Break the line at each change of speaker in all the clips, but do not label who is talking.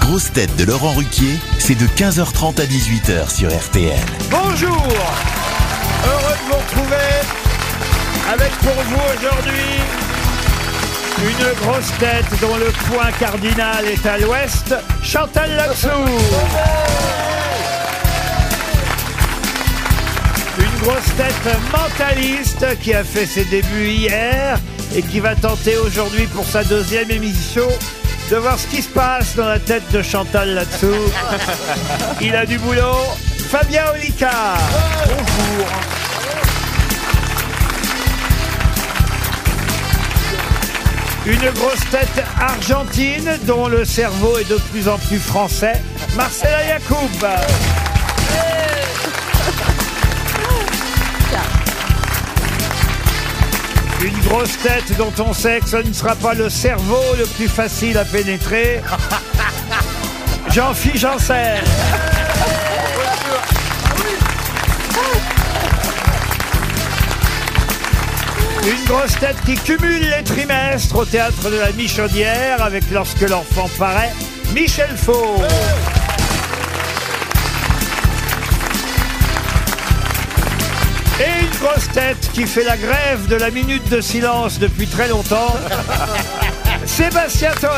grosses têtes de Laurent Ruquier, c'est de 15h30 à 18h sur RTL.
Bonjour Heureux de vous retrouver avec pour vous aujourd'hui une grosse tête dont le point cardinal est à l'ouest, Chantal Latsou. Une grosse tête mentaliste qui a fait ses débuts hier et qui va tenter aujourd'hui pour sa deuxième émission de voir ce qui se passe dans la tête de Chantal Latsou. Il a du boulot. Fabien Olicard. Bonjour. Une grosse tête argentine dont le cerveau est de plus en plus français, Marcela Yacoub. Une grosse tête dont on sait que ce ne sera pas le cerveau le plus facile à pénétrer, Jean-Philippe Janssen. Une grosse tête qui cumule les trimestres au théâtre de la Michaudière avec Lorsque l'enfant paraît, Michel Faux. Et une grosse tête qui fait la grève de la minute de silence depuis très longtemps, Sébastien Toer.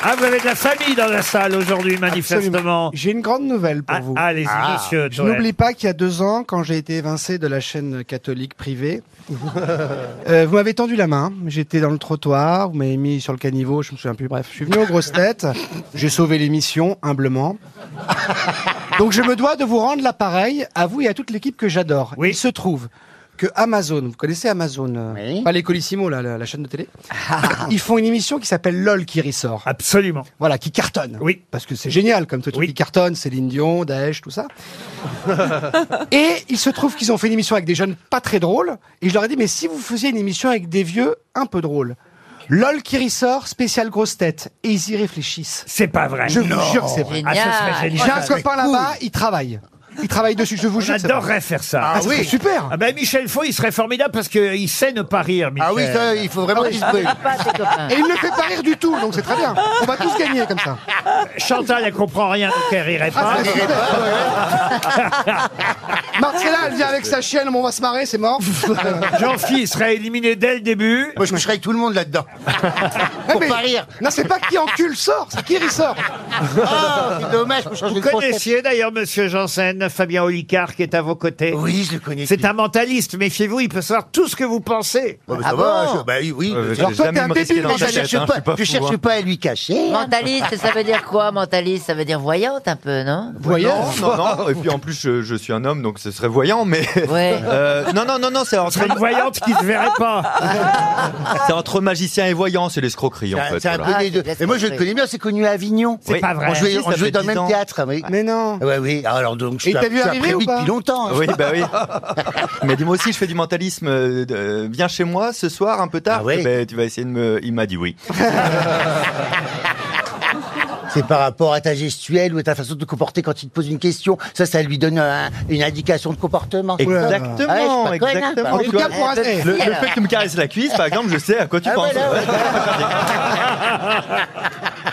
Ah, vous avez de la famille dans la salle aujourd'hui, manifestement.
Absolument. J'ai une grande nouvelle pour
Ah,
vous.
Allez-y, monsieur
Je
Toen.
n'oublie pas qu'il y a deux ans, quand j'ai été évincé de la chaîne catholique privée, euh, vous m'avez tendu la main. J'étais dans le trottoir, vous m'avez mis sur le caniveau, je me souviens plus. Bref, je suis venu aux grosses têtes, j'ai sauvé l'émission humblement. Donc je me dois de vous rendre l'appareil à vous et à toute l'équipe que j'adore.
Oui.
Il se trouve que Amazon, vous connaissez Amazon, euh, pas les Colissimo, là, la, la chaîne de télé, ils font une émission qui s'appelle LOL qui ressort
Absolument.
voilà, qui cartonne.
Oui.
Parce que c'est génial comme tout truc
Oui.
qui cartonne, Céline Dion, Daesh, tout ça. et il se trouve qu'ils ont fait une émission avec des jeunes pas très drôles. Et je leur ai dit, mais si vous faisiez une émission avec des vieux un peu drôles, LOL qui ressort, spécial grosse tête. Et ils y réfléchissent.
C'est pas vrai.
Je vous jure que c'est vrai.
Ah, ce serait
J'ai
génial.
un copain là-bas, il travaille. Il travaille dessus, je vous jure. que c'est vrai.
J'adorerais faire ça.
Ah, oui. super.
Ah ben Michel Faux, il serait formidable parce qu'il sait ne pas rire, Michel.
Ah oui, ça, il faut vraiment qu'il se
Ah,
brûle.
Et il ne fait pas rire du tout, donc c'est très bien. On va tous gagner comme ça.
Chantal, elle comprend rien, donc elle rirait
Ah,
pas.
c'est super. Marcella, elle vient avec sa chienne, mais on va se marrer, c'est mort.
Jean-Philippe serait éliminé dès le début.
Moi, je coucherai avec tout le monde là-dedans.
Ah
Ouais, Eh, mais-
pas rire.
Non, c'est pas qui encule sort, c'est qui ressort.
Ah, c'est dommage, faut changer
Vous
de grosse tête.
connaissiez d'ailleurs Monsieur Janssen, Fabien Olicard qui est à vos côtés.
Oui, je le connais.
C'est un mentaliste, méfiez-vous, il peut savoir tout ce que vous pensez.
Oh, bah, ça va, je- bah oui, oui.
Euh,
Alors toi, t'es un débile,
Mais
dans
je
ta
cherche pas, je cherche
hein.
pas à lui cacher.
Mentaliste, ça veut dire quoi, mentaliste Ça veut dire voyante un peu, non
Voyeur.
Bah Non, non, et puis en plus, je, je suis un homme, donc ce serait voyant, mais.
Ouais.
Euh, non, non, non, non, c'est entre,
Une voyante qui ne se verrait pas.
c'est entre magicien et voyant, c'est l'escroquerie en fait.
C'est un
voilà.
peu
Ah,
des deux.
c'est de
Et moi, je le
l'esprit.
connais bien, c'est connu à Avignon.
C'est
Oui. Ah,
pas
On
vrai.
jouait,
si,
on
ça
jouait
fait
dans le
10
même
ans.
théâtre, oui.
Mais non.
Ouais, oui. Ah, Alors donc, je
Et
suis un-
t'as vu
je suis un
arriver
prévu
ou pas
depuis longtemps. hein.
Oui, bah oui. Mais dis-moi aussi, je fais du mentalisme. euh, euh, viens chez moi ce soir, un peu tard.
Ah ouais.
Ben, tu vas essayer de me. Il m'a dit oui.
C'est par rapport à ta gestuelle ou à ta façon de te comporter quand il te pose une question. Ça, ça lui donne un- une indication de comportement.
Exactement,
Ouais, je suis pas connard,
exactement.
bah oui.
Tu vois,
Regarde pour un-
le, le fait que tu me caresses la cuisse, par exemple, je sais à quoi tu
Ah,
penses.
voilà, ouais.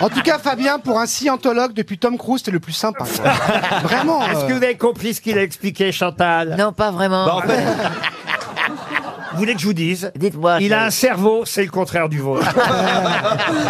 En tout cas, Fabien, pour un scientologue depuis Tom Cruise, t'es le plus sympa. quoi. Vraiment.
Est-ce
euh,
que vous avez compris ce qu'il a expliqué, Chantal
Non, pas vraiment.
Bah, en fait,
Vous voulez que je vous dise
Dites-moi.
Il a un cerveau, c'est le contraire du vôtre.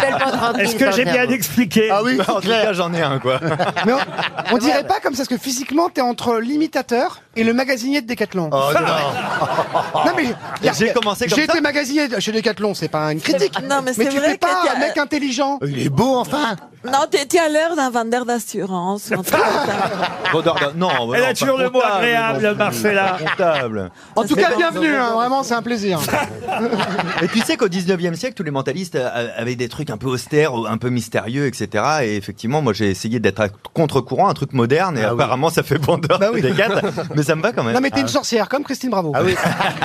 tellement tranquille.
Est-ce que
ton
j'ai bien
cerveau.
expliqué
Ah oui,
bah, en
c'est
tout
clair.
cas, j'en ai un, quoi.
mais on, on dirait pas comme ça, parce que physiquement, t'es entre l'imitateur et le magasinier de Decathlon.
Oh non. Ah.
Non mais regarde,
J'ai commencé comme
J'ai
ça.
été magasinier de- chez Decathlon, c'est pas une critique.
Non, mais c'est
tu
vrai
fais pas
que t'es-
un mec intelligent.
Il est beau, enfin.
Non, tu étais à l'heure d'un vendeur d'assurance. un truc comme
Ah
ça.
Bon, d'ordre- non,
Elle
non,
a
pas
toujours le mot
comptable,
agréable,
bon,
Marcella.
Comptable.
En tout
c'est
cas,
bon.
bienvenue. hein, vraiment, c'est un plaisir.
Et tu sais qu'au 19e siècle, tous les mentalistes euh, avaient des trucs un peu austères, un peu mystérieux, etc. Et effectivement, moi j'ai essayé d'être à contre-courant, un truc moderne, et
Ah oui.
apparemment ça fait vendeur
Bah oui.
des gars, mais ah. ça me va quand même.
Non, mais t'es une sorcière, comme Christine Bravo.
Ah oui.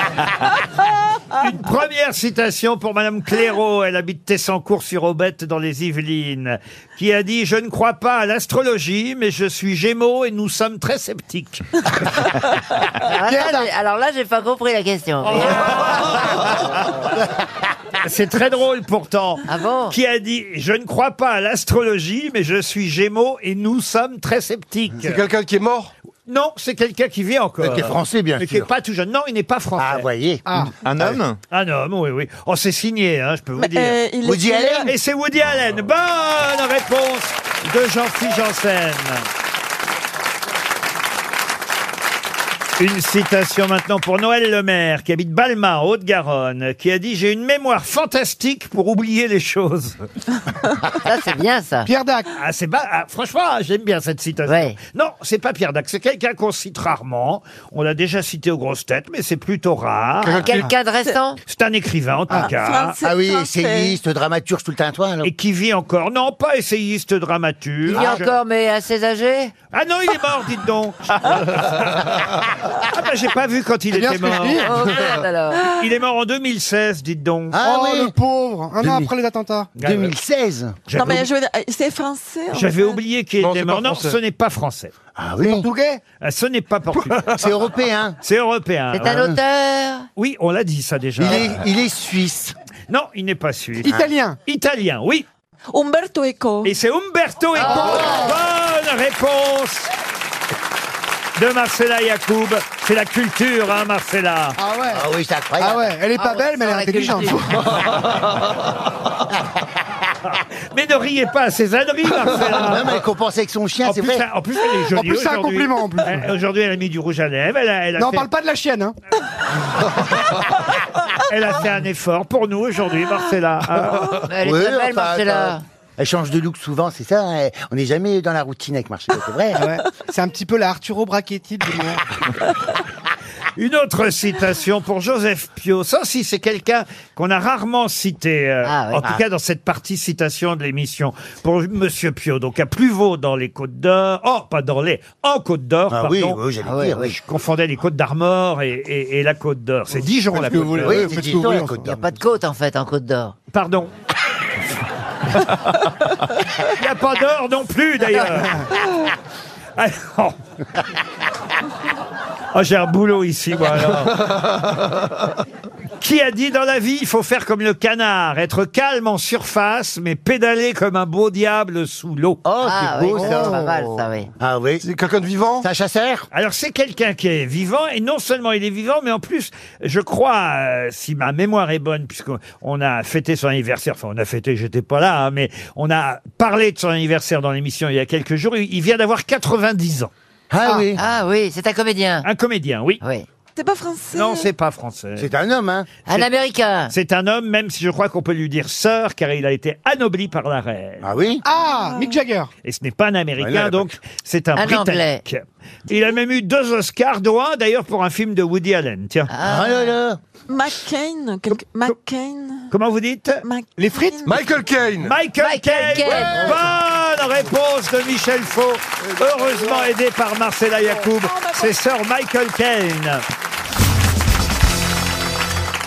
Une première citation pour Madame Clairaut, elle habite Tessancourt sur Aubette dans les Yvelines, qui a dit « Je ne crois pas à l'astrologie, mais je suis gémeaux et nous sommes très sceptiques
Alors là, j'ai- Alors là, j'ai pas compris la question. ».
C'est très drôle pourtant.
Ah bon
Qui a dit « Je ne crois pas à l'astrologie, mais je suis gémeaux et nous sommes très sceptiques
C'est ». quelqu'un qui est mort
Non, c'est quelqu'un qui vit encore.
Mais qui est français, bien
Mais qui n'est
sûr.
pas tout jeune. Non, il n'est pas français.
Ah, voyez.
Un homme
Un homme, oui, oui. Oh, c'est signé, hein, je peux vous dire.
Euh, il
Woody
il
Allen
Et c'est Woody Allen. Bonne réponse de Jean-Philippe Janssen. Une citation maintenant pour Noël Lemaire, qui habite Balma, en Haute-Garonne, qui a dit « J'ai une mémoire fantastique pour oublier les choses
Ça, c'est bien ça.
Pierre Dac. ».
Ah, c'est bas. ah, franchement, ah, j'aime bien cette citation.
Ouais.
Non, c'est pas Pierre Dac, c'est quelqu'un qu'on cite rarement. On l'a déjà cité aux grosses têtes, mais c'est plutôt rare.
Quelqu'un de récent
C'est un écrivain, en tout cas.
Français,
Ah oui,
français.
essayiste, dramaturge, tout le tintouin. alors.
Et qui vit encore. Non, pas essayiste dramaturge.
Il est encore, mais assez âgé
Ah non, il est mort, dites donc. ah bah j'ai pas vu quand il
bien
était
ce que je
mort.
dis.
Oh merde alors
Il est mort en 2016, dites donc.
Ah
oh,
oui,
le pauvre Un an après les attentats.
Ah,
2016.
Non,
J'avais
mais
oublié-
je veux dire, euh, c'est français. en
j'avais
fait.
oublié qu'il
Non,
était
c'est
mort.
pas
Non,
français.
ce n'est pas français.
Ah oui,
Portugais
Ah, Ce n'est pas portugais.
c'est européen.
C'est européen. Euh,
C'est
Ah.
un auteur
Oui, on l'a dit ça déjà.
Il est, il est suisse.
Non, il n'est pas suisse. Ah.
Italien
Italien, oui.
Umberto Eco.
Et c'est Umberto Eco.
Ah.
Bonne réponse de Marcella Yacoub. C'est la culture, hein, Marcella.
Ah ouais
Ah oui, c'est
Ah
incroyable.
ouais, elle est pas
Ah,
belle, mais elle
ça, la
est intelligente.
culture.
Mais ne riez pas à ces âneries, Marcella.
Non, mais qu'on pensait avec son chien,
En
c'est
plus,
vrai.
elle- en plus, elle est jolie.
En plus, c'est un
aujourd'hui.
compliment, en plus.
Euh, Aujourd'hui, elle a mis du rouge à lèvres. Eh ben, Elle a, elle a
Non, on
fait,
parle pas de la chienne, hein.
elle a fait un effort pour nous aujourd'hui, Marcella. Ah.
Mais Elle est
Ouais,
très belle,
enfin,
Marcella
attends. Elle change de look souvent, c'est ça. hein. On n'est jamais dans la routine avec Marcella, c'est vrai. hein.
Ouais. C'est un petit peu la Arturo Brachetti du moment.
Une autre citation pour Joseph Pio. Ça, si c'est quelqu'un qu'on a rarement cité, euh,
Ah, oui.
en tout cas dans cette partie citation de l'émission, pour Monsieur Pio. Donc à Pluvaux, dans les Côtes d'Or. Oh, pas dans les. En Côtes d'Or,
Ah
pardon.
oui, oui, j'allais
Ah ouais,
dire.
ouais.
Oui,
Je confondais les Côtes d'Armor et, et- et la Côte d'Or. C'est Dijon, la
que vous
Côte d'Or.
Oui,
Ouais,
c'est
faites
Dijon,
ouvrir,
la Côte
enfin.
Il n'y a pas de côte en fait en Côte d'Or.
Pardon. Il n'y a pas d'or non plus, d'ailleurs.
Oh.
Alors. Oh, j'ai un boulot ici, moi, alors. Qui a dit dans la vie, il faut faire comme le canard, être calme en surface, mais pédaler comme un beau diable sous l'eau.
Oh,
ah
c'est beau
oui,
ça.
c'est pas mal ça, oui.
Ah oui.
C'est quelqu'un de vivant
C'est un chasseur
Alors c'est quelqu'un qui est vivant et non seulement il est vivant, mais en plus, je crois, euh, si ma mémoire est bonne, puisqu'on on a fêté son anniversaire, enfin on a fêté, j'étais pas là, hein, mais on a parlé de son anniversaire dans l'émission il y a quelques jours. Il il vient d'avoir 90 ans.
Ah, oui.
Ah oui, c'est un comédien.
Un comédien, oui.
Oui.
C'est pas français.
Non, c'est pas français.
C'est un homme, hein.
Un américain.
C'est un homme, même si je crois qu'on peut lui dire sœur, car il a été anobli par la reine.
Ah oui.
Ah Mick Jagger
Et ce n'est pas un
Ah, là,
Américain,
là,
donc c'est un,
Un
Britannique. Il a même eu deux Oscars, dont un d'ailleurs pour un film de Woody Allen. Tiens,
Ah là là.
McCain. quelque- McCain.
comment vous dites
Mac-
Les frites
Michael Caine
Michael,
Michael
Caine.
Caine.
Bonne réponse de Michel Faux. Heureusement aidé par Marcella Yacoub. C'est sœur Michael Caine.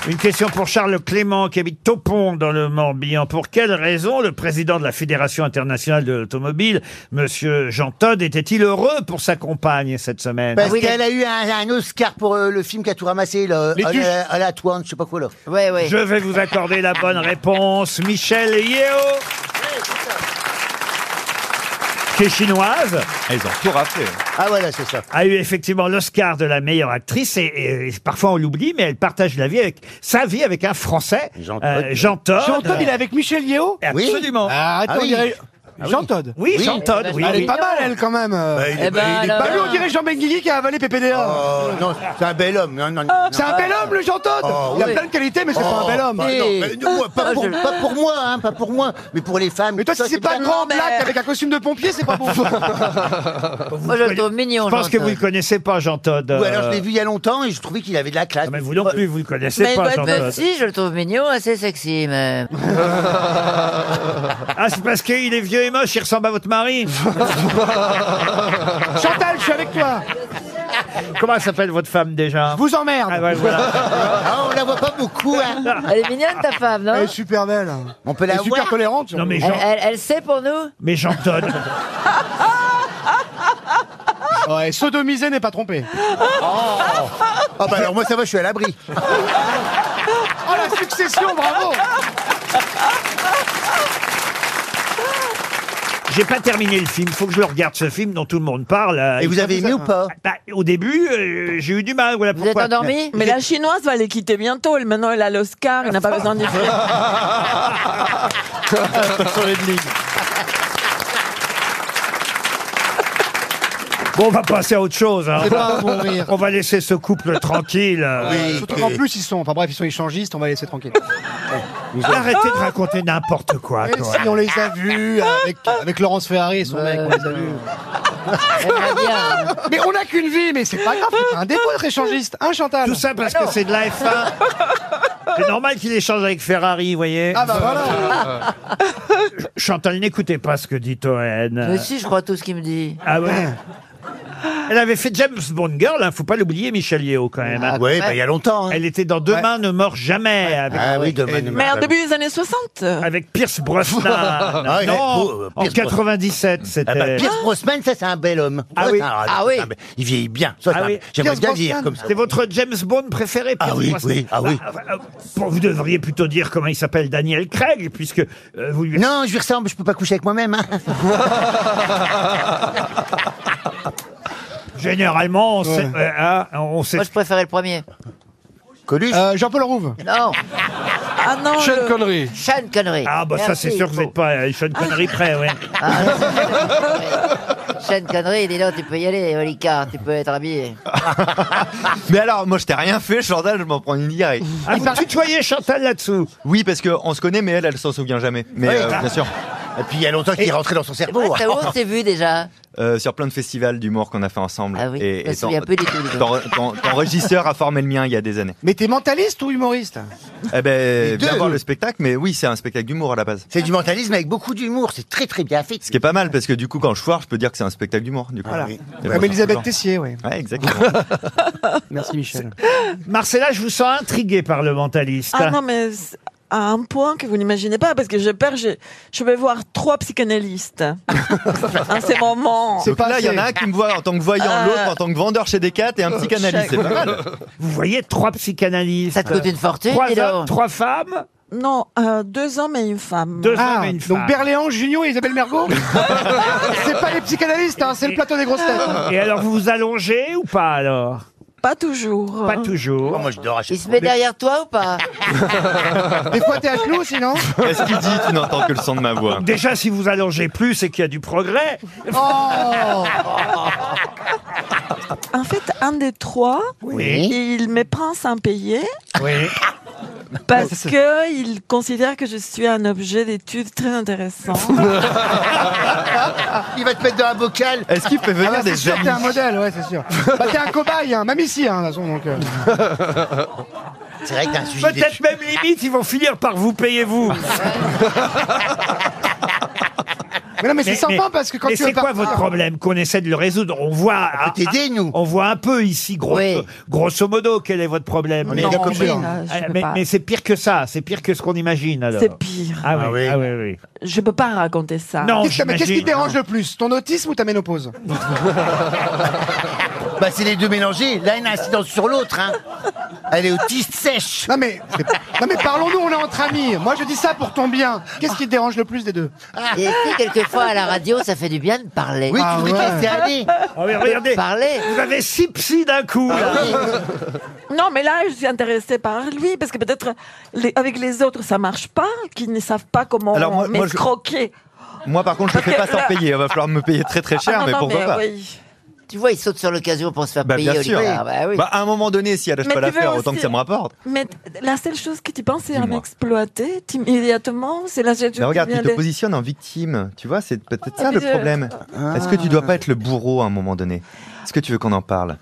Une question pour Charles Clément qui habite Topon dans le Morbihan. Pour quelle raison le président de la Fédération internationale de l'automobile, Monsieur Jean Todd, était-il heureux pour sa compagne cette semaine
Parce
oui,
qu'elle a eu un, un Oscar pour euh, le film qui a tout ramassé, là.
Les
à
Duches.
la, à la Toine, je sais pas quoi, là.
Oui, oui.
Je vais vous accorder la bonne réponse, Michel Yeo. Qui est chinoise.
Ils ont tout hein. rappelé.
Ah voilà, c'est ça.
a eu effectivement l'Oscar de la meilleure actrice et, et- et parfois on l'oublie, mais elle partage la vie avec sa vie avec un Français,
Jean
euh,
Todt.
Jean Todt.
Jean Todd, il est avec Michel Yeo
Oui.
Absolument.
Ah, attends,
Ah oui.
on dirait... Jean Todd
Oui, Jean Todt, oui,
Elle
oui.
est pas mal, elle, quand même
il
Eh ben
Bah lui,
alors.
on dirait Jean Benguigui qui a avalé PPDA
Oh, non, c'est un bel homme. Non, non, non.
C'est un bel homme, le Jean Todd
Oh,
Il a
oui.
plein de qualités, mais c'est pas un bel homme
Bah, non, mais nous, moi, pas, pour,
Ah, je-
pas pour moi, hein, pas pour moi, mais pour les femmes.
Mais toi,
Ça,
si c'est pas
bien.
grand
mais-
black avec un costume de pompier, c'est pas bon
Moi, je le trouve
Je
mignon.
pense
Jean
que vous ne
Todt.
connaissez pas Jean Todt.
Ou alors je l'ai
euh,
vu il y a longtemps et je trouvais qu'il avait de la classe.
non, Ah, mais vous non plus, vous le
Mais
connaissez
il
pas,
doit être
Jean
Même
Todt.
si je le trouve mignon, assez sexy même.
Ah, c'est parce qu'il est vieux et moche, il ressemble à votre mari.
Chantal, je suis avec toi
Comment elle s'appelle votre femme déjà
Vous emmerde
Ah, ouais, voilà.
Ah, on la voit pas beaucoup, hein.
Elle est mignonne ta femme, non
Elle est super belle.
On peut
Elle
la
est super
voir.
tolérante.
Non mais
elle,
Jean,
elle- elle sait pour nous
mais Jean Todt.
Ouais, sodomisé n'est pas trompé.
Ah, bah alors moi, ça va, je suis à l'abri.
Oh la succession, bravo
J'ai pas terminé le film. Faut que je le regarde ce film dont tout le monde parle. Euh,
Et vous avez aimé ou pas
bah, au début, euh, j'ai eu du mal. Voilà
Vous êtes
pourquoi.
endormi
Mais la chinoise va les quitter bientôt. Elle- Maintenant, elle a l'Oscar. Elle n'a pas besoin d'y faire.
Bon, on va passer à autre chose. hein.
C'est pas un bon rire.
On va laisser ce couple tranquille. euh.
Surtout qu'en plus, ils sont. Enfin bref, ils sont échangistes, on va les laisser tranquilles.
Arrêtez de raconter n'importe quoi.
Et
quoi.
si on les a vus avec, avec Laurence Ferrari et son mec, on les a vus.
Eh
J'aimerais
Ah,
bien.
Mais on n'a qu'une vie, mais c'est pas grave, c'est pas un dépôt d'être échangiste, hein Chantal
Tout ça parce que c'est de la F1. C'est normal qu'il échange avec Ferrari, vous voyez.
Ah bah voilà
Chantal, n'écoutez pas ce que dit Toen.
Mais si, je crois tout ce qu'il me dit.
Ah ouais. Elle avait fait James Bond Girl, hein, faut pas l'oublier, Michel Yeo quand même. hein.
Oui, bah il y a longtemps. hein.
Elle était dans Demain ne meurt jamais avec,
Ah oui, demain.
Mais
demain.
au début des années 60.
avec Pierce Brosnan.
Ah, il est beau,
non,
euh,
en
Pierce
97, c'était.
Ah bah, Pierce Brosnan, ça c'est un bel homme.
Ah oui.
Ah oui.
c'est un bel- Il vieillit bien. Ça, c'est
Ah
un-
oui.
J'aimerais
Pierce
bien vieillir
Brosnan.
comme ça.
C'est votre James Bond préféré
Ah
Pierce
oui,
Brosnan.
oui, ah oui.
Bah, euh, bon, vous devriez plutôt dire comment il s'appelle Daniel Craig, puisque euh, vous lui.
Non, je lui ressemble, je peux pas coucher avec moi-même. hein.
Généralement, on sait. euh, hein, on sait
Moi, je préférais le premier.
Coluche
Euh, Jean-Paul Rouve
Non,
Ah non.
Sean
le-
Connery.
Sean Connery.
Ah bah ça
Merci,
c'est sûr que vous
Hugo.
n'êtes pas une connerie près, ouais.
Sean Connery, dis donc, tu peux y aller, Olika, tu peux être habillé.
Mais alors, moi, je t'ai rien fait, Chantal, je m'en prends une direct.
Ah, vous tutoyez Chantal là-dessous.
Oui, parce qu'on se connaît, mais elle, elle s'en souvient jamais. Mais
Oui.
euh, bien sûr,
Et puis il y a longtemps qu'il est rentré dans son cerveau.
Ouais, c'est où on s'est vu déjà
Euh, sur plein de festivals d'humour qu'on a fait ensemble.
Ah oui, je me
ton-
souviens plus du tout, dis donc.
ton- ton- ton régisseur a formé le mien il y a des années.
Mais t'es mentaliste ou humoriste
Eh ben, viens
deux.
voir le spectacle, mais oui, c'est un spectacle d'humour à la base.
C'est du mentalisme avec beaucoup d'humour, c'est très très bien fait. Ah
Ce qui est pas mal, parce que du coup, quand je foire, je peux dire que c'est un spectacle d'humour. Du coup.
Voilà.
Et voilà,
Comme Elisabeth
c'est
Tessier, oui.
toujours- Ouais, exactement.
Merci Michel.
Marcella, je vous sens intrigué par le mentaliste. hein.
Ah non, mais c'est à un point que vous n'imaginez pas, parce que je perds, je, je vais voir trois psychanalystes Ah, en ces moments.
C'est
Donc
pas
là, il y en
assez.
a un qui me voit en tant que voyant,
Ah.
l'autre en tant que vendeur chez Decat et un psychanalyste. C'est pas mal.
Vous voyez trois psychanalystes.
Ça te coûte une fortune,
trois,
dis
hommes,
donc.
trois femmes,
Non, euh, deux hommes et une femme.
deux
Ah,
hommes et une femme.
donc Berléand, Junio et Isabelle Mergo C'est pas les psychanalystes, hein, c'est le plateau des grosses têtes.
Et alors vous vous allongez ou pas alors
Pas toujours.
Pas toujours.
Oh, moi je dors à chaque
Il se met derrière toi ou pas
Des fois t'es à genoux, sinon
Qu'est-ce qu'il dit Tu n'entends que le son de ma voix.
Déjà, si vous allongez plus, c'est qu'il y a du progrès.
En fait, un des trois,
Oui.
il me pince impayé
Oui.
parce que il considère que je suis un objet d'étude très intéressant.
Il va te mettre dans un bocal.
Est-ce qu'il fait venir
Ah bah, c'est
des
sûr,
amis
t'es un modèle, ouais, c'est sûr. Bah, t'es un cobaye, hein, même ici, hein, de toute façon, donc. euh.
C'est vrai que t'as un sujet. d'étude.
Peut-être même limite, ils vont finir par vous payer vous.
Mais non, mais,
Mais-
c'est sympa
mais-
parce que quand
mais
tu veux
c'est quoi
partir-
votre problème qu'on essaie de le résoudre On voit. un-
Ah, t'aider, nous.
On voit un peu ici, gros-
Oui.
grosso modo, quel est votre problème.
est
Mais,
Non,
d'accord,
mais,
hein.
là, je
Ah,
peux
mais-
pas.
mais c'est pire que ça. C'est pire que ce qu'on imagine alors.
C'est pire.
Ah, oui,
Ah
ah oui, oui.
Je peux pas raconter ça.
Non,
Qu'est-ce que- mais qu'est-ce qui
j'imagine.
te dérange le plus Ton autisme ou ta ménopause
Bah, c'est les deux mélangés. L'un a une incidence sur l'autre. Hein. Elle est autiste sèche.
Non mais, non mais parlons-nous, on est entre amis. Moi je dis ça pour ton bien. Qu'est-ce qui te dérange le plus des deux
Ah.
Et si, quelquefois, à la radio, ça fait du bien de parler.
Oui,
Ah
tu voudrais
ouais.
te laisser aller.
Ah oui, regardez,
Parler
vous avez six psy d'un coup.
Ah
là.
Non, mais là, je suis intéressée par lui, parce que peut-être les- avec les autres, ça marche pas, qu'ils ne savent pas comment
Alors, moi- moi, je-
m'escroquer.
Moi, par contre, je le fais pas sans
Là-
payer. Il va falloir me payer très très cher,
Ah non,
mais
non,
pourquoi pas
oui.
Tu vois, il saute sur l'occasion pour se faire
Bah,
payer,
bien sûr.
Olika. Bah, oui.
Bah, à un moment donné, si elle lâche
Mais
pas
tu veux
l'affaire, autant
aussi-
que ça me rapporte.
Mais t- la seule chose que tu penses, c'est à
Dis-moi.
m'exploiter t- immédiatement. C'est la seule chose
Mais regarde,
qui
tu
vient
te
de-
positionnes en victime. Tu vois, c'est peut-être ça
Et
le
puis, euh,
problème. Est-ce que tu dois pas être le bourreau à un moment donné Est-ce que tu veux qu'on en parle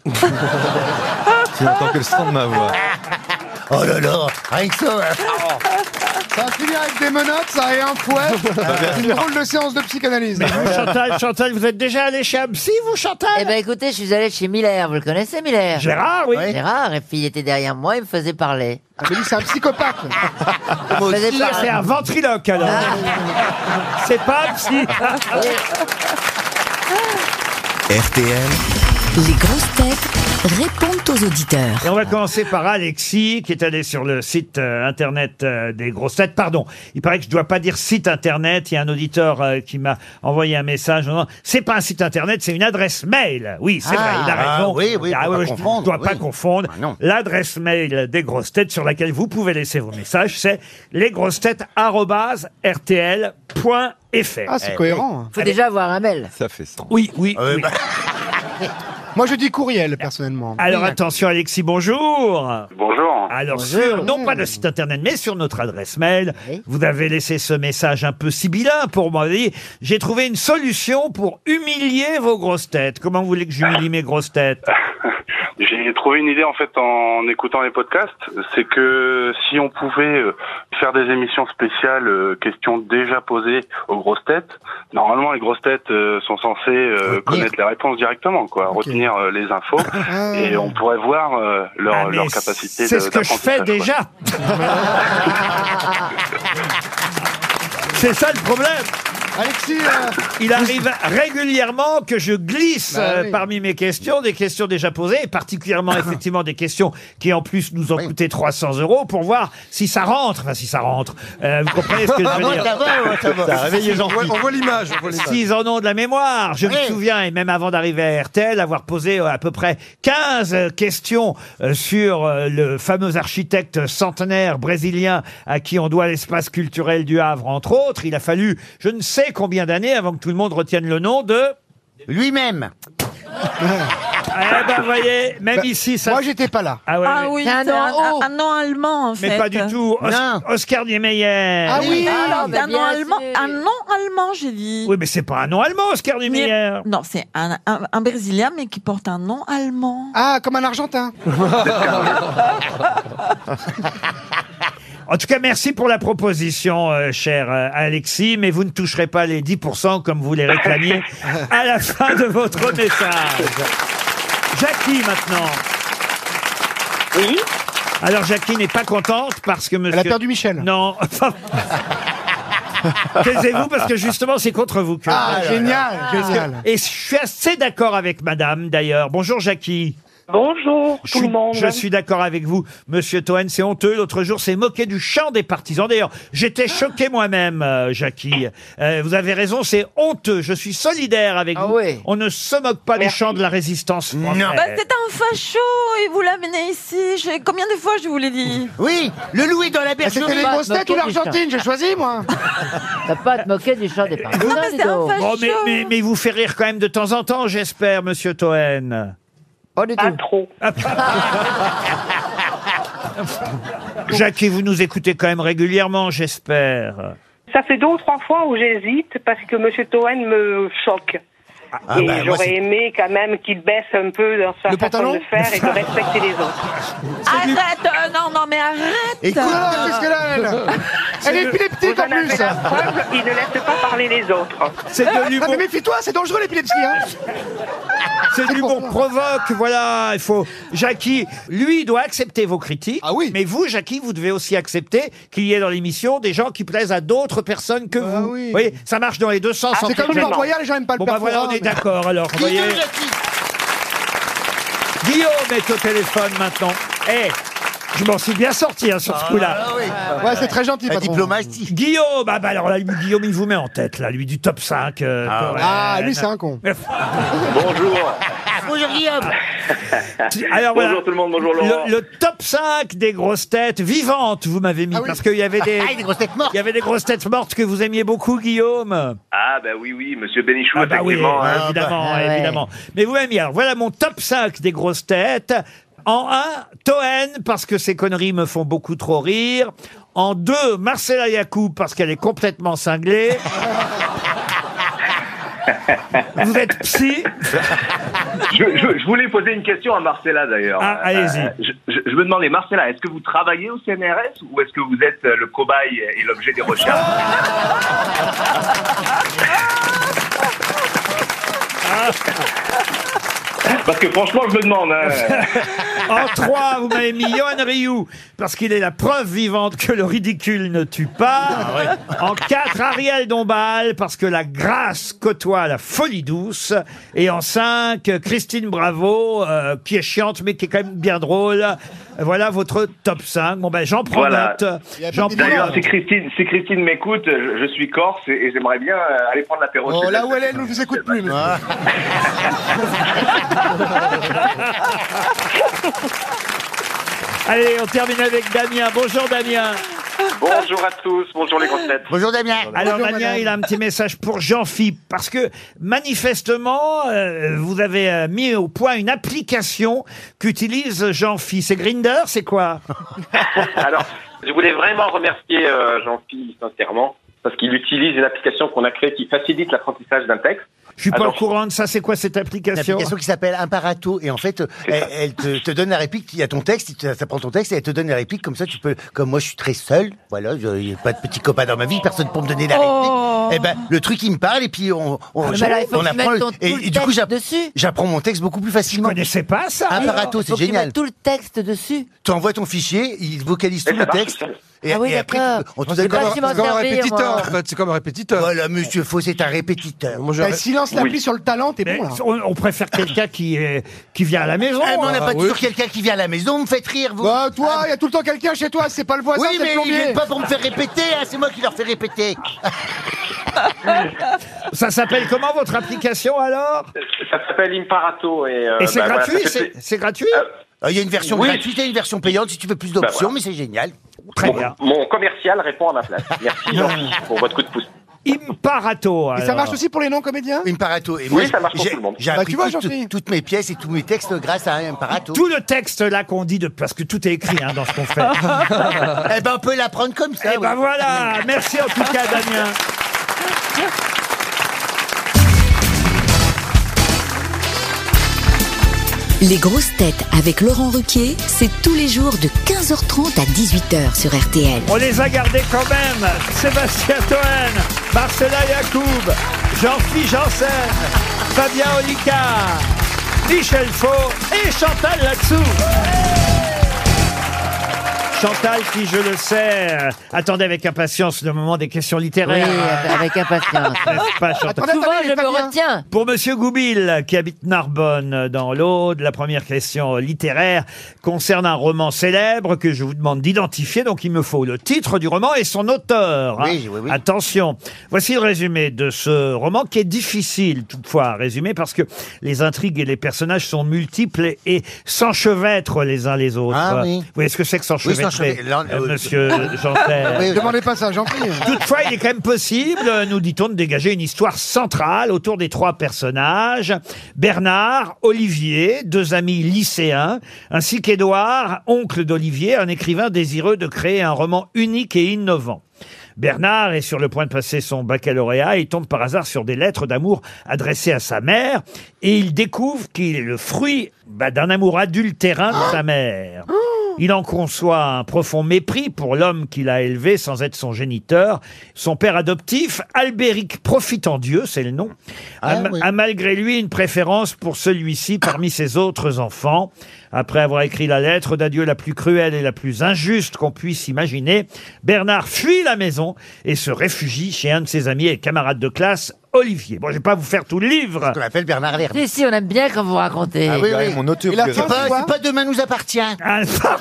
Tu n'entends que le son de ma voix.
Oh là là, rien que ça. hein.
Ça va finir avec des menottes, ça et un fouet. C'est une drôle de séance de psychanalyse.
Mais vous, Chantal, Chantal, vous êtes déjà allé chez un psy, vous, Chantal
Eh ben écoutez, je suis allé chez Miller, vous le connaissez Miller
Gérard, oui.
Gérard, et puis il était derrière moi, il me faisait parler.
Ah, mais lui, c'est un psychopathe.
Ah,
Il me faisait
Là, c'est un ventriloque, alors.
Ah.
c'est pas un psy.
RTL,
Les grosses têtes répondent aux auditeurs.
Et on va commencer par Alexis, qui est allé sur le site euh, internet euh, des grosses têtes. Pardon, il paraît que je dois pas dire site internet. Il y a un auditeur euh, qui m'a envoyé un message. Non, non, c'est pas un site internet, c'est une adresse mail. Oui, c'est vrai, il a
ah,
raison.
oui, oui, faut pas
je
confondre,
dois pas
oui.
confondre.
Ah, non.
L'adresse mail des grosses têtes sur laquelle vous pouvez laisser vos messages, c'est lesgrossetêtes.rtl.fr.
Ah,
Eh,
c'est cohérent.
hein. Faut déjà avoir un mail.
Ça fait sens.
oui, oui.
Ah
oui.
bah.
Moi, je dis courriel, personnellement.
Alors attention, Alexis, bonjour.
Bonjour.
Alors, sur, non pas le site internet, mais sur notre adresse mail,
Oui.
vous avez laissé ce message un peu sibyllin pour moi. Vous dites, J'ai trouvé une solution pour humilier vos grosses têtes. Comment vous voulez que j'humilie mes grosses têtes
J'ai trouvé une idée en fait en écoutant les podcasts, c'est que si on pouvait euh, faire des émissions spéciales euh, questions déjà posées aux grosses têtes, normalement les grosses têtes euh, sont censées euh, connaître les réponses directement quoi, retenir euh, les infos et on pourrait voir euh, leur,
Ah, mais
leur capacité
C'est
de-
ce que je
d'apprentissage,
fais
quoi.
déjà. C'est ça le problème.
Alexis, euh,
Il arrive régulièrement que je glisse
Bah
euh,
oui.
parmi mes questions des questions déjà posées, et particulièrement effectivement des questions qui en plus nous ont coûté 300 euros pour voir si ça rentre. Enfin, si ça rentre. Euh, vous comprenez ce que je
Ah
veux dire
réveillé
On voit, on voit l'image. on voit l'image.
S'ils en ont de la mémoire, je me souviens, et même avant d'arriver à RTL, avoir posé euh, à peu près 15 euh, questions euh, sur euh, le fameux architecte centenaire brésilien à qui on doit l'espace culturel du Havre, entre autres. Il a fallu je ne sais combien d'années avant que tout le monde retienne le nom de...
Lui-même.
Eh ben, voyez, même
Bah,
ici, ça...
moi, j'étais pas là.
Ah ouais,
Ah
ouais.
oui,
C'est un
c'est un,
nom haut.
un- un nom allemand en fait.
Mais pas du tout. Os-
Non.
Oscar Niemeyer.
Ah oui.
Ah,
C'est
mais
un nom
bien
allemand,
sûr.
un nom allemand, j'ai dit.
Oui, mais c'est pas un nom allemand, Oscar
Mais-
Niemeyer.
Non, c'est un, un- un brésilien mais qui porte un nom allemand.
Ah, comme un Argentin.
En tout cas, merci pour la proposition, euh, cher euh, Alexis, mais vous ne toucherez pas les 10% comme vous les réclamiez à la fin de votre message. Jackie, maintenant.
Oui.
Alors, Jackie n'est pas contente parce que monsieur...
Elle a perdu Michel.
Non. Taisez-vous parce que justement, c'est contre vous que...
Ah, génial, génial.
Et je suis assez d'accord avec madame, d'ailleurs. Bonjour, Jackie.
Bonjour
Je suis, je suis d'accord avec vous, monsieur Toen, c'est honteux. L'autre jour, c'est moqué du chant des partisans. D'ailleurs, j'étais choqué moi-même, euh, Jackie. Euh, vous avez raison, c'est honteux. Je suis solidaire avec
Ah
vous.
ouais.
On ne se moque pas des chants de la résistance française.
Bah, c'est un facho et vous l'amenez ici. J'ai- Combien de fois je vous l'ai dit
Oui, le Louis dans la
Ah,
bergerie.
C'était les grosses têtes ou l'Argentine J'ai choisi, moi.
T'as pas à te moquer du chant des partisans,
Non, mais
dis
c'est un
donc.
facho.
Bon, mais, mais, mais il vous fait rire quand même de temps en temps, j'espère, monsieur Toen. Ah,
Pas du tout.
trop.
Jackie, vous nous écoutez quand même régulièrement, j'espère.
Ça fait deux ou trois fois où j'hésite parce que Monsieur Toen me choque.
Ah,
et
bah, moi,
j'aurais
c'est-
aimé quand même qu'il baisse un peu dans sa
Le pantalon
façon de faire et de respecter les autres.
Arrête euh, Non, non, mais arrête
Écoute,
Non, non, qu'est-ce qu'elle a, elle Elle est épileptique,
Vous
en
en avez
plus.
la preuve, il ne laisse pas parler les autres.
C'est de
Ah,
l'humour,
mais méfie-toi, c'est dangereux, l'épilepsie, hein.
c'est de l'humour provoque, voilà, il faut... Jackie, lui, doit accepter vos critiques.
Ah oui.
Mais vous, Jackie, vous devez aussi accepter qu'il y ait dans l'émission des gens qui plaisent à d'autres personnes que
Bah
vous.
oui. Ah,
Vous voyez, ça marche dans les deux sens.
C'est comme le
entièrement.
Port Royal, les gens n'aiment pas le
Bon, bah
Père
voilà, on
Fouras,
est
mais-
d'accord, alors, vous voyez. Guillaume est au téléphone maintenant. Eh, je m'en suis bien sorti, hein, sur ce coup-là.
Ouais, c'est très gentil,
La
patron.
diplomatie.
Guillaume, ah bah alors là, lui, Guillaume, il vous met en tête, là, lui, du top 5. euh, Toen.
Ah, lui, c'est un con.
Bonjour.
Bonjour Guillaume.
Alors, voilà.
Bonjour tout le monde, bonjour Laurent.
Le, le top 5 des grosses têtes vivantes, vous m'avez mis,
Ah oui.
parce qu'il y avait des...
Ah, il est grosse tête morte.
Il y avait des grosses têtes mortes que vous aimiez beaucoup, Guillaume.
Ah bah oui, oui, Monsieur Bénichou,
bah oui,
effectivement. hein.
évidemment,
bah,
Ah ouais.
évidemment. Mais vous m'aimez. Alors voilà mon top 5 des grosses têtes. En 1, Toen, parce que ses conneries me font beaucoup trop rire. En 2, Marcella Yacoub, parce qu'elle est complètement cinglée. Vous êtes psy
je, je- je voulais poser une question à Marcella d'ailleurs. Euh,
Ah, allez-y.
je, je- je me demandais, Marcella, est-ce que vous travaillez au CNRS ou est-ce que vous êtes euh, le cobaye et l'objet des recherches Parce que franchement, je me demande. hein.
En trois, vous m'avez mis Johan Rioux, parce qu'il est la preuve vivante que le ridicule ne tue pas. En quatre, Ariel Dombal, parce que la grâce côtoie la folie douce. Et en cinq, Christine Bravo, euh, qui est chiante, mais qui est quand même bien drôle. Voilà votre top 5. Bon, ben, j'en prends
Voilà.
note. J'en prends
D'ailleurs,
note.
si Christine, si Christine m'écoute, je, je suis corse et, et j'aimerais bien euh, aller prendre l'apéro.
Oh,
chez
là
elle.
où elle est, elle ne nous écoute plus. monsieur.
Allez, on termine avec Damien. Bonjour, Damien.
Bonjour à tous, bonjour les grosses têtes.
Bonjour Damien.
Alors
Bonjour,
Damien,
madame.
il a un petit message pour Jean-Philippe, parce que manifestement, euh, vous avez euh, mis au point une application qu'utilise Jean-Philippe. C'est Grinder, c'est quoi
Alors, je voulais vraiment remercier euh, Jean-Philippe sincèrement parce qu'il utilise une application qu'on a créée qui facilite l'apprentissage d'un texte.
Je suis pas au
Attention.
courant de ça, c'est quoi cette
Une
application
application qui s'appelle Imparato et en fait, elle, elle te, te donne la réplique. Il y a ton texte, il te- ça prend ton texte et elle te donne la réplique comme ça. Tu peux, comme moi, je suis très seul. Voilà, je- il n'y a pas de petit copain dans ma vie, personne pour me donner la réplique. Et ben, le truc il me parle et puis on, on,
Oh. Ah, mais alors, il faut
on
que tu mettes ton-
et,
tout le
et du coup,
texte
j'app-
dessus.
j'apprends mon texte beaucoup plus facilement.
Je connaissais pas ça.
Imparato,
Faut
c'est
que tu
génial.
mettes tout le texte dessus.
Tu envoies ton fichier, il vocalise tout
Et ça
le
marche
texte.
tout seul.
Et,
Ah oui,
et après,
d'accord.
tu- on te
C'est
donne
pas
comme,
si m'en
C'est comme un
servir,
répétiteur, en
moi.
fait. C'est comme un répétiteur.
voilà, monsieur Faux, c'est un répétiteur.
Moi, je-
Bah, silence l'appli
Oui.
sur le talent, t'es
Mais
bon là.
on, on préfère quelqu'un qui, est- qui vient à la maison. hein.
Eh, mais on n'a
Ah,
pas
oui.
toujours quelqu'un qui vient à la maison me fait rire, vous.
Bah, toi, il y a tout le temps quelqu'un chez toi, c'est pas le voisin,
Oui,
c'est le
mais ils
plombier.
viennent pas pour me faire répéter, hein, c'est moi qui leur fais répéter.
Ça s'appelle comment votre application alors
Euh, Ça s'appelle Imparato et, euh,
Et c'est
bah, voilà,
gratuit
ça fait-
c'est- C'est gratuit
Euh,
Euh, Il y a une version
Oui.
gratuite et une version payante si tu veux plus d'options,
Bah, voilà.
mais c'est génial.
Très bien.
Mon commercial répond à ma place. Merci Jean-Philippe pour votre coup de pouce.
Imparato.
Et ça
alors.
marche aussi pour les non-comédiens
Une parato. Et
Oui, ça marche pour
j'ai-
tout le monde.
J'ai
Bah,
appris
tu vois,
tout-
Jean-Philippe.
toutes mes pièces et tous mes textes grâce à un parato.
Tout le texte là qu'on dit, de... parce que tout est écrit hein, dans ce qu'on fait.
Eh ben, on peut l'apprendre comme ça.
hein,
Et ben
oui.
voilà, merci en tout cas Damien.
Les grosses têtes avec Laurent Ruquier, c'est tous les jours de 15h30 à 18h sur RTL.
On les a gardés quand même. Sébastien Toen, Marcela Yacoub, Jean-Philippe Janssen, Fabien Olicard, Michel Faux et Chantal Latsou. Chantal, qui je le sais, euh, attendait avec impatience le moment des questions
Oui,
littéraires.
avec impatience.
N'est-ce pas, Chantal
Attendez,
Souvent,
attendez,
je me
Fabien.
retiens.
Pour Monsieur Goubil, qui habite Narbonne, euh, dans l'Aude, la première question euh, littéraire concerne un roman célèbre que je vous demande d'identifier. Donc, il me faut le titre du roman et son auteur. hein.
Oui, oui, oui.
Attention. Voici le résumé de ce roman qui est difficile, toutefois, à résumer parce que les intrigues et les personnages sont multiples et, et s'enchevêtrent les uns les autres.
Ah oui.
Vous voyez ce que c'est que s'enchevêtrer,
s'enchevêtrer. Là, on-
euh, Monsieur Jantel
Oui, oui.
Demandez pas ça, jean prie
Toutefois, il est quand même possible, euh, nous dit-on, de dégager une histoire centrale autour des trois personnages. Bernard, Olivier, deux amis lycéens, ainsi qu'Édouard, oncle d'Olivier, un écrivain désireux de créer un roman unique et innovant. Bernard est sur le point de passer son baccalauréat et tombe par hasard sur des lettres d'amour adressées à sa mère et il découvre qu'il est le fruit bah, d'un amour adultérin de sa mère. Il en conçoit un profond mépris pour l'homme qu'il a élevé sans être son géniteur. Son père adoptif, Albéric Profitandieu, c'est le nom, a,
Ah oui.
a malgré lui une préférence pour celui-ci parmi ses autres enfants. Après avoir écrit la lettre d'adieu la plus cruelle et la plus injuste qu'on puisse imaginer, Bernard fuit la maison et se réfugie chez un de ses amis et camarades de classe, Olivier. Bon, je vais pas vous faire tout le livre.
Qu'on appelle Bernard Lherbe.
Si, si, on aime bien quand vous racontez.
Ah oui, oui.
Mon auteur.
Et la
C'est
fin,
pas,
c'est quoi
c'est pas demain nous appartient.
Ah, ça,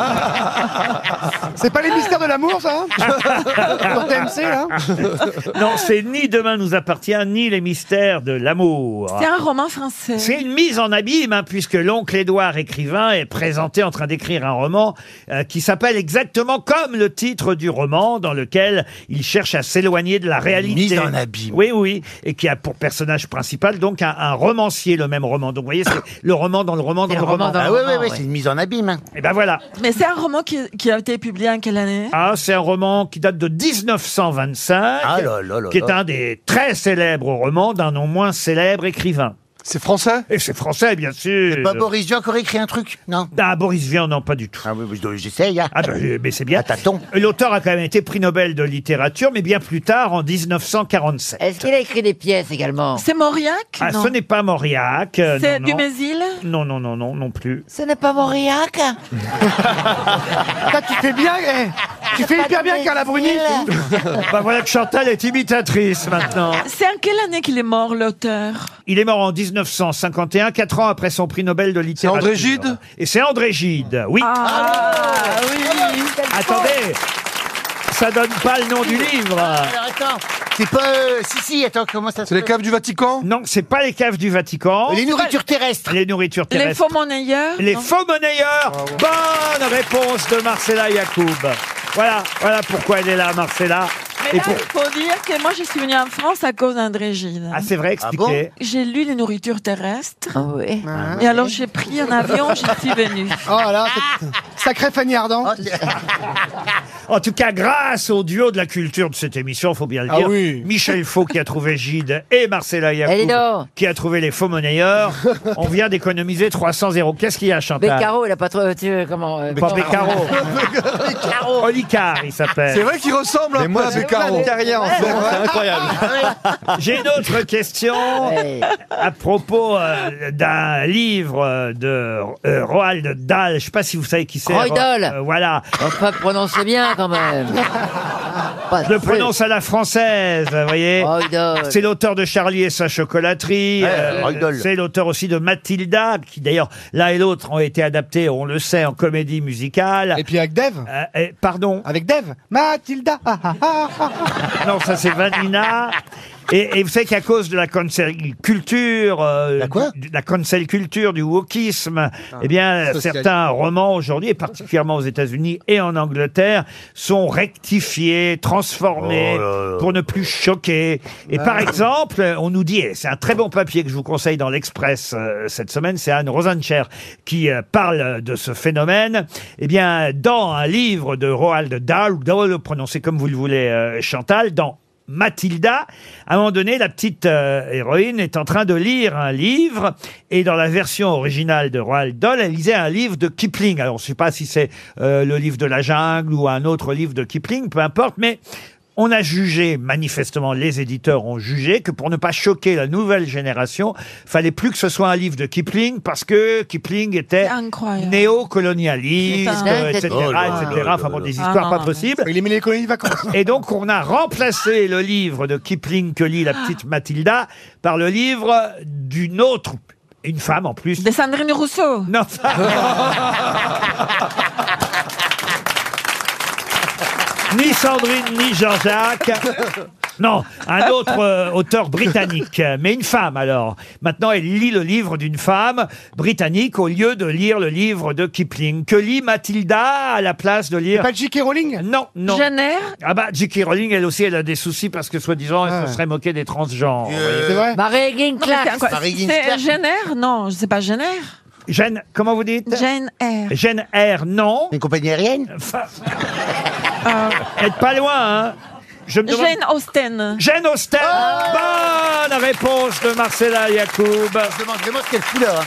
C'est pas les mystères de l'amour, ça hein Sur TMC, là
Non, c'est ni Demain nous appartient, ni les mystères de l'amour.
C'est un roman français.
C'est une mise en abîme, hein, puisque l'oncle Édouard, écrivain, est présenté en train d'écrire un roman euh, qui s'appelle exactement comme le titre du roman, dans lequel il cherche à s'éloigner de la réalité.
Mise en abîme. Jim.
Oui, oui, et qui a pour personnage principal donc un, un romancier, le même roman. Donc vous voyez, c'est le roman dans le roman dans le roman.
ah ouais, ouais, ouais, c'est une mise en abîme. hein.
Et ben voilà.
Mais c'est un roman qui, qui a été publié en quelle année
Ah, c'est un roman qui date de 1925,
Ah là là là
qui est
là.
un des très célèbres romans d'un non moins célèbre écrivain. C'est français Et c'est français, bien sûr.
Pas Boris Vian qui aurait écrit un truc, non
Ah, Boris Vian, non, pas du tout.
Ah oui, oui, je- j'essaye. hein.
Ah ben, euh, mais c'est bien. L'auteur a quand même été prix Nobel de littérature, mais bien plus tard, en 1947.
Est-ce qu'il a écrit des pièces également
C'est Mauriac
Ah,
Non.
ce n'est pas Mauriac. euh,
C'est
non, non.
Dumézil
Non, non, non, non, non plus.
Ce n'est pas Mauriac
Toi, tu fais bien, eh, tu fais hyper bien Carla Bruni.
bah voilà que Chantal est imitatrice maintenant.
C'est en quelle année qu'il est mort, l'auteur
Il est mort en 1951, quatre ans après son prix Nobel de littérature.
André Gide
Et c'est André Gide, oui.
Ah oui
Attendez, ça donne pas le nom du livre.
Alors attends, c'est pas. euh, si, si, attends, comment ça
C'est les
s'appelle
caves du Vatican
Non, c'est pas les caves du Vatican.
Les nourritures terrestres.
Les nourritures
Les
terrestres.
faux monnayeurs
Les
non
faux monnayeurs.
Ah
Bonne réponse de Marcella Yacoub. Voilà, voilà pourquoi elle est là, Marcella.
Mais
Et
là,
pour-
il faut dire que moi, je suis venue en France à cause d'André Gide.
Ah, c'est vrai, expliquez.
J'ai lu les nourritures terrestres.
Ah oui.
Et alors, j'ai pris un avion, j'y suis venue.
Oh là, là, c'est- sacré Fanny
Oh,
Ardant.
En tout cas, grâce au duo de la culture de cette émission, faut bien le
Ah
dire,
oui.
Michel Faux qui a trouvé Gide et Marcella
Eh, dis
Yacoub
donc.
qui a trouvé les faux monnayeurs, on vient d'économiser 300 euros. Qu'est-ce qu'il y a, Chantal
Beccaro, il a pas trop. tu- euh, comment euh,
Pas Beccaro. Olicard, il
C'est
s'appelle.
vrai qu'il ressemble un
Mais
peu
moi,
à
j'ai
Beccaro.
plein de carrières en ce moment, c'est incroyable.
J'ai une autre question
Ouais.
à propos euh, d'un livre euh, de euh, Roald Dahl. Je sais pas si vous savez qui c'est.
Roald Dahl.
Euh, voilà.
On peut prononcer bien quand même. Pas
Je le
de-
prononce à la française, vous voyez.
Roald Dahl.
C'est l'auteur de Charlie et sa chocolaterie. euh,
Ouais, Roald Dahl.
c'est l'auteur aussi de Mathilda, qui d'ailleurs, l'un et l'autre ont été adaptés, on le sait, en comédie musicale.
Et puis avec Dev.
Euh, et- pardon
Avec Dev. Mathilda. ah, ah, ah, ah, ah.
Non, ça c'est Vanina. Et, et vous savez qu'à cause de la cancel culture, euh,
La quoi
du- de la cancel culture, du wokisme, eh bien
Ah, socialiste.
certains romans aujourd'hui, et particulièrement aux États-Unis et en Angleterre, sont rectifiés, transformés
Oh là là.
pour ne plus choquer. Et par exemple, on nous dit, et c'est un très bon papier que je vous conseille dans l'Express euh, cette semaine, c'est Anne Rosencher qui euh, parle de ce phénomène. Eh bien, dans un livre de Roald Dahl, ou Dahl, prononcé comme vous le voulez, euh, Chantal, dans Mathilda, à un moment donné, la petite euh, héroïne est en train de lire un livre, et dans la version originale de Roald Dahl, elle lisait un livre de Kipling. Alors, je ne sais pas si c'est euh, le livre de la jungle ou un autre livre de Kipling, peu importe, mais on a jugé, manifestement, les éditeurs ont jugé que pour ne pas choquer la nouvelle génération, fallait plus que ce soit un livre de Kipling parce que Kipling était
C'est incroyable.
néocolonialiste,
C'est
dingue,
etc.,
cette
Oh là là
etc.
là
Enfin bon,
là.
des
Ah
histoires
non,
pas
non.
possibles.
Il est mis les colonies de vacances.
Et donc, on a remplacé le livre de Kipling que lit la
Ah.
petite Mathilda par le livre d'une autre, une femme en plus.
De Sandrine Rousseau.
Non, ni Sandrine, ni Jean-Jacques. Non, un autre euh, auteur britannique, mais une femme alors. Maintenant, elle lit le livre d'une femme britannique au lieu de lire le livre de Kipling. Que lit Mathilda à la place de lire
Pas de J.K. Rowling
Non, non.
Jane Eyre
Ah bah, J.K. Rowling, elle aussi, elle a des soucis parce que soi-disant, elle
Ah
se
ouais. Euh,
serait moquée des transgenres.
C'est vrai
Marie Higgins
Non, mais c'est
Clark.
incroyable.
Marie Higgins
C'est
Clark.
Jenner Non, c'est pas Jenner.
Jeanne, comment vous dites
Jane Eyre.
Jeanne R, non.
Une compagnie aérienne
Être pas loin, hein. Je me demande-
Jane Austen.
Jane Austen. Bonne réponse de Marcella Yacoub.
Oh. Je demande vraiment ce qu'elle fout là. hein.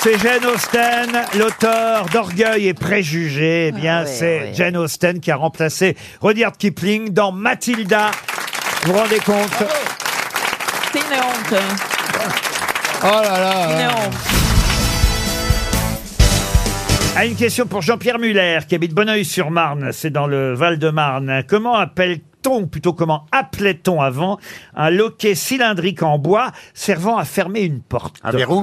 C'est Jane Austen, l'auteur d'Orgueil et Préjugés. Eh bien,
Ah ouais,
c'est
ouais.
Jane Austen qui a remplacé Rudyard Kipling dans Mathilda. Vous vous rendez compte
C'est une honte.
Oh là là.
Une
là.
honte.
À Ah, une question pour Jean-Pierre Muller, qui habite Bonneuil-sur-Marne, c'est dans le Val-de-Marne. Comment appelle-t-on, plutôt comment appelait-on avant, un loquet cylindrique en bois servant à fermer une porte
Un verrou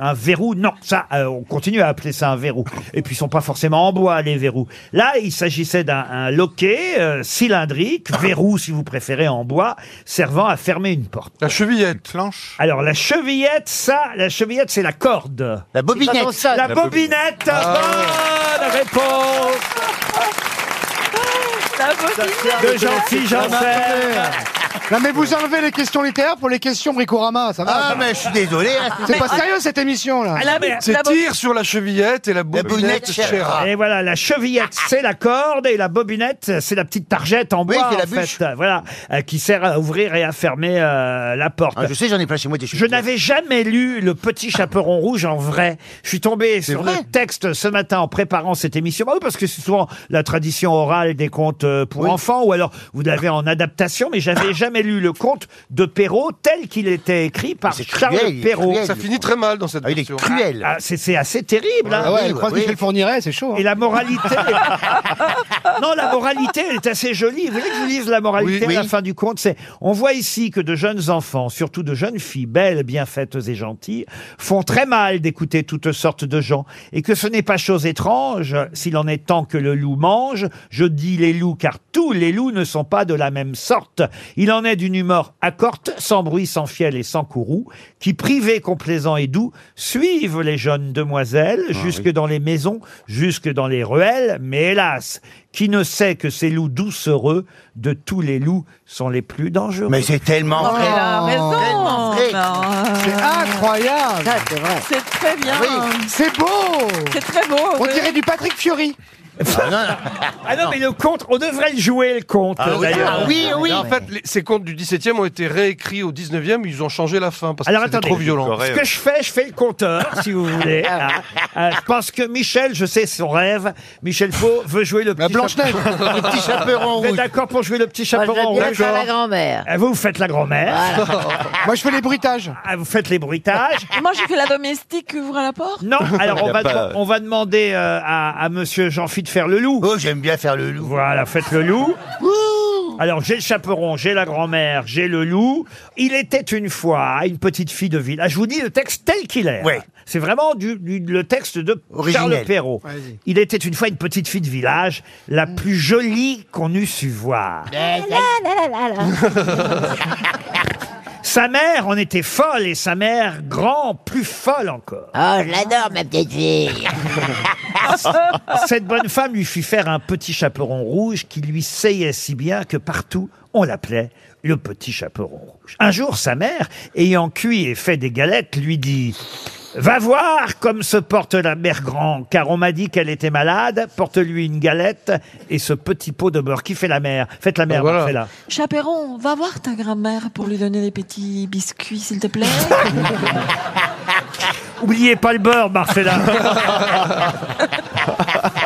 Un verrou, non, ça, euh, on continue à appeler ça un verrou. Et puis, ils sont pas forcément en bois, les verrous. Là, il s'agissait d'un un loquet euh,
Ah.
cylindrique, verrou si vous préférez, en bois, servant à fermer une porte.
La chevillette. Planche.
Alors, la chevillette, ça, la chevillette, c'est la corde.
La bobinette.
Ah
Quand on sonne.
La, bobinette, bonne réponse De Jean-Philippe Janssen.
Ah, Non mais vous enlevez les questions littéraires pour les questions bricorama, ça va
Ah, mais je suis désolé, hein,
C'est
c'est-
pas sérieux cette émission là.
Ah, C'est tir sur la chevillette et la boulette
boulette
Chéra.
Et voilà, la chevillette, c'est la corde, et la bobinette, c'est la petite targette en
Ah. Oui,
bois,
c'est la
en
bûche.
fait, euh, voilà, euh, qui sert à ouvrir et à fermer euh, la porte.
Ah, je sais, j'en ai plein chez moi des
Je n'avais jamais lu Le Petit Chaperon Rouge en vrai. Je suis tombé sur
vrai
le texte ce matin en préparant cette émission. Bah oui, parce que c'est souvent la tradition orale des contes euh, pour enfants, ou alors vous l'avez en adaptation, mais j'avais jamais lu le conte de Perrault tel qu'il était écrit par
c'est
Charles
cruel, il est
Perrault.
cruel,
Ça
le-
finit très mal dans cette
Ah, il est
version.
cruel.
Ah, c'est c'est assez terrible. hein.
Ah ouais,
Oui,
elle croise
oui.
Michel Fourniret, c'est chaud. hein.
Et la moralité. non, la moralité, elle est assez jolie. Vous voulez que je vous dise la moralité
Oui,
à la
oui.
fin du compte C'est on voit ici que de jeunes enfants, surtout de jeunes filles belles, bien faites et gentilles, font très mal d'écouter toutes sortes de gens, et que ce n'est pas chose étrange s'il en est temps que le loup mange. Je dis les loups car tous les loups ne sont pas de la même sorte. Il en est d'une humeur accorte, sans bruit, sans fiel et sans courroux, qui privés, complaisants et doux, suivent les jeunes demoiselles jusque dans les maisons, jusque dans les ruelles, mais hélas, qui ne sait que ces loups doucereux de tous les loups sont les plus dangereux.
Mais c'est tellement
Non, mais
vrai.
elle a
Ah,
raison.
Fred.
Non, euh,
Oh. C'est incroyable.
Ah,
C'est très bien.
C'est beau.
C'est très beau.
On
oui.
dirait du Patrick Fiori.
Ah non, mais le conte, on devrait le jouer, le conte, d'ailleurs.
Ah oui, oui.
En fait, les- ces contes du 17e ont été réécrits au 19e, ils ont changé la fin parce que
Alors,
c'était
attendez.
trop violent.
Ce que je fais, je fais le compteur, si vous voulez. Ah, ah, je pense que Michel, je sais son rêve, Michel Faux veut jouer le
La
petit chaperon.
Blanche-Neige.
Le petit chaperon
Vous êtes
rouge.
d'accord pour jouer le petit
Moi, je
chaperon
veux bien
rouge
faire la grand-mère.
Ah, Vous, vous faites la grand-mère,
Moi je fais les bruitages.
ah, vous faites les bruitages.
Moi, j'ai fait la domestique qui ouvre la porte.
Non, alors on
Il a
va,
pas-
dem- on va demander euh, à, à monsieur Jean-Philippe de faire le loup.
Oh, j'aime bien faire le loup.
Voilà, faites le loup. Alors j'ai le chaperon, j'ai la grand-mère, j'ai le loup. Il était une fois une petite fille de ville. Ah, je vous dis le texte tel qu'il est. hein.
Ouais.
C'est vraiment du, du- le texte de
Originel.
Charles Perrault.
Vas-y.
Il était une fois une petite fille de village, la plus jolie qu'on eût su voir. Sa mère en était folle et sa mère grand, plus folle encore.
Oh, je l'adore, ma petite fille.
Cette bonne femme lui fit faire un petit chaperon rouge qui lui seyait si bien que partout on l'appelait le petit chaperon rouge. Un jour, sa mère, ayant cuit et fait des galettes, lui dit Va voir comme se porte la mère grand, car on m'a dit qu'elle était malade. Porte-lui une galette et ce petit pot de beurre. Qui fait la mère Faites la mère,
voilà.
Marcella.
Chaperon, va voir ta grand-mère pour lui donner des petits biscuits, s'il te plaît.
Oubliez pas le beurre, Marcella.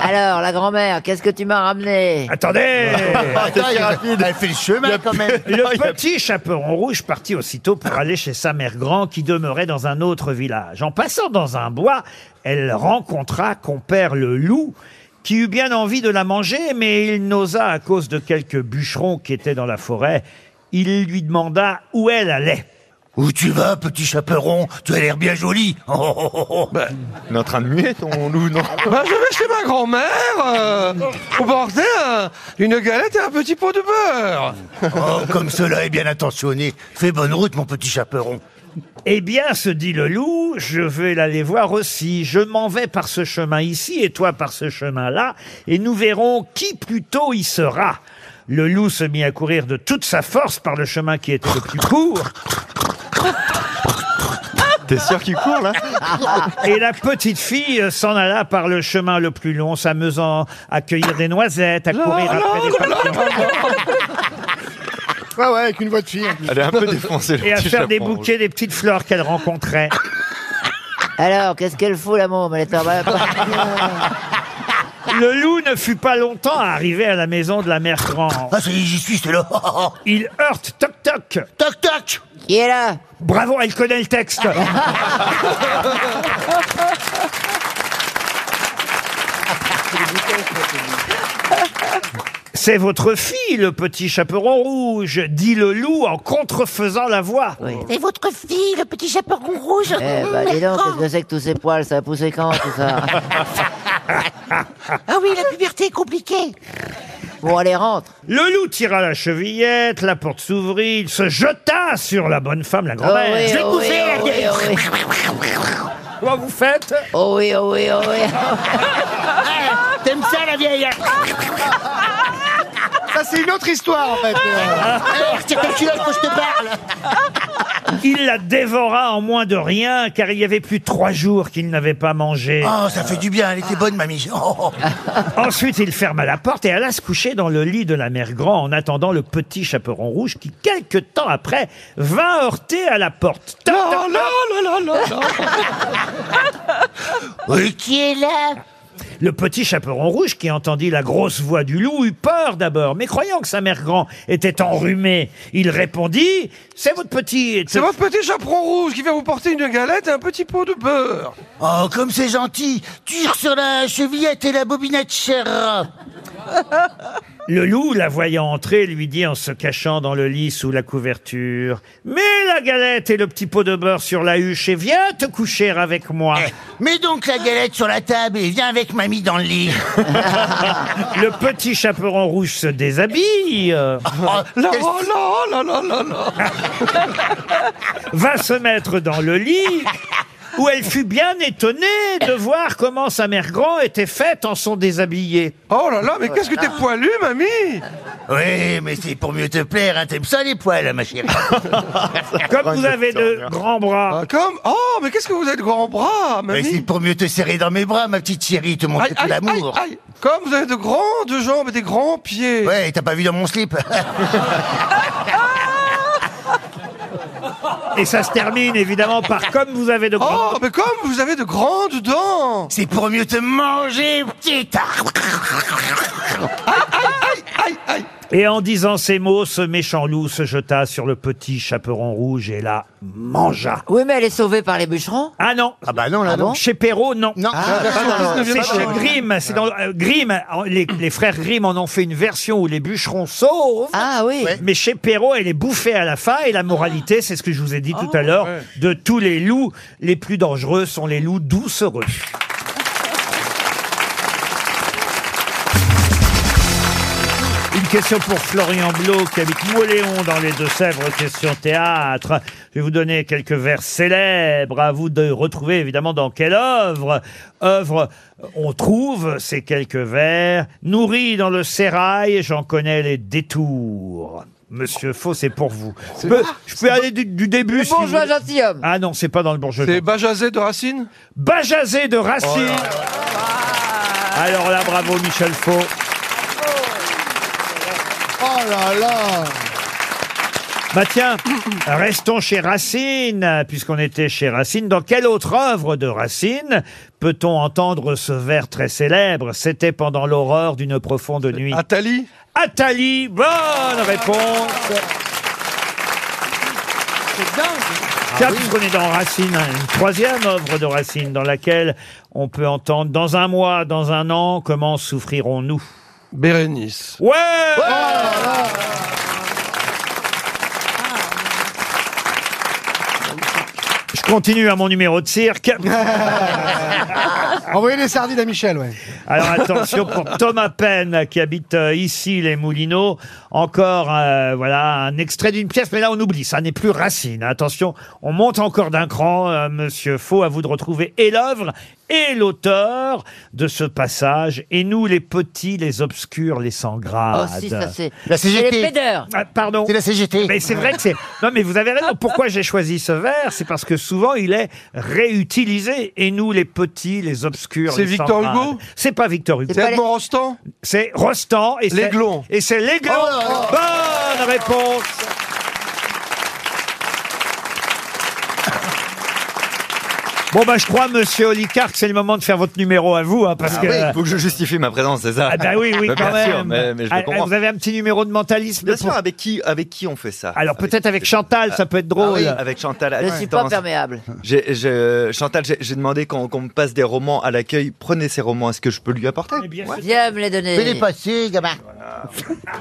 Alors, la grand-mère, qu'est-ce que tu m'as ramené
Attendez
Attends, il- Elle fait le chemin quand même.
Le petit chaperon rouge partit aussitôt pour aller chez sa mère grand qui demeurait dans un autre village. En passant dans un bois, elle rencontra compère le loup qui eut bien envie de la manger, mais il n'osa à cause de quelques bûcherons qui étaient dans la forêt. Il lui demanda où elle allait.
Où tu vas, petit chaperon Tu as l'air bien joli. Oh, oh, oh, oh.
Bah,
On est en train de muer ton loup, non
bah, je vais chez ma grand-mère euh, pour porter un- une galette et un petit pot de beurre.
Oh, comme cela est bien intentionné. Fais bonne route, mon petit chaperon.
Eh bien, se dit le loup, je vais l'aller voir aussi. Je m'en vais par ce chemin ici et toi par ce chemin-là, et nous verrons qui plutôt y sera. Le loup se mit à courir de toute sa force par le chemin qui était le plus court,
T'es sûr qu'il court, là
et la petite fille euh, s'en alla par le chemin le plus long, s'amusant à cueillir des noisettes, à courir après des papillons,
Ah
Ouais ouais, avec une voix de fille. en plus.
Elle est un peu défoncée, le
et à
petit
faire des
chaperon
bouquets des petites fleurs qu'elle rencontrait.
Alors, qu'est-ce qu'elle fout, la môme Elle est en bas.
Le loup ne fut pas longtemps arrivé à la maison de la mère grand.
Ah, ça y est, j'y suis, c'est là. Oh, oh, oh.
Il heurte toc toc.
Toc, toc
Qui est là
Bravo, elle connaît le texte.
Oh
C'est votre fille, le petit chaperon rouge, dit le loup en contrefaisant la voix.
C'est votre fille, le petit chaperon rouge Mmh,
Eh, bah, dis donc, qu'est-ce que c'est que tous ces poils Ça a poussé quand, tout ça
Ah oui, la puberté est compliquée.
Bon, allez, rentre.
Le loup tira la chevillette, la porte s'ouvrit, il se jeta sur la bonne femme, la
Oh
grand-mère.
oui,
Ah, ben, Je vais
oh oui,
bouffer la
oh oui,
gueule.
oh oui.
Comment vous faites
Oh oui, oh oui, oh oui.
Eh, hein
T'aimes ça, la vieille
c'est une autre histoire, en fait. Eh,
Alors, retire ta culotte, faut que je te parle.
Il la dévora en moins de rien, car il y avait plus trois jours qu'il n'avait pas mangé.
Oh, ça fait du bien, elle était bonne, mamie. Oh.
Ensuite, il ferma la porte et alla se coucher dans le lit de la mère Grand en attendant le petit chaperon rouge qui, quelque temps après, vint heurter à la porte. Toc, toc,
Oui, qui est là
Le petit chaperon rouge qui entendit la grosse voix du loup eut peur d'abord, mais croyant que sa mère grand était enrhumée, il répondit C'est votre petit.
C'est votre petit chaperon rouge qui vient vous porter une galette hein. et un petit pot de beurre.
Oh, comme c'est gentil. Tire sur la chevillette et la bobinette, chère.
Le loup, la voyant entrer, lui dit en se cachant dans le lit sous la couverture Mets la galette et le petit pot de beurre sur la huche et viens te coucher avec moi.
Eh, Mets donc la galette sur la table et viens avec mamie dans le lit.
Le petit chaperon rouge se déshabille.
Non,
Oh
non, non, non, non, non.
va se mettre dans le lit où elle fut bien étonnée de voir comment sa mère grand était faite en son déshabillé.
Oh là là, mais qu'est-ce que t'es poilu, mamie
Oui, mais c'est pour mieux te plaire, hein. T'aimes ça, les poils, hein, ma chérie.
Comme vous avez de grands bras.
Ah,
Comme oh, mais qu'est-ce que vous êtes grand bras,
Mais
mamie
c'est pour mieux te serrer dans mes bras, ma petite chérie, te montrer tout l'amour.
aïe, aïe. Comme vous avez de grandes jambes et des grands pieds.
Ouais, t'as pas vu dans mon slip
Et ça se termine évidemment par comme vous avez de grands
Oh, mais comme vous avez de grandes dents.
C'est pour mieux te manger, petit
Ah,
Ah,
Aïe, aïe.
Et en disant ces mots, ce méchant loup se jeta sur le petit chaperon rouge et la mangea.
Oui, mais elle est sauvée par les bûcherons.
Ah non
Ah bah non, là,
Ah
non.
bon
Chez Perrault, non.
Non,
Ah, pas dans le-
C'est chez Grimm. C'est dans le- euh, Grimm. euh, Les, les frères Grimm en ont fait une version où les bûcherons sauvent.
Ah oui.
Mais chez Perrault, elle est bouffée à la fin. Et la moralité, c'est ce que je vous ai dit
Ah.
tout à l'heure, de tous les loups, les plus dangereux sont les loups doucereux. Une question pour Florian Blau qui habite Moléon dans les Deux-Sèvres, question théâtre. Je vais vous donner quelques vers célèbres à vous de retrouver évidemment dans quelle œuvre. œuvre on trouve ces quelques vers. Nourri dans le sérail, j'en connais les détours. Monsieur Faux, c'est pour vous. Je peux, je peux aller du, du début. si vous
Bourgeois
voulez.
gentilhomme.
Ah non, c'est pas dans le bourgeois.
C'est Bajazet de Racine Oh
Bajazé de Racine. Alors là, bravo Michel Faux.
Oh là là
Bah tiens, restons chez Racine, puisqu'on était chez Racine. Dans quelle autre œuvre de Racine peut-on entendre ce vers très célèbre C'était pendant l'aurore d'une profonde nuit.
Attali
Atali, bonne réponse
C'est dingue
Ah
Tiens, puisqu'on est dans Racine, hein, une troisième œuvre de Racine dans laquelle on peut entendre « Dans un mois, dans un an, comment souffrirons-nous »
Bérénice.
Ouais, Je continue à mon numéro de cirque.
Envoyez les sardines à Michel, ouais.
Alors attention pour Thomas Penn qui habite euh, ici les Moulineaux. Encore euh, voilà un extrait d'une pièce, mais là on oublie, ça n'est plus Racine. Attention, on monte encore d'un cran, euh, Monsieur Faux, à vous de retrouver et l'œuvre et l'auteur de ce passage. Et nous les petits, les obscurs, les sans
Oh
grade.
si, ça c'est.
La
C'est les
CGT.
pédeurs.
Ah, pardon.
C'est la CGT.
Mais c'est vrai que c'est. Non, mais vous avez raison. Pourquoi j'ai choisi ce vers C'est parce que souvent il est réutilisé. Et nous, les petits, les obscurs.
C'est
les
Victor
sans grade.
Hugo
C'est pas Victor Hugo.
C'est
pas
Edmond Rostand
C'est Rostand et c'est-
L'Aiglon. Oh
Et c'est l'aiglon. Bonne réponse. Bon bah je crois Monsieur Olicard que c'est le moment de faire votre numéro à vous hein, parce que
Ah Il faut que je justifie ma présence, c'est ça
ah bah oui oui
Mais
quand
bien sûr,
même.
mais, mais je
Ah,
le comprends.
vous avez un petit numéro de mentalisme.
Bien
pour-
sûr, avec qui, avec qui on fait ça
Alors peut-être avec Chantal ça peut être
Ah
drôle.
oui, avec Chantal. à
Je suis pas
distance.
perméable.
J'ai- je- Chantal, j'ai j'ai demandé qu'on qu'on me passe des romans à l'accueil. Prenez ces romans, est-ce que je peux lui apporter
Eh bien,
Viens me les donner.
Fais les passés, gamin.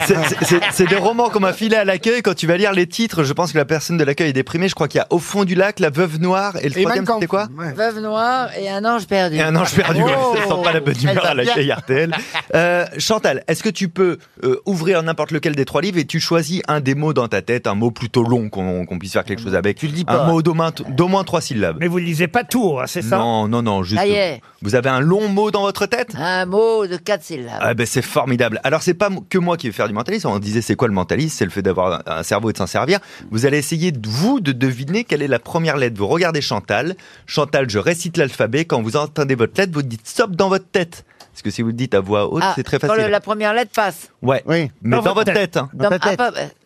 C'est- c'est- C'est c'est des romans qu'on m'a filés à l'accueil. Quand tu vas lire les titres, je pense que la personne de l'accueil est déprimée. Je crois qu'il y a Au fond du lac, La veuve noire et le
Et
troisième,
Mein Kampf.
c'était quoi
Ouais.
Veuve noire et un ange perdu.
Et un ange perdu, ouais,
Oh.
ça sent pas la bonne humeur
va
à l'accueil RTL. Euh, Chantal, est-ce que tu peux euh, ouvrir n'importe lequel des trois livres et tu choisis un des mots dans ta tête, un mot plutôt long qu'on qu'on puisse faire quelque chose avec
Tu le dis
Un
pas.
mot d'au moins, d'au moins trois syllabes.
Mais vous ne lisez pas tout, hein, c'est ça
Non, non, non, juste.
Ça y est.
Vous avez un long mot dans votre tête
Un mot de quatre syllabes.
ah ben c'est formidable. Alors c'est pas m- que moi qui vais faire du mentalisme. On disait c'est quoi le mentalisme C'est le fait d'avoir un- un cerveau et de s'en servir. Vous allez essayer de- vous de deviner quelle est la première lettre. Vous regardez Chantal. Chantal, je récite l'alphabet. Quand vous entendez votre lettre, vous dites stop dans votre tête. Parce que si vous le dites à voix haute,
Ah,
c'est très
Quand le-
facile.
la première lettre passe.
Ouais. Mais dans, votre tête. hein.
Dans, ah, pas- stop dans ma tête.
Ouais, dans ta tête. Dans ta tête.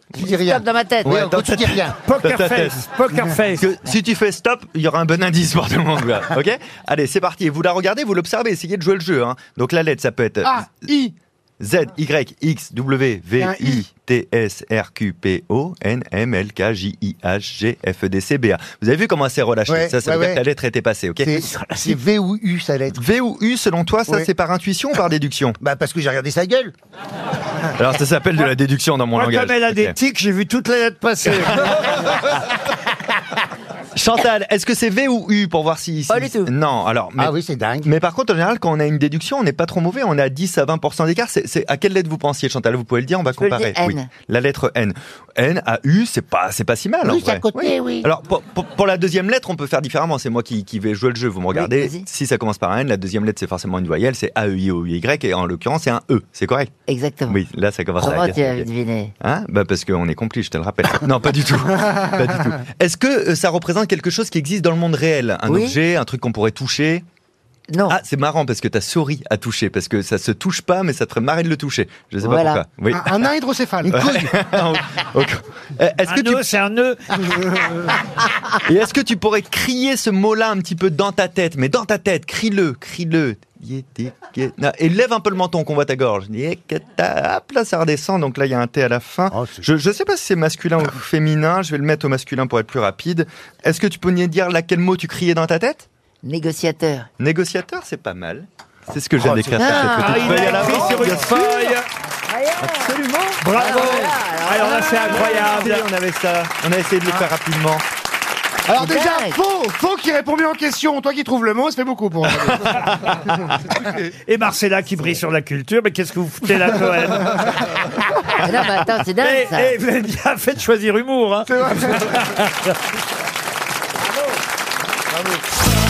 Que si tu fais stop, il y aura un bon indice pour tout le monde. là. Ok Allez, c'est parti. Et Vous la regardez, vous l'observez, essayez de jouer le jeu. hein. Donc la lettre, ça peut être
Ah.
A, Ah, I,
Z, Y, X, W, V,
Un
I, T, S, R, Q, P, O, N, M, L, K, J, I, H, G, F, E, D, C, B, A. Vous avez vu comment c'est relâché
Ouais,
Ça, ça veut
ouais,
dire que la
ouais.
lettre était passée, ok
C'est- C'est V ou U, sa lettre.
V ou U, selon toi, ça,
Ouais.
c'est par intuition ou par déduction
Bah, parce que j'ai regardé sa gueule.
Alors, ça s'appelle de la déduction dans mon
Moi,
langage.
comme elle a des
Ok.
Tic, j'ai vu toutes les lettres passer.
Chantal, est-ce que c'est V ou U pour voir si. Pas du tout. Non, alors. ah oui,
c'est dingue.
Mais par contre, en général, quand on a une déduction, on n'est pas trop mauvais. On a 10 à 20% d'écart. C'est, c'est- à quelle lettre vous pensiez, Chantal Vous pouvez le dire, on va
peux le
comparer.
dire, N.
Oui. La lettre N. N à U, c'est pas, c'est pas si mal. en
Oui, c'est à
vrai.
côté, oui.
Alors, pour, pour- pour la deuxième lettre, on peut faire différemment. C'est moi qui, qui vais jouer le jeu. Vous me regardez. si ça commence par un N, la deuxième lettre, c'est forcément une voyelle. C'est A, E, I, O, U, Y. Et en l'occurrence, c'est un E. C'est correct
Exactement.
Oui, là, ça
Oh,
commence
Comment
à
tu as
Ah
deviné
Hein bah parce qu'on est complice, je te le rappelle. Non, pas du tout. Pas du tout. Est-ce que euh, ça représente quelque chose qui existe dans le monde réel Un
Oui.
objet, un truc qu'on pourrait toucher
Non.
Ah, c'est marrant parce que ta souris à toucher, parce que ça se touche pas, mais ça te ferait marrer de le toucher. Je sais pas
Voilà.
pourquoi. Oui.
Ah,
Un, un nain hydrocéphale.
Oh,
Ok. Euh, Est-ce que tu...
c'est un nœud.
Et est-ce que tu pourrais crier ce mot-là un petit peu dans ta tête Mais dans ta tête, crie-le, crie-le. Non, Et lève un peu le menton qu'on voit ta gorge. Hop là, ça redescend. Donc là, il y a un T à la fin.
Oh,
Je ne sais pas si c'est masculin ou féminin. Je vais le mettre au masculin pour être plus rapide. Est-ce que tu peux me dire là quel mot tu criais dans ta tête
Négociateur.
Négociateur, c'est pas mal. C'est ce que j'aime écrire sur cette
Ah,
petite feuille
il
à
a écrit
l'avant,
sur une
bien sûr.
feuille.
Absolument.
Bravo. Alors là, c'est
Regardez,
incroyable.
on avait ça. On a essayé de le faire rapidement.
Alors
Bah
déjà, faux, faux qui répond mieux en question. Toi qui trouves le mot, ça fait beaucoup pour.
Et Marcella qui brille sur la culture, mais qu'est-ce que vous foutez là, Joël
Ah non, mais attends, c'est dingue,
Eh,
ça.
eh, vous avez bien fait de choisir humour. hein.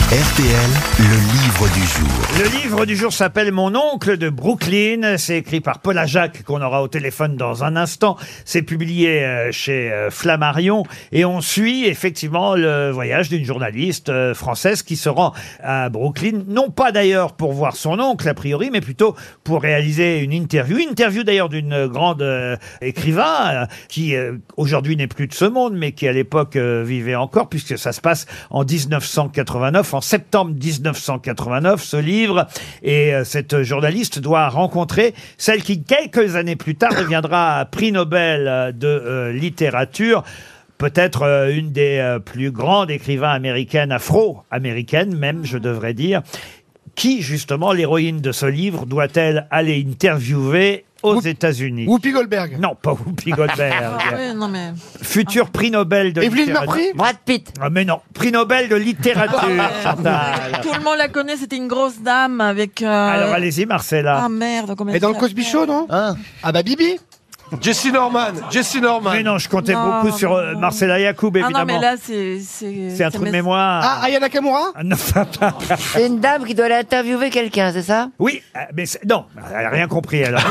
RTL, le livre du jour.
Le livre du jour s'appelle Mon oncle de Brooklyn. C'est écrit par Paula Jacques qu'on aura au téléphone dans un instant. C'est publié euh, chez euh, Flammarion et on suit effectivement le voyage d'une journaliste euh, française qui se rend à Brooklyn, non pas d'ailleurs pour voir son oncle a priori, mais plutôt pour réaliser une interview. Interview d'ailleurs d'une grande euh, écrivain euh, qui euh, aujourd'hui n'est plus de ce monde, mais qui à l'époque euh, vivait encore, puisque ça se passe en 1989, en septembre 1989, ce livre. Et euh, cette journaliste doit rencontrer celle qui, quelques années plus tard, deviendra prix Nobel euh, de euh, littérature. Peut-être euh, une des euh, plus grandes écrivains américaines, afro-américaines même, je devrais dire. Qui, justement, l'héroïne de ce livre doit-elle aller interviewer aux États-Unis Whoopi Goldberg Non, pas Whoopi Goldberg.
Ah oui, non mais.
Futur prix Nobel de
Evelyne
littérature.
Marpris
Brad Pitt.
Ah mais non, prix Nobel de littérature, Chantal.
Tout le monde la connaît, c'était une grosse dame avec. euh,
Ah bah, Alors allez-y, Marcella.
Ah merde, comment
Et dans le
Cosby Show, non
Ah bah Bibi
Jesse Norman, Jesse Norman.
Mais non, je comptais
Non,
beaucoup sur euh, Marcella Yacoub,
Ah
évidemment.
non, mais là, c'est. C'est
C'est un trou de mémoire.
Ah,
Aya Nakamura
Ah, non,
C'est une dame qui doit aller interviewer quelqu'un, c'est ça
Oui, euh, mais c'est- non, elle a rien compris alors.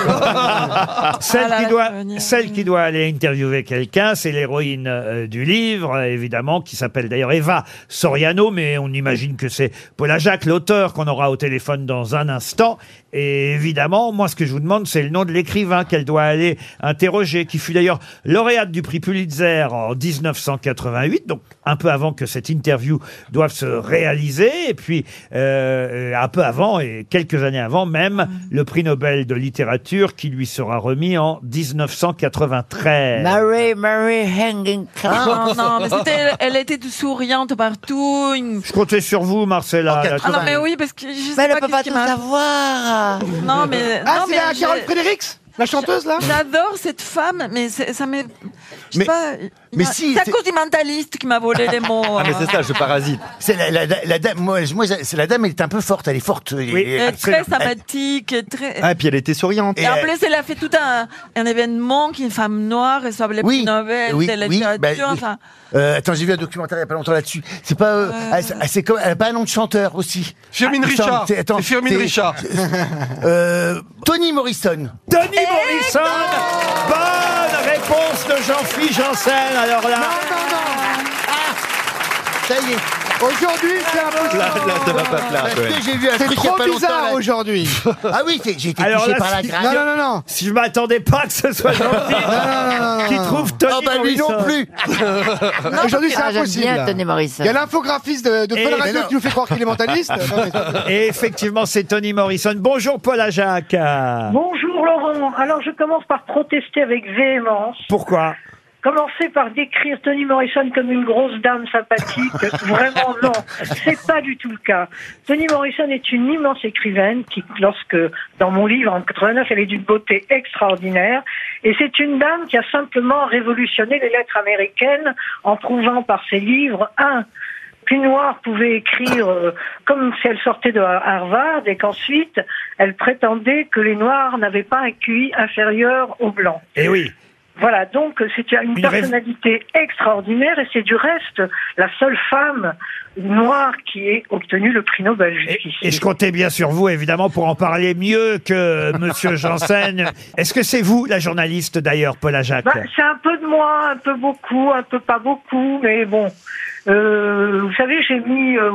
celle, qui doit, celle qui doit aller interviewer quelqu'un, c'est l'héroïne euh, du livre, euh, évidemment, qui s'appelle d'ailleurs Eva Soriano, mais on imagine que c'est Paula Jacques, l'auteur qu'on aura au téléphone dans un instant. Et évidemment, moi, ce que je vous demande, c'est le nom de l'écrivain qu'elle doit aller interroger, qui fut d'ailleurs lauréate du prix Pulitzer en 1988, donc un peu avant que cette interview doive se réaliser, et puis euh, un peu avant, et quelques années avant même,
Mm.
le prix Nobel de littérature qui lui sera remis en 1993.
Bah
Mary, Mary Hanging
Ah, Non, non, mais c'était, elle, elle était toute souriante partout. une-
Je comptais sur vous, Marcella. là,
Ah non,
tout-
mais oui, parce que je sais
Mais elle
pas
peut
qu'est-ce
pas
qui
tout
m'a-
savoir.
Non, mais.
Ah,
non,
c'est
mais
la
je-
Carole Fredericks, la chanteuse là.
J'adore cette femme, mais c'est- ça m'est. Je sais pas, il
mais
m'a-
si,
C'est à
c'est- Ah,
cause du mentaliste qui m'a volé les mots.
Ah,
hein.
C'est la, la- la- la dame, moi, je- moi, c'est la dame, elle est un peu forte, elle est forte. Oui,
Elle est très sympathique, et très.
Ah, et puis elle était souriante.
Et, en plus, elle a fait tout un, un événement qu'une femme noire reçoit les prix Nobel
oui,
de
oui,
littérature.
bah, oui.
enfin,
Euh, attends, j'ai vu un documentaire il n'y a pas longtemps là-dessus. C'est pas, euh, elle, elle- c'est comme, elle a pas un nom de chanteur aussi.
Firmin
il me semble,
Richard.
c'est- attends,
C'est Firmin
c'est-
Richard.
Euh, Tony Morrison.
Tony Morrison
Ah, bah
Bonne réponse de Jean-Philippe Janssen, alors là.
Ah, Ça y est. Aujourd'hui, c'est impossible.
Là, là, ça va pas te
Parce
plaire, ouais.
que j'ai vu un
C'est
truc il y a
trop
pas longtemps,
bizarre
là.
aujourd'hui.
Ah oui, c'est- j'ai été
Alors
touché
là,
par la
si-
grâce.
non, non, Si je m'attendais pas que ce soit
Ah,
Jean-Philippe qui trouve Tony
Ah bah lui non
Morrison.
plus.
Non, Aujourd'hui, c'est
Ah, j'aime
impossible.
bien Tony Morrison.
Il y a l'infographiste de, de Fun
Et-
Radio
Eh, Mais non.
qui nous fait croire qu'il est mentaliste. Non, mais ça-
Et effectivement, c'est Tony Morrison. Bonjour Paul Ajac.
Bonjour Laurent. Alors je commence par protester avec véhémence.
Pourquoi
Commencer par décrire Toni Morrison comme une grosse dame sympathique, vraiment non, c'est pas du tout le cas. Toni Morrison est une immense écrivaine qui, lorsque dans mon livre en 89, elle est d'une beauté extraordinaire, et c'est une dame qui a simplement révolutionné les lettres américaines en prouvant par ses livres un qu'une noire pouvait écrire euh, comme si elle sortait de Harvard et qu'ensuite elle prétendait que les noirs n'avaient pas un QI inférieur aux blancs.
Eh oui.
Voilà, donc euh, c'est une,
Une rêve-
personnalité extraordinaire et c'est du reste la seule femme noire qui ait obtenu le prix Nobel jusqu'ici.
Et je comptais bien sur vous, évidemment, pour en parler mieux que Monsieur Janssen. Est-ce que c'est vous, la journaliste d'ailleurs, Paul Ajac
Bah, c'est un peu de moi, un peu beaucoup, un peu pas beaucoup, mais bon. Euh, vous savez, j'ai mis euh,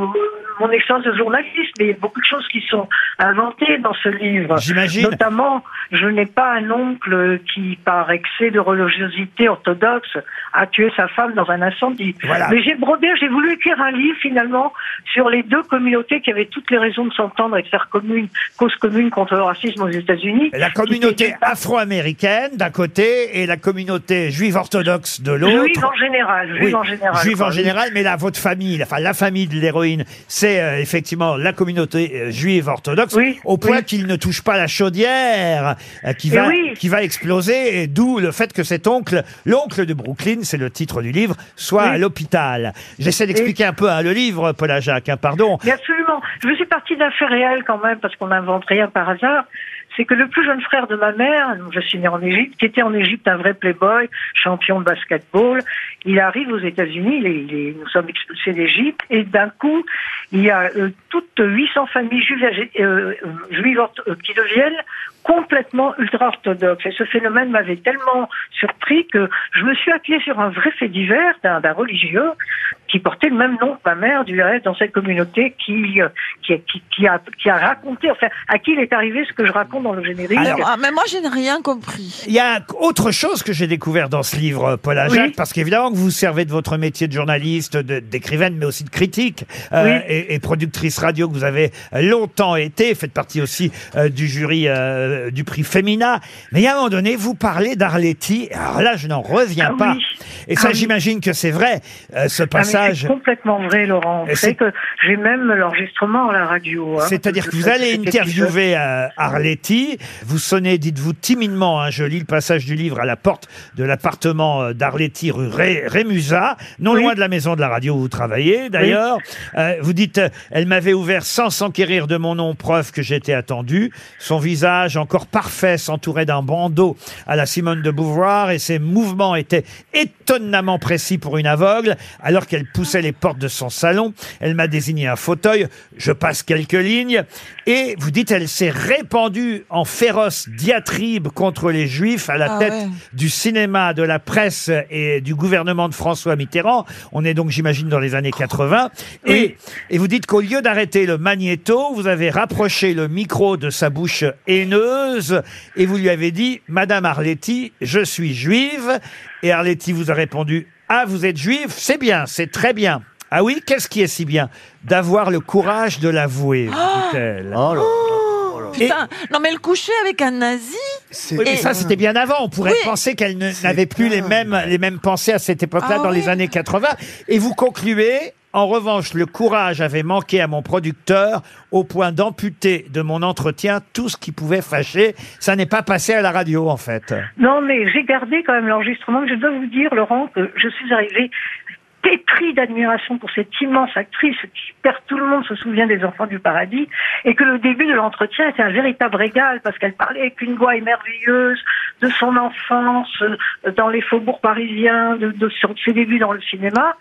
mon expérience de journaliste, mais il y a beaucoup de choses qui sont inventées dans ce livre.
J'imagine.
Notamment, je n'ai pas un oncle qui, par excès de religiosité orthodoxe, a tué sa femme dans un incendie.
Voilà.
Mais j'ai brodé, j'ai voulu écrire un livre finalement sur les deux communautés qui avaient toutes les raisons de s'entendre et de faire commune, cause commune contre le racisme aux États-Unis.
La communauté afro-américaine d'un côté et la communauté juive orthodoxe de l'autre.
Juive en général, juive
Oui,
en général,
juive
quoi.
en général, mais là, votre famille, enfin la famille de l'héroïne, c'est euh, effectivement la communauté euh, juive orthodoxe, au point qu'il ne touche pas la chaudière euh, qui,
Eh
va,
oui.
qui va exploser, et d'où le fait que cet oncle, l'oncle de Brooklyn, c'est le titre du livre, soit à l'hôpital. J'essaie d'expliquer un peu hein, le livre, Paul Ajac, hein, pardon.
Mais absolument. Je suis partie d'un fait réel quand même, parce qu'on n'invente rien par hasard. C'est que le plus jeune frère de ma mère, je suis né en Égypte, qui était en Égypte un vrai playboy, champion de basketball, il arrive aux États-Unis, il est- il est- nous sommes expulsés d'Égypte, et d'un coup, il y a euh, toutes 800 familles juives, euh, juives ortho- euh, qui deviennent complètement ultra-orthodoxes. Et ce phénomène m'avait tellement surpris que je me suis appuyée sur un vrai fait divers d'un d'un religieux qui portait le même nom que ma mère, du reste, dans cette communauté qui, euh, qui, qui, qui a, qui a raconté, enfin, à qui il est arrivé ce que je raconte dans le générique.
Alors, ah, mais moi, je n'ai rien compris.
Il y a autre chose que j'ai découvert dans ce livre, Paul Ajac,
Oui.
parce qu'évidemment que vous vous servez de votre métier de journaliste, de- d'écrivaine, mais aussi de critique euh,
Oui.
et, et productrice radio que vous avez longtemps été. Faites partie aussi euh, du jury euh, du prix Femina. Mais à un moment donné, vous parlez d'Arletty. Alors là, je n'en reviens
Ah
pas.
oui.
Et ça,
Ah oui.
j'imagine que c'est vrai, euh, ce
Ah, mais C'est
passage.
complètement vrai, Laurent.
Et
Vous savez que j'ai même l'enregistrement à la radio. hein.
C'est-à-dire que vous allez
Cet épisode.
interviewer euh, Arletty, vous sonnez, dites-vous timidement, hein, je lis le passage du livre à la porte de l'appartement euh, d'Arletty rue Ré- Rémusat, non loin de la maison de la radio où vous travaillez d'ailleurs. Euh, vous dites, euh, elle m'avait ouvert sans s'enquérir de mon nom, preuve que j'étais attendu. Son visage encore parfait s'entourait d'un bandeau à la Simone de Beauvoir et ses mouvements étaient étonnamment précis pour une aveugle. Alors qu'elle poussait les portes de son salon, elle m'a désigné un fauteuil. Je passe quelques lignes et vous dites, elle s'est répandue en féroce diatribe contre les Juifs à la
Ah
tête
ouais.
Mm. du cinéma, de la presse et du gouvernement de François Mitterrand. On est donc, j'imagine, dans les années 80. Et, et vous dites qu'au lieu d'arrêter le magnéto, vous avez rapproché le micro de sa bouche haineuse et vous lui avez dit, Madame Arletty, je suis juive. Et Arletty vous a répondu, Ah, vous êtes juive, c'est bien, c'est très bien. Ah oui, qu'est-ce qui est si bien D'avoir le courage de l'avouer, vous dit-elle.
Putain, non, mais le coucher avec un nazi.
Oui, mais ça, c'était bien avant. On pourrait
Oui.
penser qu'elle ne- n'avait plus les mêmes, les mêmes pensées à cette époque-là,
Ah
dans les
oui.
années 80. Et vous concluez En revanche, le courage avait manqué à mon producteur au point d'amputer de mon entretien tout ce qui pouvait fâcher. Ça n'est pas passé à la radio, en fait.
Non, mais j'ai gardé quand même l'enregistrement. Je dois vous dire, Laurent, que je suis arrivée pétrie d'admiration pour cette immense actrice qui perd tout le monde se souvient des enfants du paradis et que le début de l'entretien était un véritable régal parce qu'elle parlait avec une voix merveilleuse de son enfance euh, dans les faubourgs parisiens de, de son- ses débuts dans le cinéma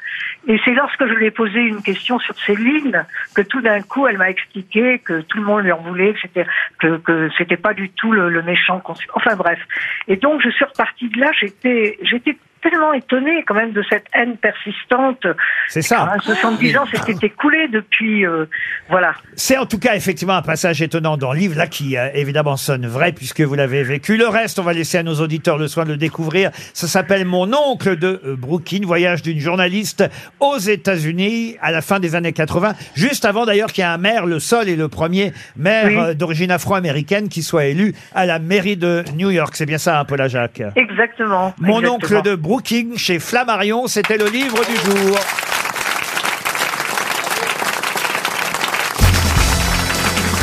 et c'est lorsque je lui ai posé une question sur Céline que tout d'un coup elle m'a expliqué que tout le monde lui en voulait que c'était que, que c'était pas du tout le, le méchant qu'on- enfin bref et donc je suis repartie de là j'étais j'étais tellement étonnée quand même de cette haine persistante.
C'est ça.
À 70 Ah, ans, c'était écoulé depuis. euh, voilà.
C'est en tout cas effectivement un passage étonnant dans le livre, là qui euh, évidemment sonne vrai puisque vous l'avez vécu. Le reste, on va laisser à nos auditeurs le soin de le découvrir. Ça s'appelle Mon oncle de euh, Brooklyn, voyage d'une journaliste aux États-Unis à la fin des années 80, juste avant d'ailleurs qu'il y ait un maire, le seul et le premier maire
Oui.
euh, d'origine afro-américaine qui soit élu à la mairie de New York. C'est bien ça, hein, Paula Jacques
Exactement.
Mon
Exactement.
oncle de Brooklyn chez Flammarion, c'était le livre du jour.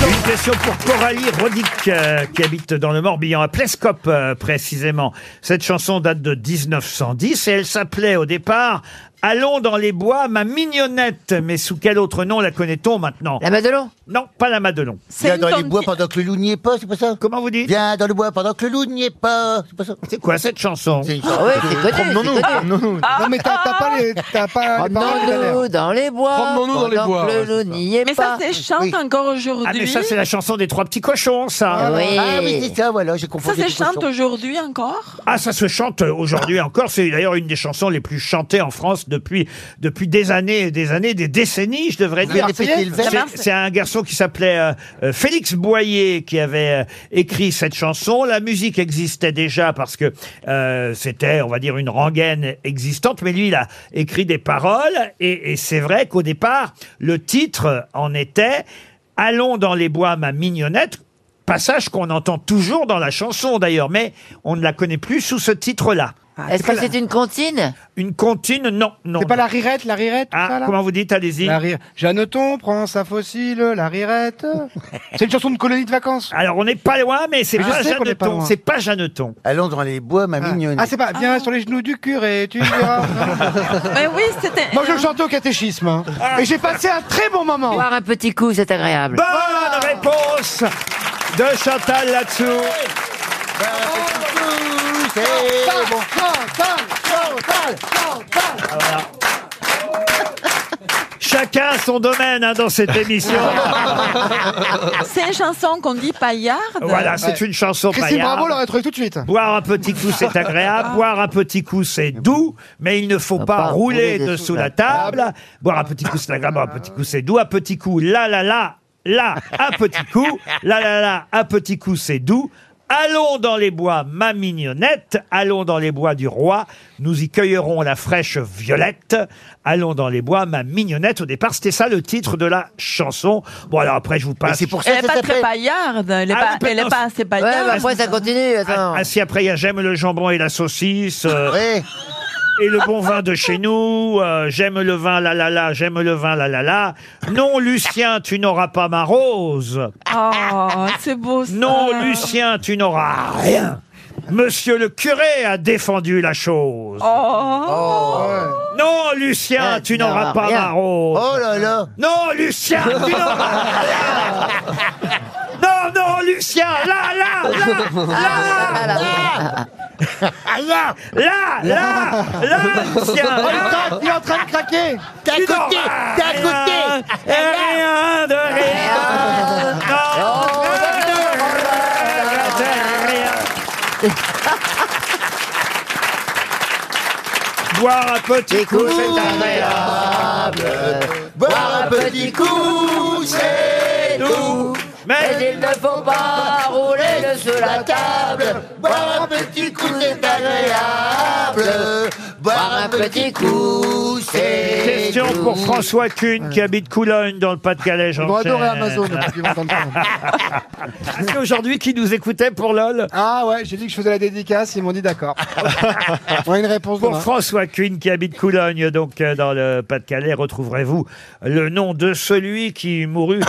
Une question pour Coralie Rodic, euh, qui habite dans le Morbihan, à Plescop euh, précisément. Cette chanson date de 1910 et elle s'appelait au départ Allons dans les bois, ma mignonnette. Mais sous quel autre nom la connaît-on maintenant La Madelon Non, pas la Madelon.
Viens dans les bois pendant que le loup n'y est pas, c'est pas ça
Comment vous dites
Viens dans le bois pendant que le loup n'y est pas, c'est pas ça
C'est quoi cette chanson
C'est une
Ah ouais, c'est connu,
Promenons-nous,
c'est connu.
promenons-nous.
Ah.
Non, mais t'as t'as pas les, t'as pas
Oh,
les paroles tout à l'heure.
Promenons-nous dans les bois.
Promenons-nous dans les
pendant
bois,
que
ouais,
le loup n'y est
Mais
pas.
ça se chante encore aujourd'hui.
Ah mais ça c'est la chanson des trois petits cochons, ça.
Ah oui.
Ah oui, c'est ça, voilà, j'ai
Ça
confondu.
se
les
chante
cochons. Ah.
aujourd'hui encore
Ah, ça se chante aujourd'hui encore. C'est d'ailleurs une des chansons les plus chantées en France depuis, depuis des années et des années, des décennies, je devrais
Vous
dire.
avez pété le verre.
C'est- C'est un garçon qui s'appelait euh, euh, Félix Boyer qui avait euh, écrit cette chanson. La musique existait déjà parce que euh, c'était, on va dire, une rengaine existante. Mais lui, il a écrit des paroles. Et, et c'est vrai qu'au départ, le titre en était Allons dans les bois, ma mignonnette. Passage qu'on entend toujours dans la chanson d'ailleurs, mais on ne la connaît plus sous ce titre-là.
Est-ce que Ah, c'est une comptine
Une comptine, non, non.
C'est pas la rirette, la rirette, tout ça,
Ah,
là
comment vous dites, allez-y.
La rire. Jeanneton prend sa fossile, la rirette. C'est une chanson de colonie de vacances.
Alors on n'est pas loin, mais c'est
Mais je
pas
sais qu'on n'est pas
Jeanneton.
loin.
C'est pas Jeanneton.
Allons dans les bois, ma mignonne.
Ah, c'est pas, viens sur les genoux du curé, tu verras.
Mais Ah ben oui, c'était. Ah.
Moi, je le chantais au catéchisme. hein. Et j'ai passé un très bon moment.
Boire un petit coup, c'est agréable.
Bonne réponse de Chantal là-dessous.
C'est bon.
Chacun son domaine hein, dans cette émission.
C'est une chanson qu'on dit paillarde.
voilà, c'est une chanson
Christine
paillarde.
Bravo l'aurait trouvé tout de suite.
Boire un petit coup, c'est agréable. Boire un petit coup, c'est doux, mais il ne faut pas,
pas
rouler
rouler
dessous la table. Boire un petit coup, c'est agréable. Un petit coup, c'est doux. Un petit coup, là, là, là, là, un petit coup. Là, là, là, un petit coup, c'est doux. Allons dans les bois, ma mignonnette. Allons dans les bois du roi. Nous y cueillerons la fraîche violette. Allons dans les bois, ma mignonnette. Au départ, c'était ça le titre de la chanson. Bon, alors après, je vous passe.
Et c'est pour ça
Elle
que
n'est
ça
pas très
s'appelle.
paillarde. Elle n'est
Ah oui,
pas, elle est
non,
pas assez
Ouais, bah,
paillarde.
après ça continue. Attends.
Ah, si après, il y a J'aime le jambon et la saucisse. euh,
Ouais.
et le bon vin de chez nous. euh, j'aime le vin, la la la, j'aime le vin, la la la. Non, Lucien, tu n'auras pas ma rose.
Oh, c'est beau ça.
Non, Lucien, tu n'auras rien. Monsieur le curé a défendu la chose.
Oh.
Non, Lucien,
Eh,
tu
tu
n'auras
n'auras
pas
rien.
ma rose.
Ah, Oh là là.
Non, Lucien, tu n'auras rien. Non, non, Lucien, là, là, là, là, là, là,
Ah
là, là, Lucien,
Oh,
là.
il tape, il est en train de craquer.
T'es à
Tu
côté
n'auras
T'es à côté
rien, et rien de rien. Non, rien de rien. Boire un petit coup,
Écoute,
c'est
Ah,
Euh,
agréable.
Boire un petit coup, c'est
doux.
Mais
Mais il ne faut pas rouler dessous la table.
Boire un petit coup, c'est agréable.
Boire un petit coup, c'est
Question
tout.
pour François Kuhn qui habite Coulogne dans le Pas-de-Calais.
On va adorer Amazon, parce qu'ils vont dans le
Amazon. aujourd'hui qui nous écoutait pour LOL
Ah ouais, j'ai dit que je faisais la dédicace, ils m'ont dit d'accord. On a une réponse
Pour
demain.
François Kuhn qui habite Coulogne, donc euh, dans le Pas-de-Calais, retrouverez-vous le nom de celui qui mourut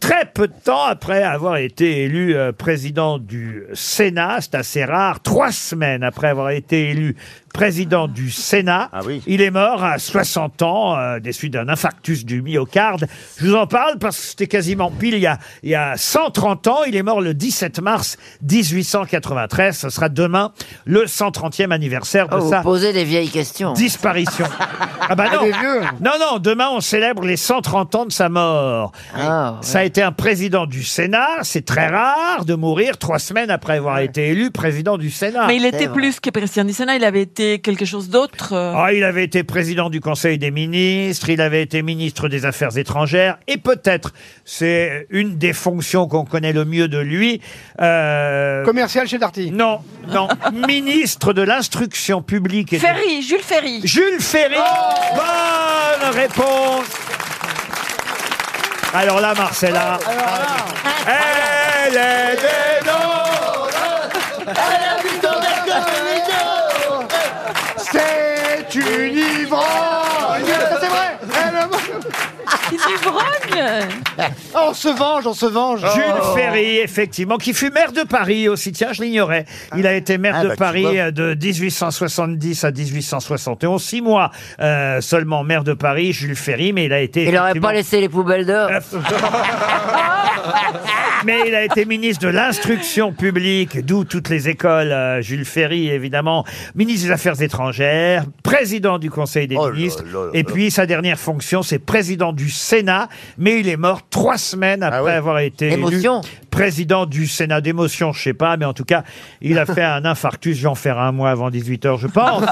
très peu de temps après avoir été élu euh, président du Sénat. C'est assez rare. Trois semaines après avoir été élu président du Sénat, il est mort à 60 ans euh, des suites d'un infarctus du myocarde. Je vous en parle parce que c'était quasiment pile il y, a, il y a 130 ans. Il est mort le 17 mars 1893. Ce sera demain le 130e anniversaire ah, de
Oh, vous
ça.
posez des vieilles questions.
Disparition. Ah bah non.
Elle est vieux.
Non, non, demain on célèbre les 130 ans de sa mort. Ça a été un président du Sénat. C'est très rare de mourir trois semaines après avoir été élu président du Sénat.
Ah, Mais il était plus que président du Sénat, il avait été quelque chose d'autre. euh.
Ah, il avait été président du Conseil des ministres, il avait été ministre des Affaires étrangères, et peut-être, c'est une des fonctions qu'on connaît le mieux de lui. euh,
Commercial chez Darty
Non, non. ministre de l'Instruction publique. Et de-
Ferry, Jules Ferry.
Jules Ferry.
Oh
Bonne réponse. Alors là, Marcella. Elle est des
nôtres. Elle habite en Bergogne.
C'est une ivrogne Ça, C'est vrai
Une ivrogne
Ah, On se venge, on se venge Oh.
Jules Ferry, effectivement, qui fut maire de Paris aussi. Tiens, je l'ignorais. Il a été maire
Ah,
de
bah, tu
Paris
vois.
euh, de 1870 à 1871. Six mois euh, seulement maire de Paris, Jules Ferry, mais il a été.
Il aurait
effectivement- Euh,
pas laissé les poubelles dehors.
mais il a été ministre de l'instruction publique, d'où toutes les écoles, euh, Jules Ferry évidemment, ministre des Affaires étrangères, président du Conseil des ministres,
Oh là là
et
là.
puis sa dernière fonction, c'est président du Sénat, mais il est mort trois
Ah
semaines après avoir été élu
Émotion.
président du Sénat. D'émotion, je sais pas, mais en tout cas, il a fait un infarctus, j'en ferai un mois avant 18h, je pense.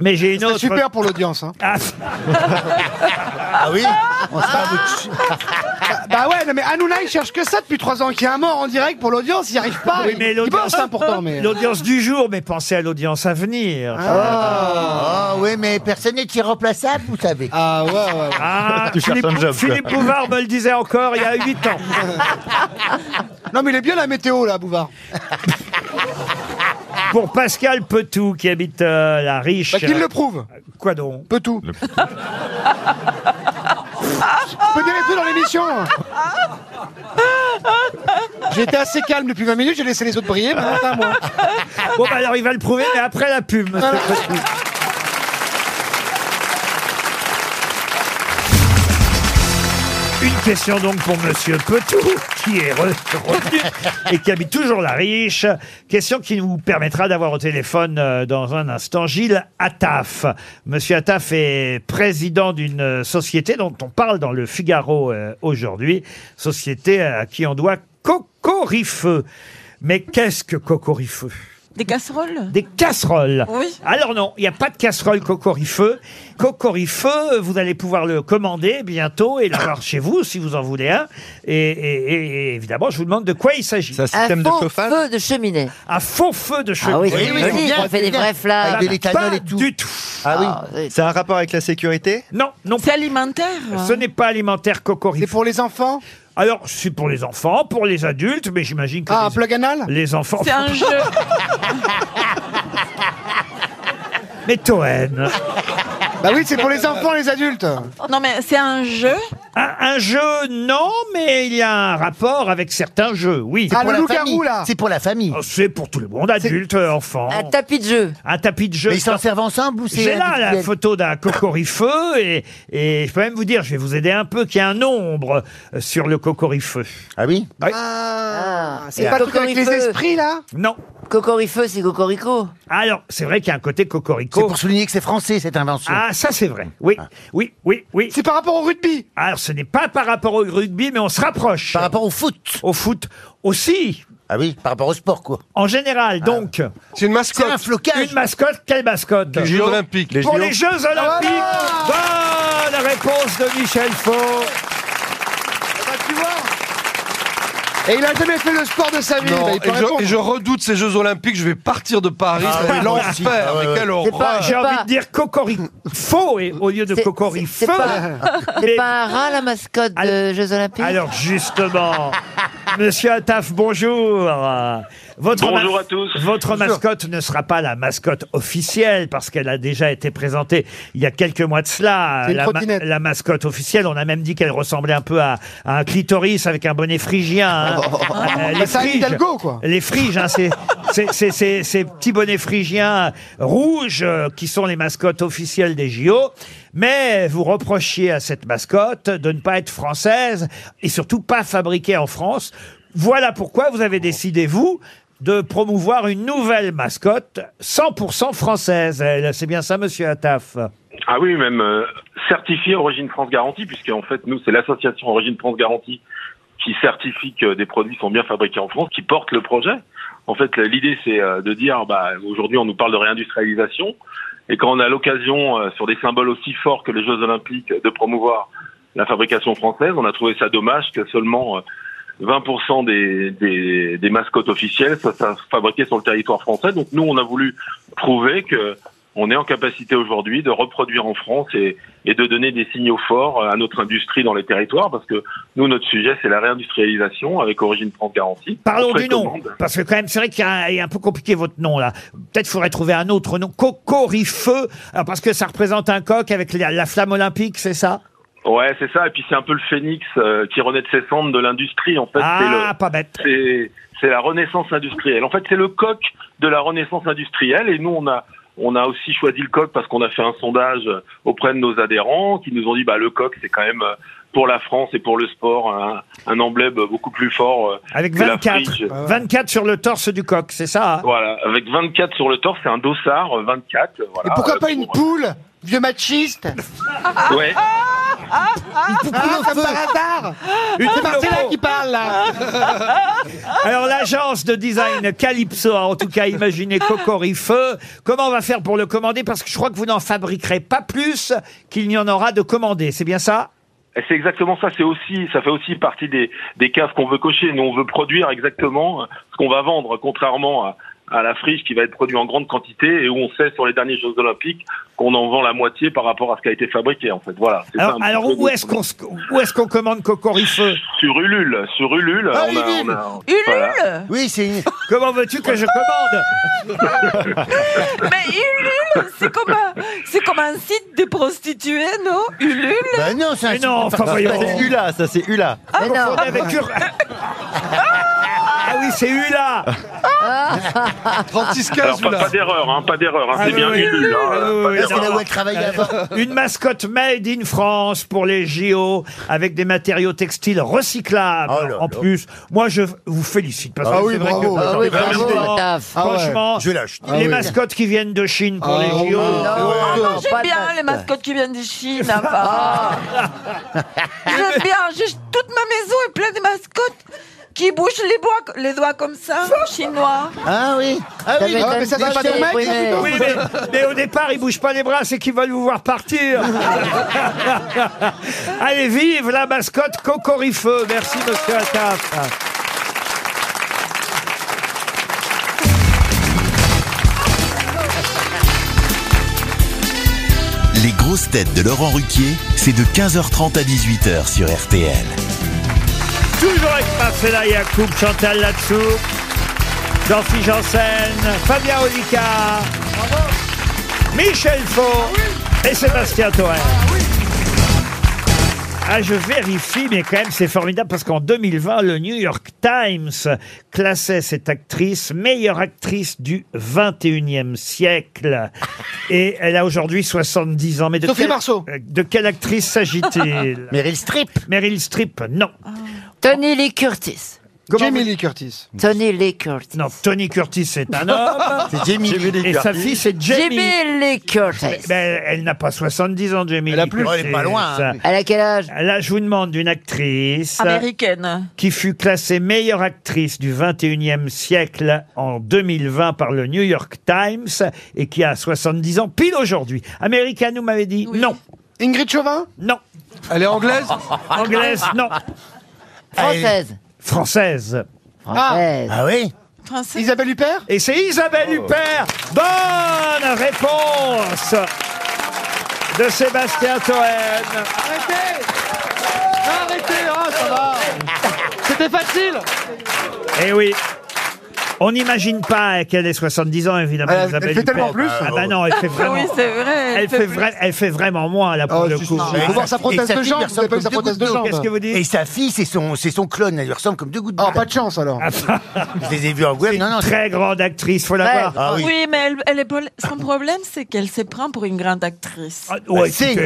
mais j'ai une
C'est
autre...
super pour l'audience. Hein.
Ah,
Ah oui On sera à bout de ch-
Bah ouais, non, mais Hanouna, il cherche que ça depuis trois ans. Qu'il y a un mort en direct pour l'audience, il n'y arrive pas.
Ah, Oui,
Il-
mais
il pense,
l'audience,
hein, pourtant, mais...
l'audience du jour, mais pensez à l'audience à venir.
Ah oui, mais personne n'est irremplaçable, vous savez.
Ah ouais, ouais.
Ah, Philippe, Philippe Bouvard me le disait encore il y a 8 ans.
Non, mais il est bien la météo, là, Bouvard.
Pour Pascal Petou, qui habite euh, la riche.
Bah, qu'il le prouve.
Quoi donc
Petou. Je peux dire les deux dans l'émission. J'étais assez calme depuis 20 minutes, j'ai laissé les autres briller, maintenant c'est à moi.
Bon, bah, alors il va le prouver, mais après la pub, monsieur Petou. Une question donc pour Monsieur Petou, qui est re- revenu et qui habite toujours la riche. Question qui nous permettra d'avoir au téléphone euh, dans un instant Gilles Attaf. Monsieur Attaf est président d'une euh, société dont on parle dans le Figaro euh, aujourd'hui, société euh, à qui on doit Cocorifeux. Mais qu'est-ce que Cocorifeux
Des casseroles
des casseroles.
Oui.
Alors non, il n'y a pas de casserole cocorifeux. Cocorifeux, vous allez pouvoir le commander bientôt et l'avoir chez vous si vous en voulez un. Et, et- et- et évidemment, je vous demande de quoi il s'agit. C'est un
Un faux feu de cheminée.
Un faux feu de cheminée.
Ah oui, c'est
on
bien, on fait des vrais flammes. Avec de l'éthanol
Pas
et tout.
du tout.
Ah oui.
C'est un rapport avec la sécurité Non, non.
C'est alimentaire
Ce n'est pas alimentaire cocorifeux. C'est
pour les enfants
Alors, c'est pour les enfants, pour les adultes, mais j'imagine que...
Ah,
les...
un plug anal
Les enfants...
C'est un jeu.
Mais Toen
Bah oui, c'est pour les enfants, les adultes.
Non, mais c'est un jeu.
Un, un jeu, non, mais il y a un rapport avec certains jeux, oui.
C'est Ah, pour le la loup-garou, famille. là.
C'est pour la famille. c'est pour tout le monde, adulte, euh, enfant.
Un tapis de jeu.
Un tapis de jeu.
Mais ils s'en servent ensemble ou c'est
J'ai là la
individuel
photo d'un cocorifeu et, et je peux même vous dire, je vais vous aider un peu, qu'il y a un nombre euh, sur le cocorifeu. Ah oui
Ah,
c'est pas le truc avec les esprits, là
Non.
Cocorifeu, c'est cocorico.
Alors, c'est vrai qu'il y a un côté cocorico.
C'est pour souligner que c'est français, cette invention.
Ah, ça c'est vrai. Oui, oui, oui, oui.
C'est par rapport au rugby.
Alors, ce n'est pas par rapport au rugby, mais on se rapproche. Par rapport au foot. Au foot aussi.
Ah oui, par rapport au sport, quoi. Ah.
En général, donc.
C'est une mascotte.
C'est un flocage.
Une mascotte, quelle mascotte
Les Jeux Ah. Olympiques. Les
Pour
JO.
les Jeux Olympiques. Bonne réponse de Michel Faux.
Bah, tu vois Et il a jamais fait le sport de
Ah
sa vie.
Non,
bah, il
et,
peut répondre.
je, et je redoute ces Jeux Olympiques, je vais partir de Paris,
Ah
ça va
ouais,
être
moi aussi.
l'enfer,
Ah ouais,
mais
ouais.
quelle
C'est pas-
horreur
J'ai envie de dire cocorifo et- au lieu de
C'est-
cocorifeu.
C'est pas, c'est pas un rat la mascotte de Jeux Olympiques
Alors justement, Monsieur Attaf, bonjour. Votre
Bonjour
ma-
à tous.
Votre
Bonjour.
mascotte ne sera pas la mascotte officielle parce qu'elle a déjà été présentée il y a quelques mois de cela.
C'est une
la, ma-
trottinette.
la mascotte officielle, on a même dit qu'elle ressemblait un peu à, à un clitoris avec un bonnet phrygien. hein. Euh,
Bah, c'est Anne Hidalgo, quoi.
Les friges, hein, c'est c'est- c'est- c'est- ces petits bonnets phrygiens rouges euh, qui sont les mascottes officielles des JO. Mais vous reprochiez à cette mascotte de ne pas être française et surtout pas fabriquée en France. Voilà pourquoi vous avez décidé, vous, de promouvoir une nouvelle mascotte 100% française. Elle, C'est bien ça, monsieur Attaf
Ah oui, même euh, certifié Origine France Garantie, puisque en fait, nous, c'est l'association Origine France Garantie qui certifie que des produits sont bien fabriqués en France, qui porte le projet. En fait, l'idée, c'est euh, de dire, bah, aujourd'hui, on nous parle de réindustrialisation, et quand on a l'occasion, euh, sur des symboles aussi forts que les Jeux Olympiques, de promouvoir la fabrication française, on a trouvé ça dommage que seulement euh, 20% des, des, des mascottes officielles soient soient fabriquées sur le territoire français. Donc nous, on a voulu prouver que on est en capacité aujourd'hui de reproduire en France et, et de donner des signaux forts euh, à notre industrie dans les territoires, parce que nous, notre sujet, c'est la réindustrialisation avec Origine France Garantie.
Parlons
On
du nom,
précommande.
parce que quand même, c'est vrai qu'il y a un- il est un peu compliqué votre nom là. Peut-être faudrait trouver un autre nom. Cocorifeu, alors parce que ça représente un coq avec la, la flamme olympique, c'est ça
Ouais, c'est ça. Et puis c'est un peu le phénix euh, qui renaît de ses cendres de l'industrie. En fait, c'est
Ah,
le-
pas bête.
c'est c'est la renaissance industrielle. En fait, c'est le coq de la renaissance industrielle. Et nous, on a on a aussi choisi le coq parce qu'on a fait un sondage auprès de nos adhérents qui nous ont dit bah le coq c'est quand même euh, pour la France et pour le sport un, un emblème beaucoup plus fort. euh,
Avec
que la Ah
24,
frige.
24 sur le torse du coq, c'est ça hein
Voilà, avec 24 sur le torse, c'est un dossard euh, 24. Voilà,
Et pourquoi pas
Euh,
une
pour-
Poule, vieux machiste.
Ouais.
Une poule au feu. par hasard.
Une
C'est
poule au
Marcella
pot.
qui parle
Ah.
là.
Alors l'agence de design Calypso a en tout cas imaginé Cocorifeu. Comment on va faire pour le commander Parce que je crois que vous n'en fabriquerez pas plus qu'il n'y en aura de commandés. C'est bien ça
Et C'est exactement ça. C'est aussi, ça fait aussi partie des, des cases qu'on veut cocher. Nous, on veut produire exactement ce qu'on va vendre, contrairement à, à la friche qui va être produite en grande quantité et où on sait sur les derniers Jeux Olympiques qu'on en vend la moitié par rapport à ce qui a été fabriqué. En fait, voilà. C'est ça un
Alors,
petit
alors,
peu
où
notre-
est-ce qu'on se- où est-ce qu'on commande Cocorifeu
Sur Ulule, sur Ulule.
Ah,
on a-
Ulule.
on a-
Ulule
voilà.
Oui, c'est une...
Comment veux-tu que je commande
Mais Ulule, c'est comme, un- c'est comme un site de prostituées, non Ulule
Bah
Ben
non, c'est un...
Mais non, enfin voyons.
C'est Ula, ça c'est Ula.
Mais non. Avec Ur- Ah oui, c'est Ula
36 15
Alors, pas, pas d'erreur, hein, pas d'erreur. hein,
Ah,
c'est
oui,
bien
oui.
Ulule. hein,
Ah, oui,
pas
oui,
d'erreur.
C'est là où elle travaille avant.
Une mascotte made in France pour les JO avec des matériaux textiles recyclables.
Oh là
en
là.
plus, moi je vous félicite parce que
Ah oui,
c'est vrai
bravo.
que
Ah
j'en
oui,
ai pas
bravo,
acheté.
Attaf.
Ah ouais. Ah
franchement,
Je lâche.
les
oui.
mascottes qui viennent de Chine pour
Ah
les
oui.
JO.
Ah non,
non,
j'aime
pas
bien
de-
les mascottes qui viennent de Chine. enfin.
Ah.
j'aime bien. J'ai- Toute ma maison est pleine de mascottes qui bougent les, bois, les doigts comme ça, chinois.
Ah oui. Ah
Ça
oui.
m'étonne
Ah, mais ça, c'est
pas
pas
chez
ton mec,
les
ça,
primaires.
Oui, mais, mais au départ, ils bougent pas les bras, c'est qu'ils veulent vous voir partir. Allez, vive la mascotte Cocorifeu. Merci, monsieur Attaf.
Les grosses têtes de Laurent Ruquier, c'est de 15h30 à 18h sur RTL.
Toujours avec Marcella Yacoub, Chantal Latsou, Jean-Philippe Janssen, Fabien Olicard, Michel Faux
Ah
et Sébastien Toen. Ah, je vérifie, mais quand même, c'est formidable parce qu'en 2020, le New York Times classait cette actrice meilleure actrice du 21e siècle. Et elle a aujourd'hui 70 ans. Mais de
Sophie
quelle- euh,
Marceau.
De quelle actrice s'agit-il
Meryl Streep.
Meryl Streep, non.
Ah.
Tony Lee Curtis.
Jamie Lee Curtis.
Tony Lee Curtis.
Non, Tony Curtis c'est un homme.
C'est Jamie Lee
Et sa fille, c'est Jamie.
Jamie Lee Curtis.
Ben, elle n'a pas 70 ans, Jamie.
Elle a
Lee
plus. Elle est pas
Curtis.
loin, hein.
Elle a quel âge
Là, je vous demande d'une actrice
Américaine.
qui fut classée meilleure actrice du 21e siècle en 2020 par le New York Times et qui a 70 ans pile aujourd'hui. Américaine, vous m'avez dit
Oui.
Non,
Ingrid Chauvin
non.
Elle est anglaise
Anglaise, non.
Ah, elle-
Française.
française.
Française.
Ah, oui
Isabelle Huppert
Et c'est Isabelle Huppert Bonne réponse de Sébastien Toen.
Arrêtez Arrêtez, oh, ça va C'était facile
Eh oui on n'imagine pas qu'elle ait 70 ans, évidemment.
Elle- elle
Isabelle
fait tellement
Huppert.
plus.
Ah bah non, elle fait
Oui,
vraiment.
c'est vrai, elle
Elle
fait
fait,
plus.
vra- elle fait vraiment moins, là, pour
Ah,
le coup.
Faut voir sa prothèse de jambe, vous avez pas vu sa prothèse de jambe.
Qu'est-ce que vous dites
Et sa fille, c'est son, c'est son clone, elle lui ressemble comme deux gouttes d'eau. Ah, pas de chance alors. Je les ai vus en web, non, non.
bah. Très grande actrice, faut la voir.
Ah oui.
mais elle, elle est pol- son problème, c'est qu'elle se prend pour une grande actrice.
Ah,
Bah,
Ouais, écoutez,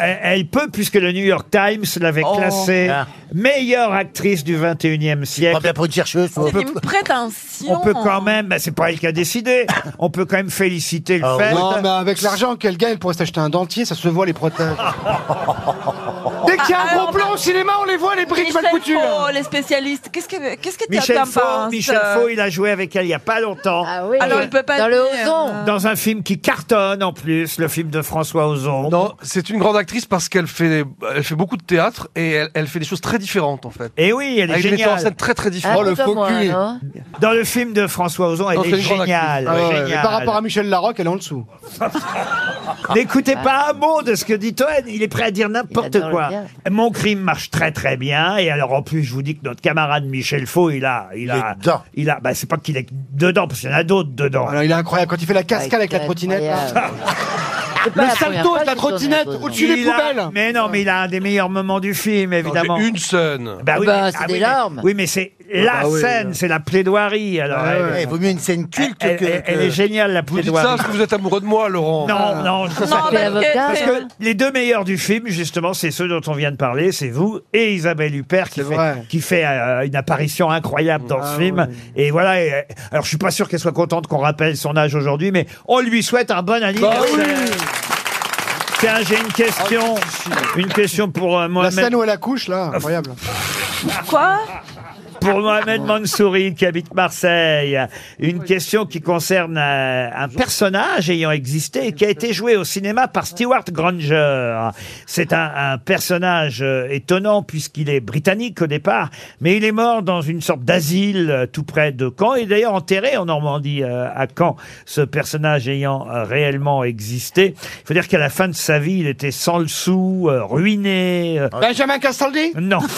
Elle, elle peut, puisque le New York Times l'avait
Oh.
classée
Ah.
meilleure actrice du 21e siècle. Pas bien
pour une chercheuse.
On
C'est
peut,
une prétention.
on peut quand même, bah, c'est pas elle qui a décidé, on peut quand même féliciter
Ah
le fait.
Ah, Non, mais avec l'argent qu'elle gagne, elle pourrait s'acheter un dentier, ça se voit les prothèses. Dès qu'il y a un gros plan au cinéma, on les voit, les briques mal
Ah, Michel
coutues.
Faux, les spécialistes, qu'est-ce que qu'est-ce que
Michel
t'en
Faux,
penses euh
Michel Faux, il a joué avec elle il y a pas longtemps.
hein, Alors, il peut pas Ah Dans le dire, Ozon. euh.
Dans un film qui cartonne en plus, le film de François Ozon.
Non, c'est une grande actrice parce qu'elle fait, elle fait beaucoup de théâtre et elle, elle fait des choses très différentes en fait.
Et Eh oui,
Ah,
elle est
Avec des metteurs en
géniale.
scène très très
Oh,
différents.
Dans le film de François Ozon, elle
Non, c'est
est
une grande
géniale.
actrice. Ah ouais,
géniale.
mais par rapport à Michel Larocque, elle est en dessous.
N'écoutez pas un mot de ce que dit Toen, il est prêt à dire n'importe
adore le
quoi.
bien.
Mon crime marche très très bien, et alors en plus je vous dis que notre camarade Michel Faux, il a... Il, a, il a bah, c'est pas qu'il est dedans, parce qu'il y en a d'autres dedans.
Alors, il est incroyable quand il fait la cascade avec la trottinette. là.
pas
Le
la première
salto
fois
avec la
qu'il tourne
trottinette
la chose,
au-dessus
non.
des
Il a-
poubelles.
Mais non, mais il a un des meilleurs moments du film, évidemment.
J'ai une scène.
Bah oui,
Bah,
mais-
c'est
ah
des
oui, mais-
larmes.
Oui, mais c'est la
Ah bah oui,
scène, c'est la plaidoirie. Alors,
Ah ouais.
elle-
Eh, vaut mieux une scène culte
elle,
que-
elle- elle
que-
est géniale, la
Vous dites
plaidoirie.
ça parce que vous êtes amoureux de moi, Laurent.
Non, non, je dis Ah. ça.
Non, parce que-
parce que les deux meilleurs du film, justement, c'est ceux dont on vient de parler, c'est vous et Isabelle Huppert qui fait, qui fait euh, une apparition incroyable dans
Ah
ce film. Et voilà, et, euh, alors je suis pas sûr qu'elle soit contente qu'on rappelle son âge aujourd'hui, mais on lui souhaite un bon
Bah
anniversaire. Tiens, j'ai une question, une question pour euh,
La
Mohamed.
scène où elle accouche, là, incroyable.
Quoi
Pour Mohamed Mansouri, qui habite Marseille, une question qui concerne euh, un personnage ayant existé et qui a été joué au cinéma par Stewart Granger. C'est un, un personnage euh, étonnant puisqu'il est britannique au départ, mais il est mort dans une sorte d'asile euh, tout près de Caen et d'ailleurs enterré en Normandie euh, à Caen, ce personnage ayant euh, réellement existé. Il faut dire qu'à la fin de sa vie, il était sans le sou, euh, ruiné. euh,
Benjamin Castaldi
Non.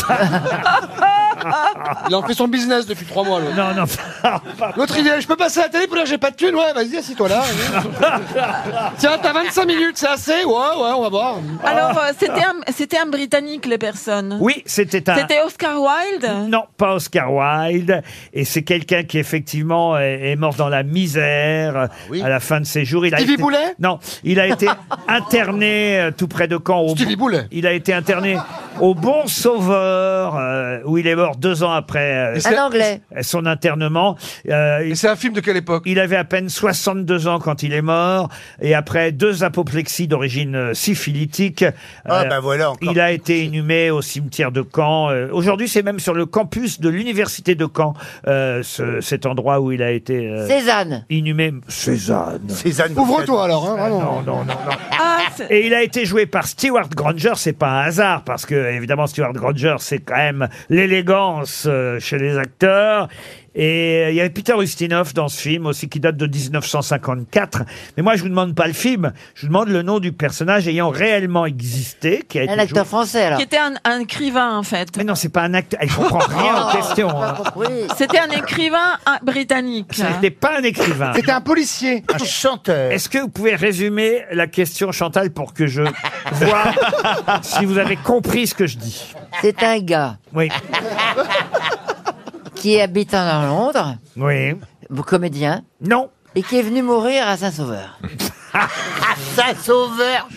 Il en fait son business depuis trois mois. l'autre.
Non, non.
L'autre, il est, je peux passer à la télé, puis là, j'ai pas de thune. Ouais, vas-y, assis-toi là. vas-y. Tiens, t'as 25 minutes, c'est assez Ouais, ouais, on va voir.
Bah,
Alors, euh, c'était un, c'était un Britannique, les personnes.
Ah. Oui, c'était un.
C'était Oscar Wilde
Non, pas Oscar Wilde. Et c'est quelqu'un qui, effectivement, est, est mort dans la misère euh, à la fin de ses jours. Il a
Ah Stevie
été-
Boulet
Non, il a été interné euh, tout près de Caen. Au
Stevie Boulet
Il a été interné au Bon Sauveur, euh, où il est mort deux ans après euh,
Et c'est- Un Anglais.
son internement. Euh,
c'est un film de quelle époque
Il avait à peine 62 ans quand il est mort. Et après deux apoplexies d'origine euh, syphilitique, euh,
Ah, bah voilà, encore.
il a été inhumé au cimetière de Caen. Euh, Aujourd'hui, c'est même sur le campus de l'université de Caen, euh, ce- cet endroit où il a été euh,
Cézanne.
inhumé. Cézanne. Ah,
Cézanne.
Ouvre-toi alors, hein, vraiment.
Non, non, non, non. Et il a été joué par Stewart Granger, c'est pas un hasard, parce que évidemment Stewart Granger, c'est quand même l'élégance euh, chez les acteurs. Et euh, il y avait Peter Ustinov dans ce film aussi qui date de 1954. Mais moi, je vous demande pas le film, je vous demande le nom du personnage ayant réellement existé, qui a été joué-
Qui était un, un écrivain, en fait.
Mais non, c'est pas un acteur. Elle comprend rien aux questions. hein.
C'était un écrivain un- britannique.
Ce n'était pas un écrivain.
C'était un policier.
Un chanteur.
Est-ce que vous pouvez résumer la question, Chantal, pour que je vois si vous avez compris ce que je dis
C'est un gars
Oui.
qui habite en Londres.
Oui.
Comédien.
Non.
Et qui est venu mourir à Saint-Sauveur. à Saint-Sauveur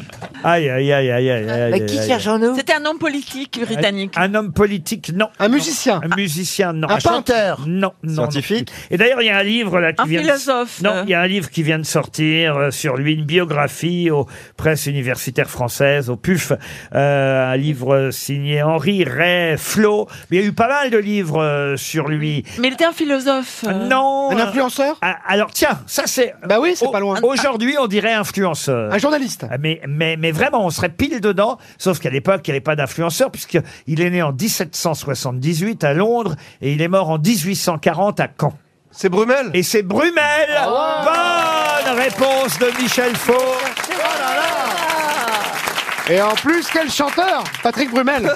Aïe, aïe, aïe, aïe, aïe, aïe.
Mais qui
aïe, aïe.
cherche en nous
C'était un homme politique britannique.
Un homme politique, non.
Un musicien.
Un musicien, non.
Un chanteur.
Non, non.
Scientifique.
non. Et d'ailleurs, il y a un livre là qui
Un
vient. de-
philosophe.
Non, il y a un livre qui vient de sortir euh, sur lui, une biographie aux presses universitaires françaises, au PUF, euh, un livre signé Henri Ray Flo. Mais il y a eu pas mal de livres euh, sur lui.
Mais il était un philosophe. euh.
Non.
Un influenceur
Ah, Alors tiens, ça c'est.
Bah oui, c'est pas loin.
Aujourd'hui, on dirait influenceur.
Un journaliste.
Ah, Mais, mais mais, mais vraiment, on serait pile dedans. Sauf qu'à l'époque, il n'y avait pas d'influenceur, puisqu'il est né en 1778 à Londres et il est mort en 1840 à Caen. C'est Brumel Et c'est Brumel Bonne réponse de Michel Faux
Et en plus, quel chanteur Patrick Brumel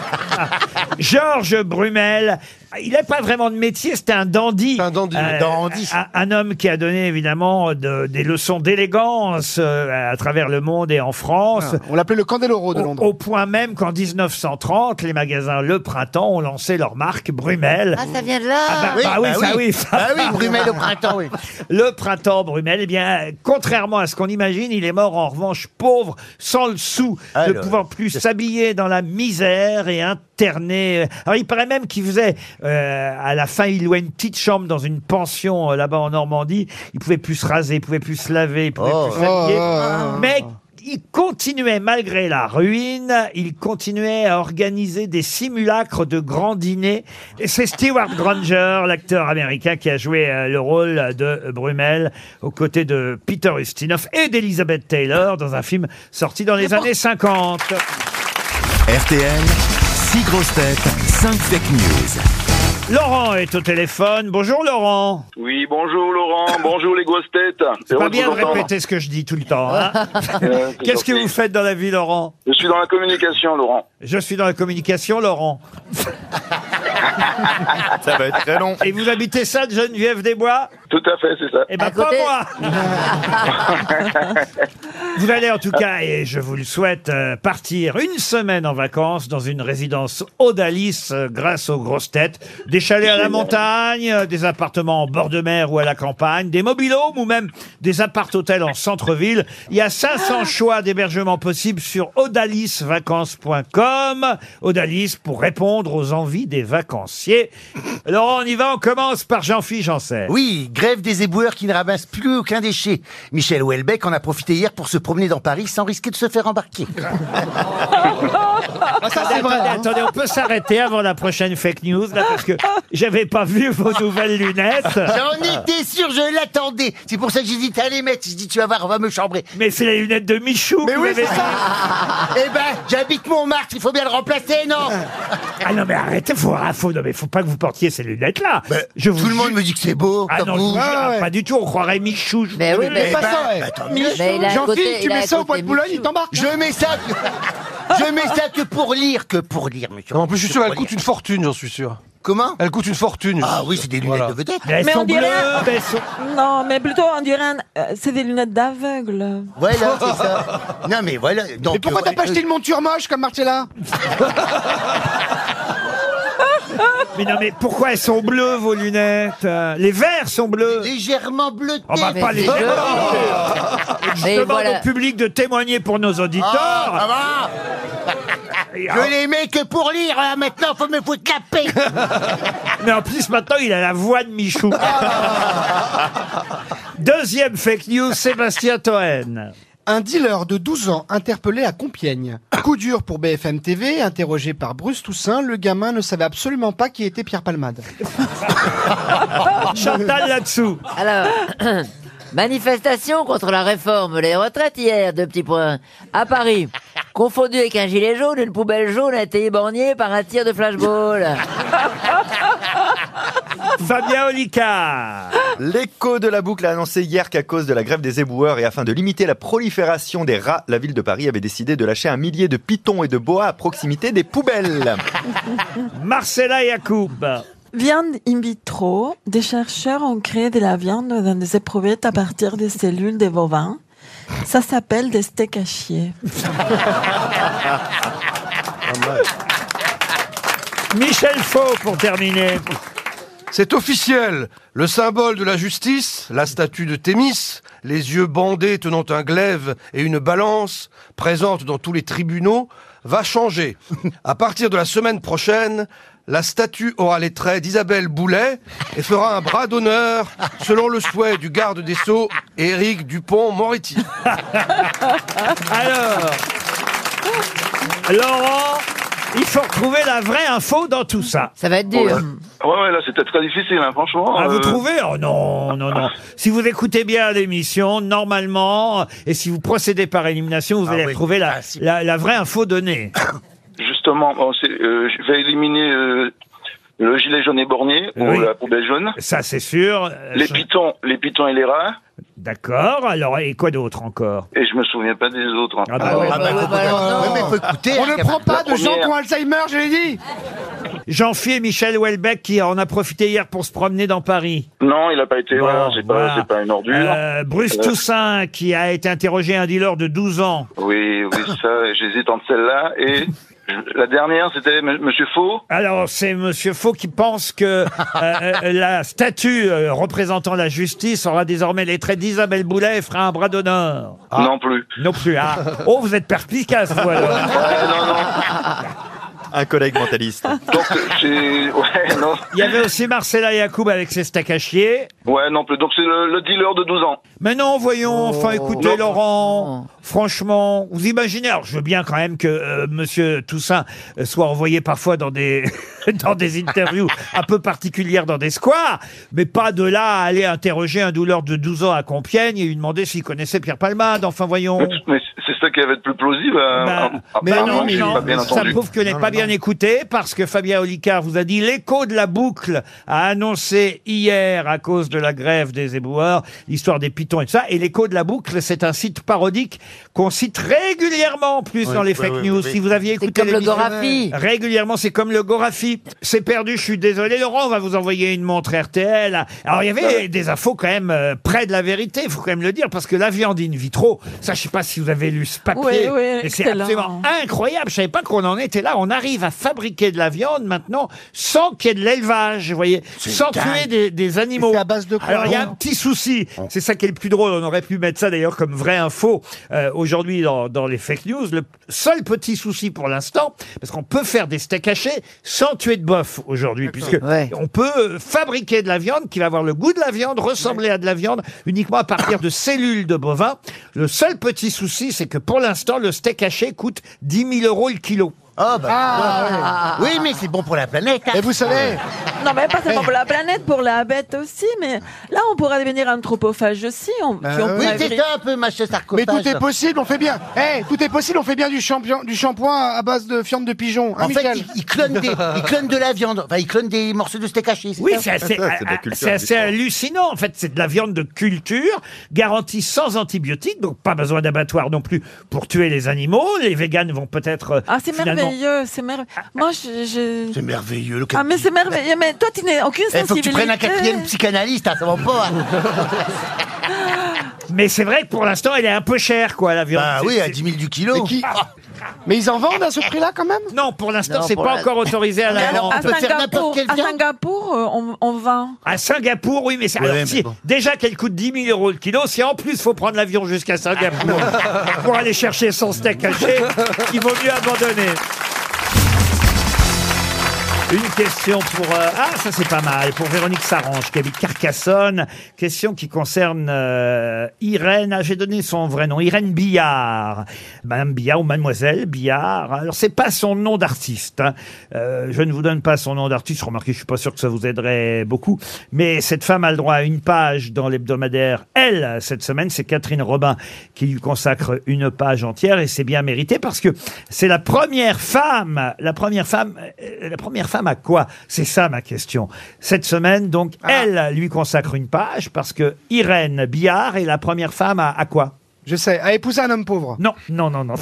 Georges Brumel. Il n'a pas vraiment de métier, c'était un dandy. Un dandy. Un, un homme qui a donné évidemment de- des leçons d'élégance euh, à travers le monde et en France.
Ah, on l'appelait le Candeloro de
Au-
Londres.
Au, point même qu'en 1930, les magasins Le Printemps ont lancé leur marque Brumel.
Ah, ça vient de là.
Ah bah- bah oui, ça oui.
Bah oui, Brumel au
printemps, oui. Le printemps, Brumel, eh bien, contrairement à ce qu'on imagine, il est mort en revanche pauvre, sans Ah, le sou, ne
Alors.
pouvant plus s'habiller dans la misère et interné. Alors, il paraît même qu'il faisait, euh, à la fin, il louait une petite chambre dans une pension euh, là-bas en Normandie. Il pouvait plus se raser, il pouvait plus se laver, il pouvait
Oh.
plus s'habiller.
Oh, oh, oh.
Mais il continuait, malgré la ruine, il continuait à organiser des simulacres de grands dîners. Et c'est Stewart Granger, l'acteur américain, qui a joué euh, le rôle de Brumel aux côtés de Peter Ustinov et d'Elizabeth Taylor dans un film sorti dans les années 50.
RTL, 6 grosses têtes, 5 fake news.
Laurent est au téléphone. Bonjour Laurent.
Oui, bonjour Laurent, bonjour les grosses têtes.
C'est pas bien de répéter ce que je dis tout le temps. hein.
Euh, c'est
Qu'est-ce que
gentil.
vous faites dans la vie, Laurent
Je suis dans la communication, Laurent.
Je suis dans la communication, Laurent.
Ça va être très long.
Et vous habitez ça de Geneviève des Bois
Tout à fait, c'est ça.
Eh ben, pas moi Vous allez en tout cas, et je vous le souhaite, euh, partir une semaine en vacances dans une résidence Odalis euh, grâce aux grosses têtes. Des chalets à la montagne, euh, des appartements en bord de mer ou à la campagne, des mobilhomes ou même des appart-hôtels en centre-ville. Il y a 500 choix d'hébergement possibles sur odalisvacances.com. Odalis pour répondre aux envies des vacanciers. Laurent, on y va, on commence par Jean-Philippe Janssen.
Oui, grève des éboueurs qui ne ramassent plus aucun déchet. Michel Houellebecq en a profité hier pour se promener dans Paris sans risquer de se faire embarquer.
attendez,
hein.
attendez, attendez, on peut s'arrêter avant la prochaine fake news, là, parce que j'avais pas vu vos nouvelles lunettes.
J'en étais sûr, je l'attendais. C'est pour ça que j'hésite à les mettre. Je dis, tu vas voir, on va me chambrer.
Mais c'est les lunettes de Michou.
Mais
que
oui,
vous
c'est
avez
ça. eh ben, j'habite Montmartre, il faut bien le remplacer, non
Ah non, mais arrêtez, faut, ah, faut, non, mais faut pas que vous portiez ces lunettes-là. je tout le monde me
dit que c'est beau.
Ah non, je vous jure, pas du tout, on croirait Michou.
Mais oui, mais pas ça, ouais. Mais il a un
Jean-Philippe,
côté- il a un côté Michou.
Je mets ça que, je mets ça que pour lire, que pour lire, monsieur.
En plus, je suis sûr,
Que
elle
pour
coûte une fortune, j'en suis sûr.
Comment
Elle coûte une fortune.
Ah oui, c'est des lunettes de vedette.
Mais on dirait. Non, mais plutôt on dirait. un- euh, C'est des lunettes d'aveugle.
Voilà, c'est ça. Non, mais voilà. Donc,
Mais pourquoi
euh,
t'as pas
euh,
acheté une monture moche comme Marcella
Mais non, mais pourquoi elles sont bleues, vos lunettes euh, Les verts sont bleus.
Légèrement bleuté.
On va pas les
Mais
Je
Mais
demande
voilà.
au public de témoigner pour nos auditeurs.
Ah,
Et, ah,
Je les mets que pour lire, hein. maintenant faut me foutre la paix
Mais en plus, maintenant, il a la voix de Michou. Deuxième fake news, Sébastien Toen.
Un dealer de 12 ans interpellé à Compiègne. Coup dur pour BFM TV, interrogé par Bruce Toussaint, le gamin ne savait absolument pas qui était Pierre Palmade.
Chantal là-dessous.
Alors, manifestation contre la réforme des retraites hier, deux petits points. À Paris, confondu avec un gilet jaune, une poubelle jaune a été éborgnée par un tir de flashball.
Fabien Olicard.
L'écho de la boucle a annoncé hier qu'à cause de la grève des éboueurs et afin de limiter la prolifération des rats, la ville de Paris avait décidé de lâcher un millier de pitons et de boas à proximité des poubelles. Ah.
Marcella Yacoub.
Viande in vitro, des chercheurs ont créé de la viande dans des éprouvettes à partir des cellules des bovins. Ça s'appelle des steaks à chier.
Ah, Michel Faux pour terminer.
C'est officiel. Le symbole de la justice, la statue de Thémis, les yeux bandés tenant un glaive et une balance, présente dans tous les tribunaux, va changer. À partir de la semaine prochaine, la statue aura les traits d'Isabelle Boulet et fera un bras d'honneur selon le souhait du garde des Sceaux, Éric Dupont-Moretti.
Alors, Laurent, il faut retrouver la vraie info dans tout ça.
Ça va être
euh,
Oh là. Ouais, ouais, là, c'était très difficile, hein, franchement.
Ah, vous
euh,
trouvez Oh non, non, non. Si vous écoutez bien l'émission, normalement, et si vous procédez par élimination,
Ah
vous allez trouver la, la, la vraie info donnée.
Justement, bon, c'est, euh, je vais éliminer euh, le gilet jaune éborgné, ou
Oui.
la poubelle jaune,
Ça, c'est sûr.
les pitons, les pitons et les rats,
D'accord. Alors, et quoi d'autre encore
et je me souviens pas des autres. hein.
Ah bah ouais. Ah bah, faut-
Euh, Ouais, mais faut
écouter,
On ne prend pas
La
de gens qui
première.
ont Alzheimer, je l'ai dit.
Jean-Philippe et Michel Houellebecq qui en a profité hier pour se promener dans Paris.
Non, il a pas été, voilà, c'est
voilà.
pas, c'est pas une ordure.
Euh, Bruce
Euh,
Toussaint qui a été interrogé un dealer de 12 ans.
Oui, oui, ça, j'hésite entre celle-là et je- la dernière, c'était M- Monsieur Faux.
Alors c'est Monsieur Faux qui pense que euh, euh, la statue euh, représentant la justice aura désormais les traits d'Isabelle Boulet et fera un bras d'honneur.
Ah. Non plus.
Non plus. ah. Oh, vous êtes perspicace, vous alors.
Un collègue mentaliste.
Donc, j'ai- ouais, non.
Il y avait aussi Marcella Yacoub avec ses steaks à chier.
Ouais, non plus. Donc, c'est le, le dealer de 12 ans.
Mais non, voyons, enfin écoutez
Non.
Laurent, franchement, vous imaginez, alors je veux bien quand même que euh, Monsieur Toussaint euh, soit envoyé parfois dans des dans des interviews un peu particulières dans des squares, mais pas de là à aller interroger un douleur de 12 ans à Compiègne et lui demander s'il connaissait Pierre Palmade, enfin voyons.
Mais c'est ça qui avait de plus plausible. euh,
Bah,
apparemment, j'ai pas bien
ça
entendu.
prouve que n'est pas bien écouté parce que Fabien Olicard vous a dit l'écho de la boucle a annoncé hier à cause de la grève des éboueurs l'histoire des pitons et tout ça et l'écho de la boucle c'est un site parodique qu'on cite régulièrement en plus
Oui,
dans les
oui,
fake
oui,
news
oui.
si vous aviez
C'est
écouté
comme le
l'émission-
Gorafi.
régulièrement c'est comme le Gorafi c'est perdu je suis désolé Laurent on va vous envoyer une montre RTL alors il y avait des infos quand même euh, près de la vérité il faut quand même le dire parce que la viande in vitro ça je sais pas si vous avez lu ce papier
Oui, oui,
mais c'est
excellent.
absolument incroyable. Je savais pas qu'on en était là. On arrive à fabriquer de la viande maintenant sans qu'il y ait de l'élevage, vous voyez, sans
dingue.
tuer des, des animaux. à base de
quoi,
Alors il y a un
non
petit souci. C'est ça qui est le plus drôle. On aurait pu mettre ça d'ailleurs comme vraie info euh, aujourd'hui dans, dans les fake news. Le seul petit souci pour l'instant, parce qu'on peut faire des steaks hachés sans tuer de bœuf aujourd'hui, puisque on peut euh, fabriquer de la viande qui va avoir le goût de la viande, ressembler à de la viande uniquement à partir de cellules de bovins. Le seul petit souci, c'est que pour l'instant, le steak haché coûte 10 000 euros le kilo.
Ah, bah,
Ah.
ouais. Oui, mais c'est bon pour la planète. Et vous savez
Non, mais pas seulement pour la planète, pour la bête aussi. Mais là, on pourra devenir anthropophage aussi. On, puis on
Euh, oui,
pourrait
c'est
vri-
ça un peu, machin
Mais
sarcophage.
tout est possible, on fait bien. Eh, tout est possible, on fait bien du champion, du shampoing à base de fientes de pigeon. Hein,
En fait, ils, ils clonent des, ils clonent de la viande. Enfin, ils clonent des morceaux de steak haché.
Oui,
ça
c'est assez, ah, c'est assez hallucinant. En fait, c'est de la viande de culture, garantie sans antibiotiques, donc pas besoin d'abattoir non plus pour tuer les animaux. Les véganes vont peut-être euh,
Ah, c'est
finalement-
merveilleux, c'est merveilleux. Moi, je. je-
C'est merveilleux, le
Ah, mais c'est merveilleux. Mais toi, tu n'es aucune
Il
sensibilité.
Eh, faut que tu prennes un quatrième psychanalyste, hein, ça va pas.
Mais c'est vrai que pour l'instant, elle est un peu chère, quoi, la viande.
Bah
C'est-
oui, à
c'est-
10 000 du kilo. Ah.
Mais ils en vendent à ce prix-là quand même
Non, pour l'instant,
Non,
c'est
pour
pas
la-
encore autorisé à
Mais
la
alors,
vente.
à Singapour, à Singapour, euh, on, on vend.
À Singapour, oui, mais, c'est-
Ouais,
alors,
mais
si-
bon.
déjà qu'elle coûte 10 000 euros le kilo, si en plus faut prendre l'avion jusqu'à Singapour pour aller chercher son steak caché, il vaut mieux abandonner. Une question pour... euh, ah, ça c'est pas mal, pour Véronique Sarange qui habite Carcassonne. Question qui concerne euh, Irène, ah, j'ai donné son vrai nom, Irène Billard. Madame Billard ou Mademoiselle Billard. Alors c'est pas son nom d'artiste. hein. Euh, je ne vous donne pas son nom d'artiste, remarquez, je suis pas sûr que ça vous aiderait beaucoup. Mais cette femme a le droit à une page dans l'hebdomadaire Elle, cette semaine, c'est Catherine Robin qui lui consacre une page entière et c'est bien mérité parce que c'est la première femme, la première femme, euh, la première femme à quoi C'est ça ma question. Cette semaine, donc,
Ah.
elle lui consacre une page parce que Irène Billard est la première femme à, à quoi
Je sais, à épouser un homme pauvre.
Non, non, non, non.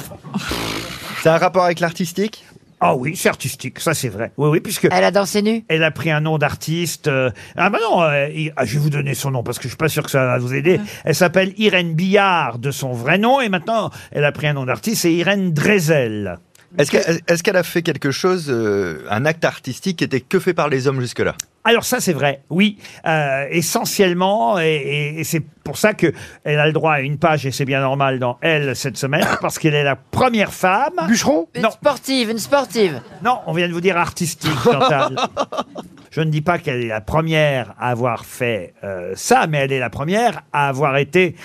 C'est un rapport avec l'artistique
Ah oui, c'est artistique, ça c'est vrai. Oui, oui, puisque.
Elle a dansé nue
Elle a pris un nom d'artiste. euh, Ah bah non, euh, il- ah, je vais vous donner son nom parce que je suis pas sûr que ça va vous aider. Elle s'appelle Irène Billard de son vrai nom et maintenant elle a pris un nom d'artiste, c'est Irène Dresel.
Est-ce que- est-ce qu'elle a fait quelque chose, euh, un acte artistique qui était que fait par les hommes jusque-là
Alors ça c'est vrai, oui, Euh, essentiellement, et, et- et c'est pour ça que elle a le droit à une page et c'est bien normal dans elle cette semaine parce qu'elle est la première femme.
Bûcheron
Non,
Sportive, une sportive.
non, on vient de vous dire artistique. Chantal. Je ne dis pas qu'elle est la première à avoir fait euh, ça, mais elle est la première à avoir été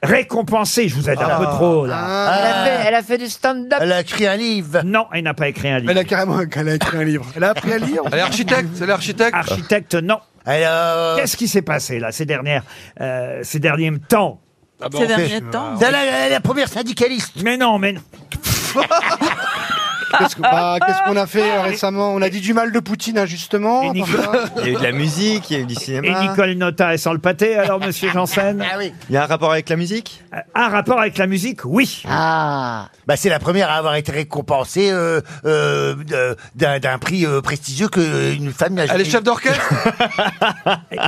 récompensée. Je vous aide
Ah.
un peu trop, là. Ah.
Elle, a fait, elle a fait du stand-up.
Elle a écrit un livre. Non, elle n'a pas écrit un livre. Elle a carrément écrit un livre. Elle a appris à lire.
Elle est architecte, elle est architecte.
Architecte, non. Qu'est-ce qui s'est passé là ces dernières, euh, ces derniers temps
Ah ben, Ces on derniers fait- temps. C'est la-
première syndicaliste. Mais non, mais non.
Qu'est-ce que- bah, qu'est-ce qu'on a fait euh, récemment On a dit du mal de Poutine hein, injustement. parfois.
Il y a eu de la musique, il y a eu du
Et
cinéma.
Nicole Nota est sans le pâté, alors, monsieur Janssen Euh,
Il y a un rapport avec la musique
Un rapport avec la musique, oui.
Ah.
Bah, c'est la première à avoir été récompensée euh, euh, de- d'un d'un prix euh, prestigieux qu'une femme
Ah,
n'a jamais.
Elle est chef
d'orchestre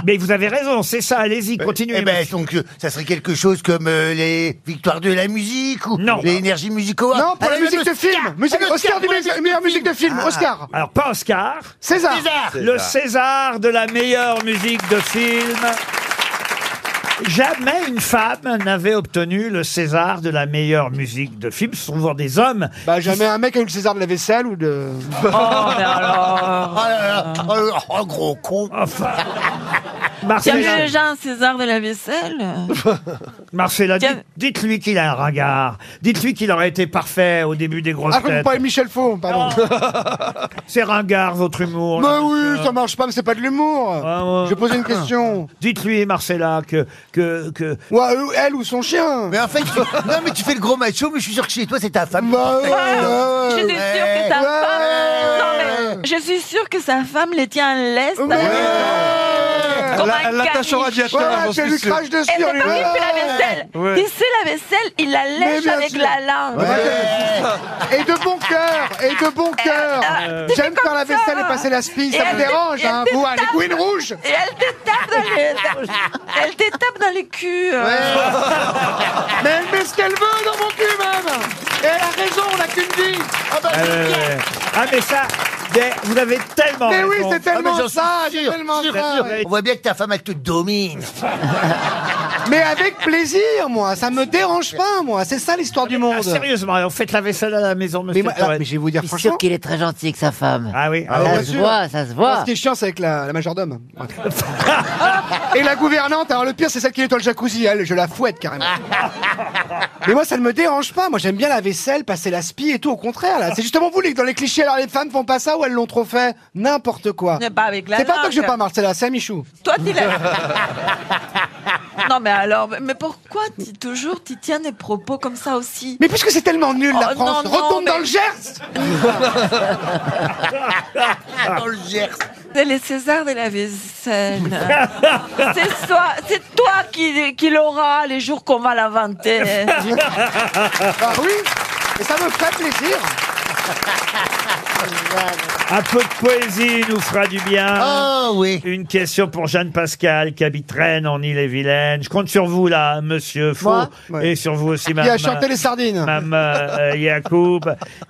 Mais vous avez raison, c'est ça, allez-y, continuez.
Eh ben, donc, euh, ça serait quelque chose comme euh, les victoires de la musique ou les énergies musicaux.
Non, pour la musique de
Ah,
film. Musique- Oscar du meilleur- meilleure musique de film.
Ah.
Oscar.
Alors, pas Oscar.
César. César.
Le César de la meilleure musique de film. Jamais une femme n'avait obtenu le César de la meilleure musique de film. Ce sont souvent des hommes. Oh,
Bah, jamais un mec a eu le César de la vaisselle ou de.
Ah Oh, gros con.
Ah
euh,
Enfin.
Tu as
Marcella-
vu déjà un César de la vaisselle euh,
Marcella, dites- dites-lui qu'il a un regard. Dites-lui qu'il aurait été parfait au début des grosses
Ah, comme
têtes.
pas Michel Faux, pardon.
C'est ringard, votre humour. là,
Mais oui,
monsieur.
ça marche pas, mais c'est pas de l'humour.
Ah,
Je pose une question.
Dites-lui, Marcella, que... que, que...
elle ou son chien.
Mais en fait, tu- non, mais tu fais le gros macho, mais je suis sûr que chez toi, c'est ta femme.
Bah,
Ah.
J'étais sûre que ta
Ouais.
femme. Non, mais je suis sûre que sa femme les tient à l'est. Comme un
L'attache au
caniche.
radiateur, j'en suis sûr.
Et c'est pas lui qui hein. fait la vaisselle.
Ouais.
Il sait la vaisselle, il la lèche
bien
avec
sûr.
la lame.
Et de bon cœur, et de bon cœur.
euh,
J'aime faire la vaisselle et passer la spie,
Et
ça
elle
me
te-
dérange,
et elle
hein.
te
Vous, hein, les
tape-
couines rouges.
Et elle te tape dans les, elle te tape dans les culs. euh.
Mais elle met ce qu'elle veut dans mon cul, même. Et elle a raison, on n'a qu'une vie. Ah bah,
Ah, ouais, ouais, ouais. Ah, mais ça, mais vous avez tellement
Mais oui,
raison.
c'est
Ah,
tellement ça, c'est
sûr,
tellement
sûr,
ça,
sûr.
ouais.
On voit bien que ta femme, elle te domine.
Mais avec plaisir, moi. Ça me dérange pas, moi. C'est ça l'histoire du monde.
Ah, Sérieusement, on fait la vaisselle à la maison, monsieur.
moi-
Tourette.
mais je vais vous dire
Je suis
franchement-
sûr qu'il est très gentil avec sa femme.
Ah oui,
ça se voit, ça se voit.
Ce qui est chiant, c'est avec la, la majordome. Et la gouvernante, alors le pire, c'est celle qui nettoie le jacuzzi. Elle, je la fouette carrément. Mais moi, ça ne me dérange pas. Moi, j'aime bien la vaisselle, passer la spie et tout. Au contraire, là. C'est justement vous, les, dans les clichés. Alors, les femmes font pas ça ou elles l'ont trop fait. N'importe quoi.
Mais pas avec la
C'est pas toi
langue.
que je parle, Marcella, c'est à Michou.
Toi, tu la- Non, mais alors, mais- mais pourquoi tu, toujours tu tiens des propos comme ça aussi Oh,
Mais puisque c'est tellement nul, la France, retourne dans le
Gers
Dans le Gers
C'est les Césars de la vaisselle. c'est, toi, c'est toi qui, qui l'aura les jours qu'on va la vanter.
Ah oui, et ça me ferait plaisir.
Un peu de poésie nous fera du bien.
Ah oui.
Une question pour Jeanne Pascal qui habite Rennes en Ille-et-Vilaine. Je compte sur vous là, monsieur Faux.
Moi Ouais.
Et sur vous aussi, madame.
Qui a chanté les sardines.
Madame euh, euh, Yacoub,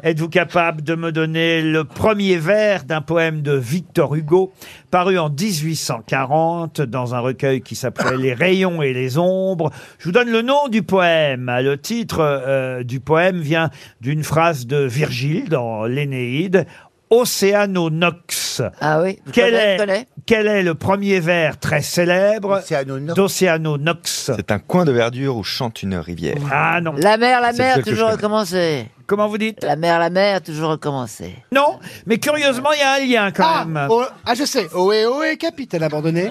êtes-vous capable de me donner le premier vers d'un poème de Victor Hugo, paru en 1840 dans un recueil qui s'appelait Les rayons et les ombres Je vous donne le nom du poème. Le titre euh, du poème vient d'une phrase de Virgile dans l'Énéide. Océanonox.
Ah oui, je
Quel
connais, je
est,
connais.
quel est le premier vers très célèbre d'Océanonox
C'est un coin de verdure où chante une rivière.
Ah non.
La mer, la
C'est
mer,
celle que je
toujours
connais.
recommencer.
Comment vous dites
La mer, la mer, toujours recommencer.
Non, mais curieusement, il y a un lien quand
Ah,
même.
oh, ah, je sais. Ohé, ohé, capitaine
Ah
abandonné.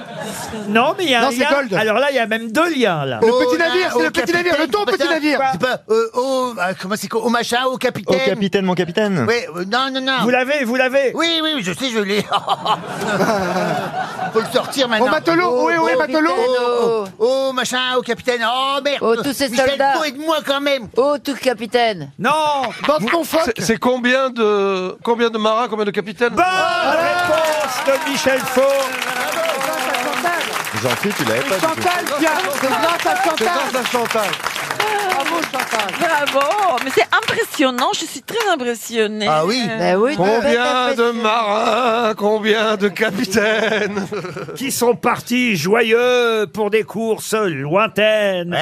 Non, mais il y a
Non,
un
c'est
lien.
Gold.
Alors là, il y a même deux liens, là. Bah,
Le petit navire, c'est le petit navire, le ton
ton
petit navire.
C'est pas, euh, oh, ah, comment c'est quoi, au machin, au
Au
capitaine.
Oh, capitaine, mon capitaine
Oui, euh, non, non, non.
Vous l'avez, vous l'avez
Oui, oui, je sais, je l'ai. Faut le sortir maintenant.
Au matelot, ohé, ohé, matelot.
Oh, oh, oh, machin, au capitaine. Oh merde.
Oh, tous ces
Michel,
soldats.
toi et de moi quand même.
Oh, tout capitaine.
Non
Bande ton phoque.
C'est- C'est combien de combien de marins, combien de capitaines
Bonne réponse de Michel Faux
Jean-Philippe, tu l'avais pas du tout.
Chantal, tiens, c'est grâce à
C'est grâce
Chantal.
à Chantal.
Bravo, Chantal. Bravo. Mais c'est impressionnant. Je suis très impressionnée.
Ah
Euh,
combien de marins, combien de capitaines
qui sont partis joyeux pour des courses lointaines.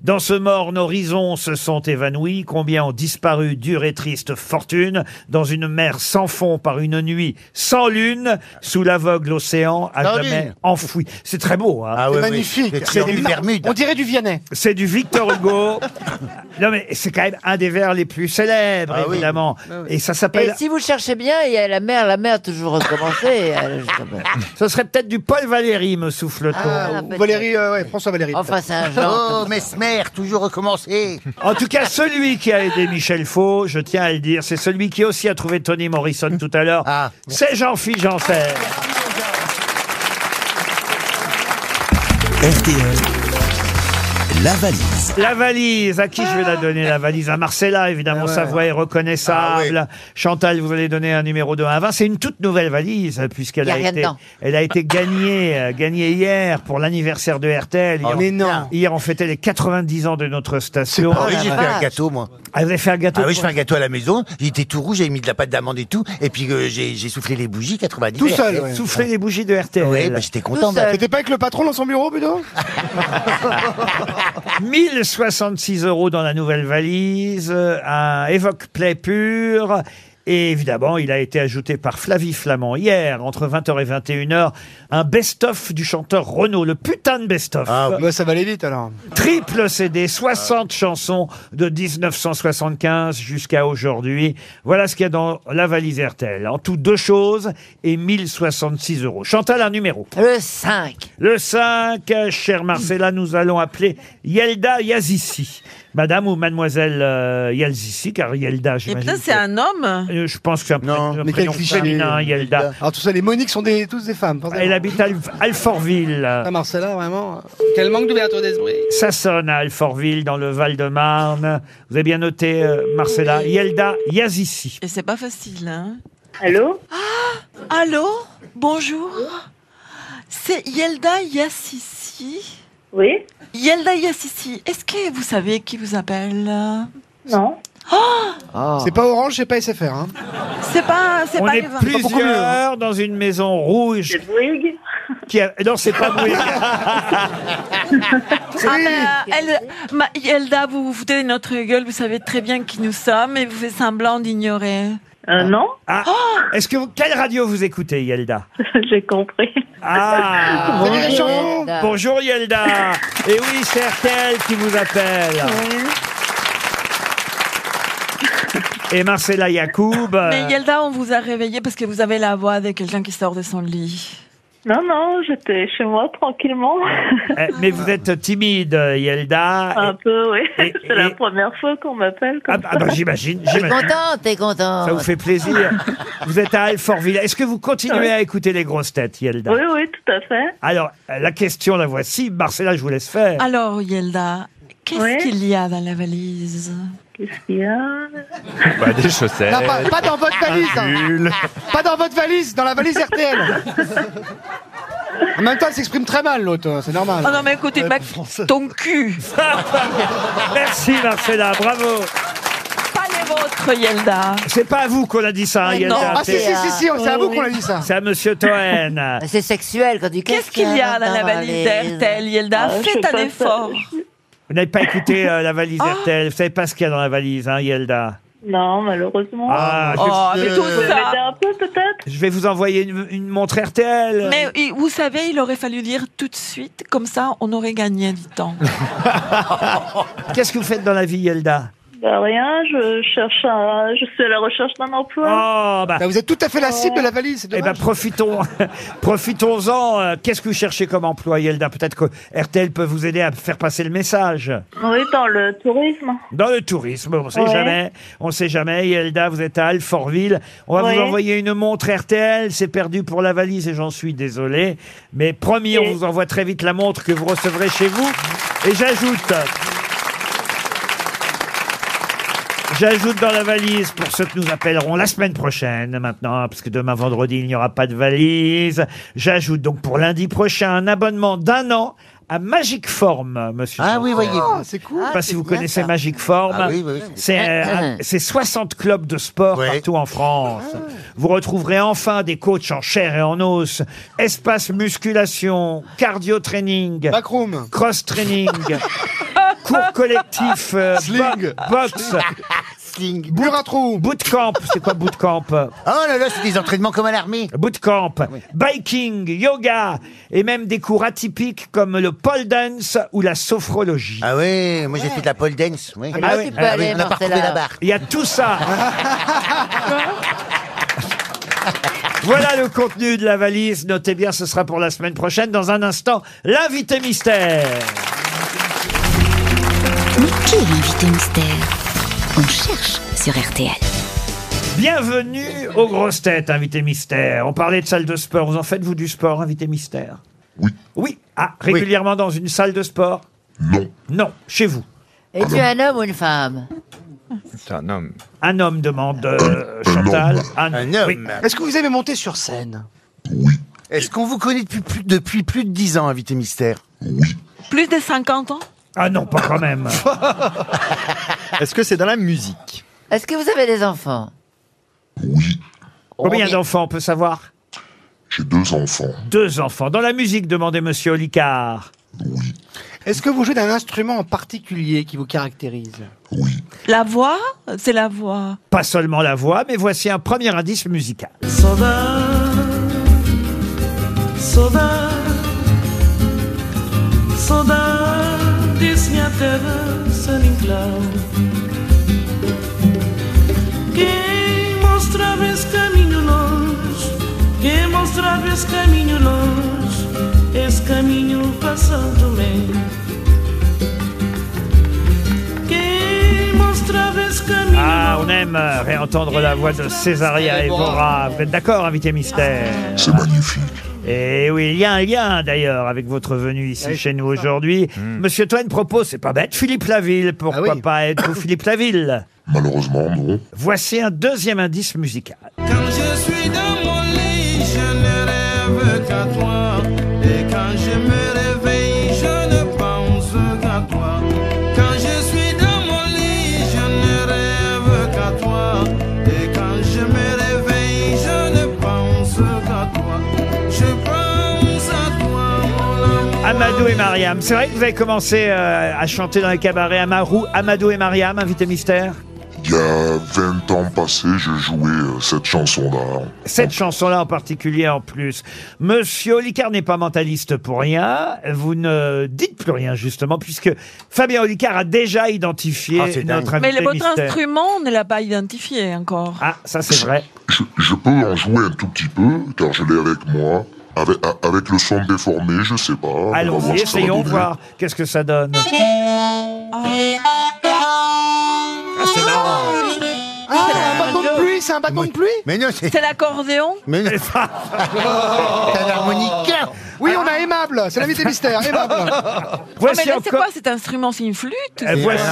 Dans ce morne horizon se sont évanouis, combien ont disparu dure et triste fortune, dans une mer sans fond par une nuit sans lune, sous l'avogle océan à
Sans
jamais
lune. Ah
enfoui. C'est très beau. hein.
C'est magnifique.
du-
On dirait du Vianney.
c'est du Victor Hugo. non mais c'est quand même un des vers les plus célèbres,
Ah oui.
Eh ben, évidemment. Et ça s'appelle...
Et si vous cherchez bien, il y a la mer, la mer toujours recommencée. euh, je sais pas.
Ce serait peut-être du Paul Valéry, me souffle-t-on.
Valérie, euh, ouais, François Valéry.
Ah, Enfin, c'est un
Oh, Mesmer, toujours recommencer.
En tout cas, celui qui a aidé Michel Faux, je tiens à le dire, c'est celui qui aussi a trouvé Tony Morrison tout à l'heure. C'est Jean-Philippe Janssen.
La valise.
La valise, à qui je vais la donner la valise À Marcella, évidemment, Savoie est reconnaissable. Chantal, vous allez donner un numéro de 1 à 20. C'est une toute nouvelle valise, puisqu'elle
Y a
a,
rien
été,
dedans.
elle a été gagnée, euh, gagnée hier pour l'anniversaire de RTL. Hier, Hier, on fêtait les 90 ans de notre station.
Ah oui, j'ai fait un gâteau, moi.
Ah, vous avez fait un gâteau
Ah oui,
pour-
je fais un gâteau à la maison. Il était tout rouge, j'avais mis de la pâte d'amande et tout. Et puis euh, j'ai j'ai soufflé les bougies 90.
Tout seul, ouais. Soufflé les bougies de RTL.
Oui, bah, j'étais content. bah.
T'étais pas avec le patron dans son bureau, plutôt
1066 euros dans la nouvelle valise, euh, un Evoque Play pur. Et évidemment, il a été ajouté par Flavie Flamand hier, entre 20h et 21h, un best-of du chanteur Renaud, le putain de best-of.
Ah
Bah, ça va aller vite alors.
Triple CD, 60 chansons de 1975 jusqu'à aujourd'hui. Voilà ce qu'il y a dans la valise RTL. En tout, deux choses et 1066 euros. Chantal, un numéro.
Le 5.
Le 5, euh, chère Marcella, nous allons appeler Yelda Yazici. Madame ou mademoiselle euh, Yazici, car Yelda,
Et
j'imagine.
putain, c'est un homme.
que- Euh, Je pense que c'est un, pré- un
Mais quel
prénom
cliché.
féminin, Yelda.
Alors tout ça, les Moniques sont des, tous des femmes.
Elle habite à Alf- Alfortville.
Ah, Marcella, vraiment. Quel manque d'ouverture d'esprit.
Ça sonne à Alfortville, dans le Val-de-Marne. Vous avez bien noté, euh, Marcella. Yelda Yazici.
Et c'est pas facile, hein.
Allô
ah, Allô Bonjour C'est Yelda Yassisi
Oui
Yelda Yassisi, est-ce que vous savez qui vous appelle Oh,
Non.
Ah.
C'est pas Orange, c'est pas SFR. Hein.
C'est pas, c'est
On
pas
est
les-
hein.
plusieurs dans une maison rouge. C'est
Bouygues
hein. qui a... Non, c'est pas Bouygues.
Ah, mais, euh, elle- ma- Yelda, vous vous foutez de notre gueule, vous savez très bien qui nous sommes et vous faites semblant d'ignorer.
Euh, non
Ah, Est-ce que vous- quelle radio vous écoutez, Yelda
Oh J'ai compris.
Ah
Salut les gens
Bonjour Yelda Et oui, c'est RTL qui vous appelle
Euh.
Et Marcella Yacoub euh,
Mais Yelda, on vous a réveillé parce que vous avez la voix de quelqu'un qui sort de son lit.
Non, non, j'étais chez moi tranquillement.
euh, mais vous êtes timide, euh, Yelda.
Un peu, oui.
Et-
C'est la
et-
première fois qu'on m'appelle Ah, comme
Ah bah, j'imagine, j'imagine.
Contente, t'es contente.
Ça vous fait plaisir. Vous êtes à Alfortville. Est-ce que vous continuez
Ouais.
à écouter les grosses têtes, Yelda
Oui, oui, tout à fait.
Alors, euh, la question, la voici. Marcella, je vous laisse faire.
Alors, Yelda, qu'est-ce qu'il y a dans la valise
Qu'est-ce qu'il y a
Bah, des chaussettes.
Euh,
Non, pas, pas dans votre valise.
un
hein.
pull.
Pas dans votre valise, dans la valise RTL. en même temps, elle s'exprime très mal, l'autre. euh, C'est normal.
Ah
Oh non, mais écoutez,
Ouais,
bah,
France.
ton cul
Merci Marcella, bravo.
Pas les vôtres, Yelda.
C'est pas à vous qu'on a dit ça, hein,
Mais
Yelda.
non. Ah, si,
C'est-
si, si, si, c'est à vous qu'on a dit
ça. C'est à Monsieur Toen.
Ah, C'est sexuel quand tu
Qu'est-ce qu'il y a dans la valise d'RTL, Yelda
Ah, je sais
Faites
pas,
un effort.
Vous n'avez pas écouté euh, la valise
Ah.
RTL. Vous savez pas ce qu'il y a dans la valise, hein, Yelda.
Non, malheureusement.
Ah, Oh, je- mais
Vous
tout
pouvez
ça.
m'aider un peu, peut-être
Je vais vous envoyer une, une montre RTL.
Mais il- vous savez, il aurait fallu lire tout de suite, comme ça on aurait gagné du temps.
Qu'est-ce que vous faites dans la vie, Yelda
Ben,
Bah, rien, je cherche un... Je suis à la recherche d'un emploi.
Oh, bah.
Vous êtes tout à fait la cible de la valise. c'est
Eh ben
dommage.
profitons, profitons-en. Euh, Qu'est-ce que vous cherchez comme emploi, Yelda Peut-être que RTL peut vous aider à faire passer le message.
Oui, dans le tourisme.
Dans le tourisme, on ne sait
Ouais.
jamais. On sait jamais. Yelda, vous êtes à Alfortville. On va vous
Ouais.
envoyer une montre RTL. C'est perdu pour la valise et j'en suis désolé. Mais promis, on
Et-
vous envoie très vite la montre que vous recevrez chez vous. Et j'ajoute. J'ajoute dans la valise pour ceux que nous appellerons la semaine prochaine maintenant, hein, parce que demain vendredi il n'y aura pas de valise. J'ajoute donc pour lundi prochain un abonnement d'un an à Magic Form, monsieur.
Ah oui,
Janssen.
voyez-vous. Ah, c'est
Je
cool.
sais pas
Ah,
si
c'est
vous
bien,
connaissez
ça.
Magic Form.
Ah oui, oui, oui.
C'est euh, c'est 60 clubs de sport partout en France. Vous retrouverez enfin des coachs en chair et en os. Espace musculation, cardio training, cross training, cours collectif, euh, bo- boxe.
Sling.
Boot, bootcamp, c'est quoi bootcamp
Oh là là, c'est des entraînements comme à l'armée. Ah
Bootcamp, biking, yoga et même des cours atypiques comme le pole dance ou la sophrologie.
Ah oui, moi j'ai fait de la pole dance. Oui.
Ah oui, ah oui,
on a pas retrouvé la barre.
Il y a tout ça. Voilà le contenu de la valise. Notez bien, ce sera pour la semaine prochaine. Dans un instant, l'invité mystère.
Mais qui est l'invité mystère On cherche sur RTL.
Bienvenue aux grosses têtes, invité mystère. On parlait de salle de sport. Vous en faites, vous, du sport, invité mystère Oui. Oui. Ah, régulièrement dans une salle de sport Non. Non, chez vous.
Es-tu un homme ou une femme
Ah un homme. Un homme demande euh, Chantal. Un, homme.
Est-ce que vous aimez monter sur scène
Est-ce qu'on vous connaît depuis plus, depuis plus de 10 ans, invité mystère
Plus de 50 ans
Ah non, pas quand même.
Est-ce que c'est dans la musique
Est-ce que vous avez des enfants
Combien d'enfants, on peut savoir
J'ai deux enfants.
Deux enfants. Dans la musique, demandait Monsieur Olicard.
Est-ce que vous jouez d'un instrument en particulier qui vous caractérise
La voix C'est la voix.
Pas seulement la voix, mais voici un premier indice musical.
Sauveur, sauveur, saudade diz minha terra sem inclau. Quem mostrava esse caminho longe, quem mostrava esse caminho longe, esse caminho passando-me. Quem mostrava esse caminho
Ah, on aime euh, réentendre la voix de Césaria Evora. Vous êtes d'accord, invité mystère C'est magnifique. Et oui, il y a un lien d'ailleurs avec votre venue ici chez nous aujourd'hui. Monsieur Toine propose, c'est pas bête, Philippe Laville. Pourquoi pas être Philippe Laville
Malheureusement, non.
Voici un deuxième indice musical.
Quand je suis dans mon lit, je ne rêve qu'à toi. Et quand je me réveille, je ne pense qu'à toi. Quand je suis dans mon lit, je ne rêve qu'à toi. Et quand je me réveille, je ne pense qu'à toi. Je pense à toi, mon amour.
Amadou et Mariam. C'est vrai que vous avez commencé euh, à chanter dans les cabarets Amarou, Amadou et Mariam, invité mystère.
Il y a 20 ans passés, je jouais euh, cette chanson-là.
Cette chanson-là en particulier en plus. Monsieur Olicard n'est pas mentaliste pour rien. Vous ne dites plus rien justement puisque Fabien Olicard a déjà identifié
Ah, c'est dingue.
notre invité
Mais votre
mystère.
instrument, on ne l'a pas identifié encore.
Ah, ça c'est vrai.
Je, je peux en jouer un tout petit peu, car je l'ai avec moi. Avec, a- avec le son déformé, je sais pas. On va voir
Allons-y,
ce que ça va
essayons
donner.
voir qu'est-ce que ça donne.
Ah,
c'est marrant.
Ah, c'est un bâton de pluie, c'est un bâton de pluie
Mais non, c'est...
C'est l'accordéon
Mais non.
Ah.
C'est
un harmonica
Oui, on a aimable, c'est l'invité mystère, aimable
Ah, mais
Voici
là, c'est
encore-
quoi cet instrument C'est une flûte
Euh, voici-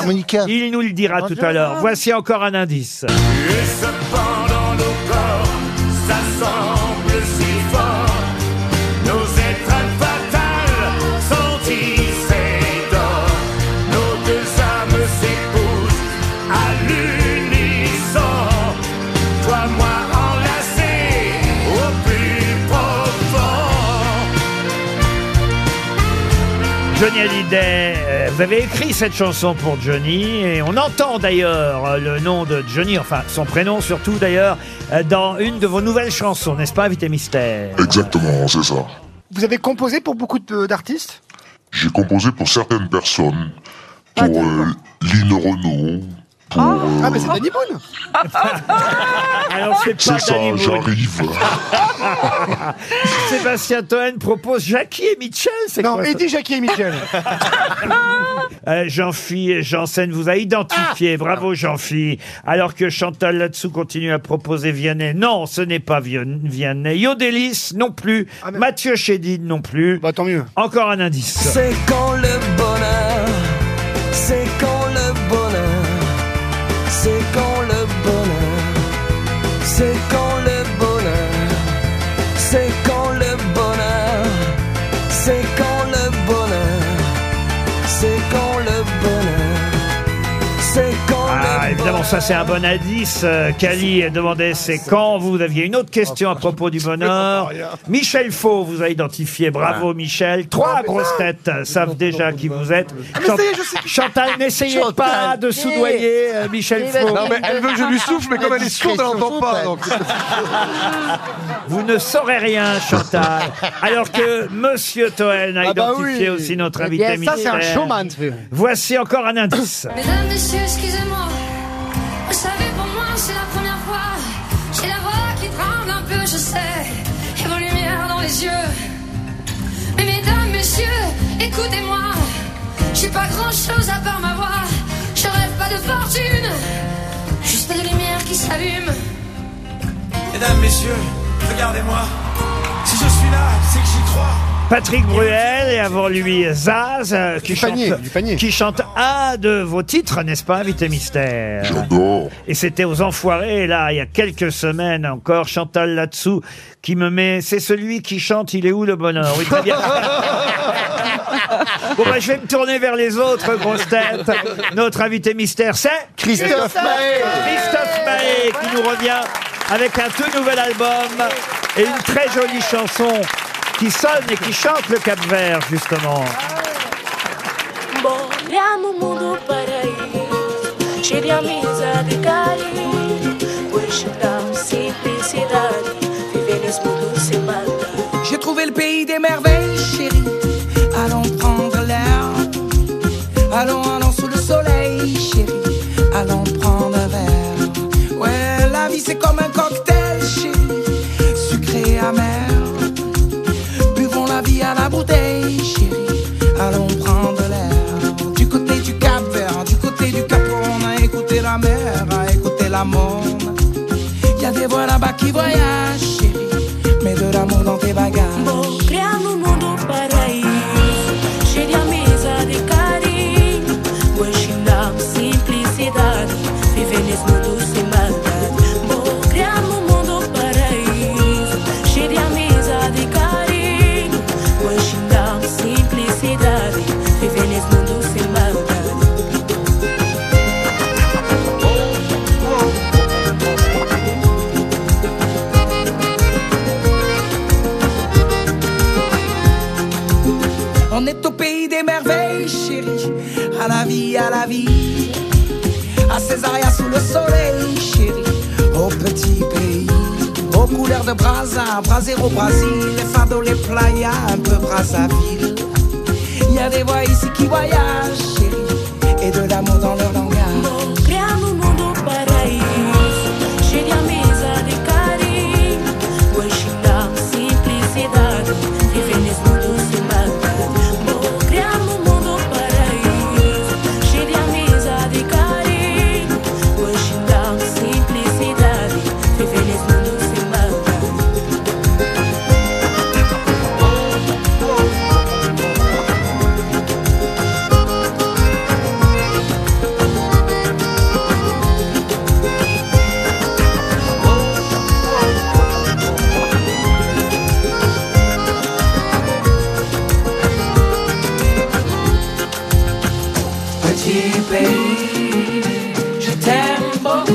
Il nous le dira tout à l'heure. Voici encore un indice.
Et cependant nos corps s'assemblent si fort, nos étreintes fatales sont tissées d'or, nos deux âmes s'épousent à l'unisson, toi moi enlacés au plus profond.
Johnny Hallyday, euh, vous avez écrit cette chanson pour Johnny et on entend d'ailleurs euh, le nom de Johnny, enfin son prénom surtout d'ailleurs, euh, dans une de vos nouvelles chansons, n'est-ce pas, Invité Mystère
Exactement, c'est ça.
Vous avez composé pour beaucoup de- d'artistes
J'ai composé pour certaines personnes,
Ah,
pour euh, Lynn Renault, pour... euh,
Ah, mais c'est Danny Boone
Alors c'est
c'est
pas
ça,
Danny Boone.
j'arrive.
Sébastien Toen propose Jackie et Mitchell, c'est
Non,
quoi ça
Eddie, Jackie et Michel
Euh, Jean-Phi Janssen vous a identifié.
Ah
Bravo, Jean-Phi. Alors que Chantal là-dessous continue à proposer Vianney. Non, ce n'est pas Vion- Vianney. Yodelis non plus. Mathieu Chédid non plus.
Ah, Bah, tant mieux.
Encore un indice.
C'est quand le bonheur, c'est quand le bonheur, c'est quand le bonheur, c'est quand le bonheur, c'est quand le bonheur, c'est quand le bonheur,
bon, Ah, ça c'est un bon indice. Euh, Cali demandait c'est quand. Vous aviez une autre question à propos du bonheur. Michel Faux vous a identifié.
Ah.
Bravo Michel. Trois grosses têtes euh, savent déjà qui vous êtes.
mais ça y est, je sais qui-
Chantal, n'essayez
Chantal.
pas de soudoyer euh, Michel
Eh ben,
Faux.
Non, mais elle veut que je lui souffle, mais comme elle est sourde, elle n'entend pas, donc.
Vous ne saurez rien, Chantal. Alors que Monsieur Toen a
Ah bah
identifié
oui.
aussi notre
Eh
invité
bien, ça, c'est un
mystère.
showman,
Voici encore un indice.
Mesdames, messieurs, excusez-moi. Vous savez, pour moi, c'est la première fois. J'ai la voix qui tremble un peu, je sais. Et vos lumières dans les yeux. Mais mesdames, messieurs, écoutez-moi. J'ai pas grand-chose à part ma voix. Je rêve pas de fortune. Juste des lumières qui s'allument.
Mesdames, messieurs, regardez-moi. Si je suis là, c'est que j'y crois.
Patrick Bruel et avant lui Zaz euh, qui, chante, qui chante un de vos titres, n'est-ce pas, Invité Mystère Et c'était aux Enfoirés, là, il y a quelques semaines encore, Chantal là-dessous qui me met, c'est celui qui chante, il est où le bonheur Oui, très bien. Bon, bah, je vais me tourner vers les autres grosses têtes. Notre invité mystère, c'est
Christophe Maé.
Christophe Maé qui nous revient avec un tout nouvel album et une très jolie chanson qui sonne et qui chante le Cap Vert, justement.
Moramos o mundo para ir. Cheire a mesa de carinho. Hoje da simplicidade. Viver nesse mundo sem maldade.
J'ai trouvé le pays des merveilles, chérie. Allons prendre l'air. Allons, allons sous le soleil, chérie. Allons prendre un verre. Ouais, la vie c'est comme un cocktail, chérie. Sucré et amer. Buvons la vie à la bouteille, chérie. Allons prendre l'air. Du côté du Cap Vert, du côté du Cap, on a écouté la mer, a écouté la monde. Y a des voix là-bas qui voyagent, chérie. Mais de l'amour dans tes bagages.
Criamos um mundo paraíso, cheio de amizade e carinho. Hoje na simplicidade, viver nesse mundo sem maldade. Bom, criamos um mundo paraíso, cheio de amizade e carinho. Hoje na simplicidade, viver nesse mundo sem maldade.
On est au pays des merveilles, chérie. À la vie, à la vie. À Césaria sous le soleil, chérie. Au petit pays. Aux couleurs de Brasa, Brasero, Brasil. Les fados, les playas, un peu Brazzaville. Il y a des voix ici qui voyagent, chérie. Et de l'amour dans leur langage.
Criamos um mundo paraíso, cheio de amizade e carinho. Hoje na simplicidade, viver nesse mundo sem maldade. Criamos um mundo paraíso, cheio de amizade e carinho. Hoje na simplicidade, viver nesse mundo sem maldade.
Petit pays, je t'aime beaucoup.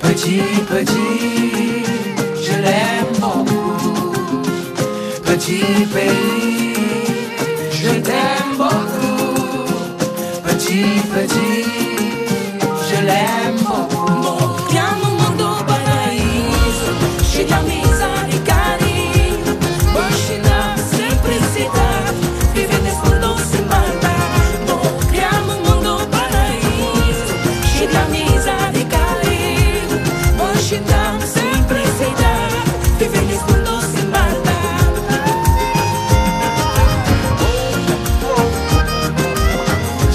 Petit, petit, je l'aime beaucoup. Petit pays, je t'aime beaucoup. Petit, petit, je l'aime beaucoup.
Criamos um mundo paraíso, cheio de amizade e carinho. Hoje na simplicidade, viver nesse mundo sem maldade. Bom, criamos um mundo paraíso, cheio de amizade e carinho. Hoje na simplicidade, viver nesse mundo sem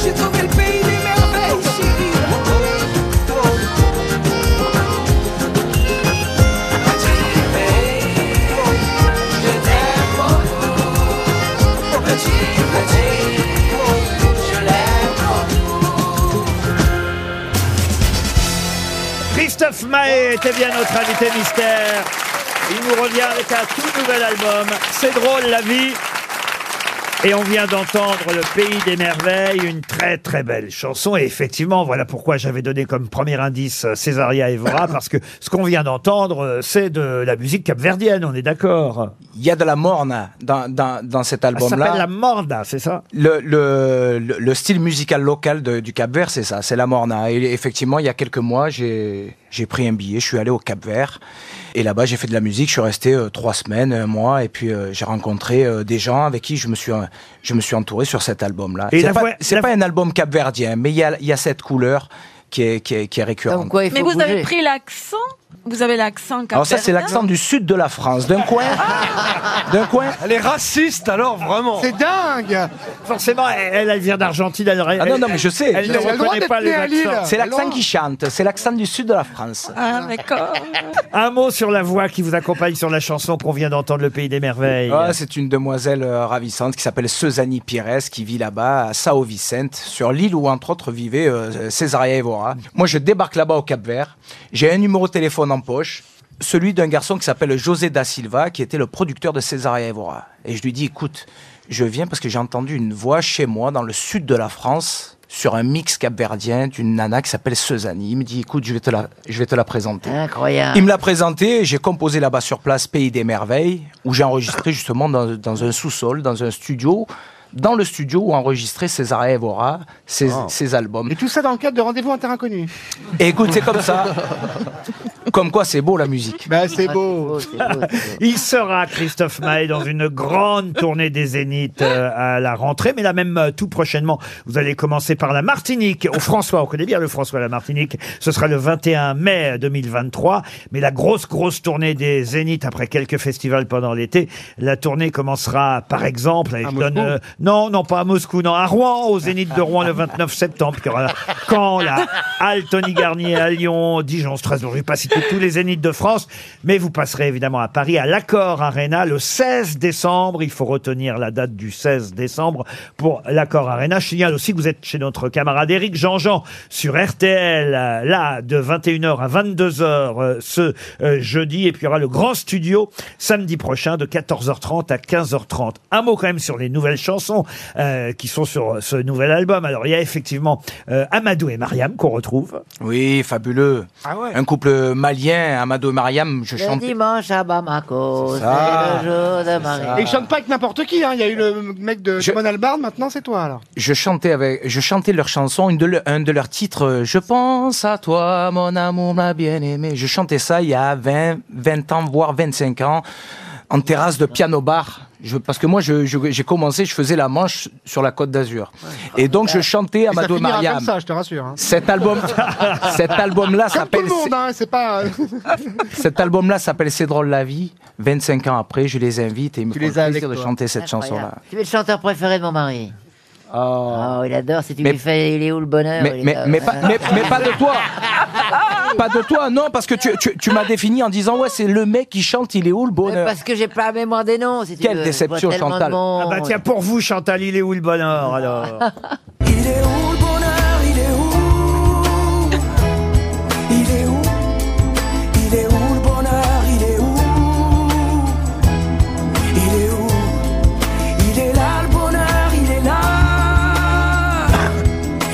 J'ai trouvé le pays des merveilles, chérie. Petit pays, je t'aime beaucoup. Petit, petit, je l'aime
Christophe Maé était bien notre invité mystère. Il nous revient avec un tout nouvel album. C'est drôle la vie. Et on vient d'entendre Le Pays des Merveilles, une très très belle chanson. Et effectivement, voilà pourquoi j'avais donné comme premier indice euh, Césaria Evora, parce que ce qu'on vient d'entendre, euh, c'est de la musique capverdienne, on est d'accord.
Il y a de la morne dans, dans, dans cet
Ça s'appelle
album-là.
la Morda, c'est ça
Le, le, le- le style musical local de- du Cap Vert, c'est ça, c'est la morna. Et effectivement, il y a quelques mois, j'ai j'ai pris un billet, je suis allé au Cap Vert. Et là-bas, j'ai fait de la musique, je suis resté euh, trois semaines, un mois, et puis euh, j'ai rencontré euh, des gens avec qui je me suis, euh, je me suis entouré sur cet album-là.
Et
C'est
la
pas,
voix-
c'est pas un album capverdien, mais il y a, il y a cette couleur qui est, qui est, qui est récurrente.
Mais vous avez pris l'accent Vous avez l'accent
Alors ça, c'est
capverdien Ah,
l'accent du sud de la France, d'un coin, d'un coin
Elle est raciste alors vraiment.
C'est dingue Forcément, elle, elle vient d'Argentine, elle,
Ah non, non, mais je sais.
Elle ne reconnaît pas les accents.
C'est l'accent qui chante, c'est l'accent du sud de la France.
Ah, d'accord.
Un mot sur la voix qui vous accompagne sur la chanson qu'on vient d'entendre, Le Pays des Merveilles.
Ah, c'est une demoiselle euh, ravissante qui s'appelle Suzanne Pires, qui vit là-bas, à Sao Vicente, sur l'île où, entre autres, vivait euh, Césaria Evora. Moi, je débarque là-bas au Cap-Vert. J'ai un numéro de téléphone en poche, celui d'un garçon qui s'appelle José da Silva, qui était le producteur de Césaria Evora. Et je lui dis, écoute, je viens parce que j'ai entendu une voix chez moi, dans le sud de la France, sur un mix capverdien d'une nana qui s'appelle Suzanne. Il me dit, écoute, je vais te la, je vais te la présenter.
Incroyable.
Il me l'a présenté, j'ai composé là-bas sur place Pays des Merveilles, où j'ai enregistré justement dans, dans un sous-sol, dans un studio, dans le studio où enregistrait César Evora ses, ses albums. Et
Ah. Tout ça dans le cadre de rendez-vous en terrain connu.
écoute, c'est comme ça. comme quoi, c'est beau la musique.
Bah, c'est beau.
Il sera, Christophe Maé, dans une grande tournée des Zéniths euh, à la rentrée, mais là même euh, tout prochainement, vous allez commencer par la Martinique. Au François, on connaît bien le François à la Martinique. Ce sera le 21 mai 2023, mais la grosse, grosse tournée des Zéniths après quelques festivals pendant l'été. La tournée commencera, par exemple, et je donne, euh, non, non, pas à Moscou, non, à Rouen, au Zénith de Rouen le 29 septembre. Puis il y aura Caen, la Halle, Tony Garnier à Lyon, Dijon, Strasbourg. Je vais pas citer tous les Zéniths de France, mais vous passerez évidemment à Paris, à l'Accord Arena, le 16 décembre. Il faut retenir la date du 16 décembre pour l'Accord Arena. Je signale aussi que vous êtes chez notre camarade Eric Jean-Jean sur RTL, euh, là, de 21h à 22h euh, ce euh, jeudi. Et puis il y aura le grand studio samedi prochain de 14h30 à 15h30. Un mot quand même sur les nouvelles chansons euh, qui sont sur ce nouvel album. Alors il y a effectivement euh, Amadou et Mariam qu'on retrouve.
Oui, fabuleux.
Ah
Un couple malien, Amado et Mariam, je
Le
chante.
dimanche à Bamako, c'est
ça.
le jour de Marie.
Et il chante pas avec n'importe qui, hein. Il y a eu le mec de Simon Albarn, maintenant c'est toi alors.
Je chantais avec, je chantais leur chanson, une de le- un de leurs titres, euh, Je pense à toi, mon amour, ma bien-aimée. Je chantais ça il y a 20, 20 ans, voire 25 ans, en terrasse de piano bar. Je, parce que moi, je- je- j'ai commencé, je faisais la manche sur la Côte d'Azur. Et donc, je chantais
Et ça
Amado et
finira
Mariam.
comme ça, je te rassure. hein.
Cet album, cet album-là
Comme tout
s'appelle,
le monde, hein, c'est pas.
cet album-là s'appelle C'est drôle la vie. 25 ans après, je les invite et ils me
Tu
font
les as avec
plaisir de
toi.
chanter cette
Incroyable.
chanson-là.
Tu es le chanteur préféré de mon mari. Oh, il adore. Si tu
Ah. Mais-
lui fais, il est où le bonheur
Mais,
Oh,
il est
mais,
là.
mais pas, mais- mais pas de toi Pas de toi, non, parce que tu, tu- tu m'as défini en disant ouais, c'est le mec qui chante, il est où le
Mais
bonheur
Parce que j'ai pas la mémoire des noms. Si tu
euh, Quelle
veux.
déception,
Je vois tellement de
Chantal.
monde. Ah.
Ah bah tiens, pour vous, Chantal, il est où le bonheur alors
Il est où le bonheur Il est où Il est où Il est où le bonheur Il est où Il est où Il est là le bonheur, il est là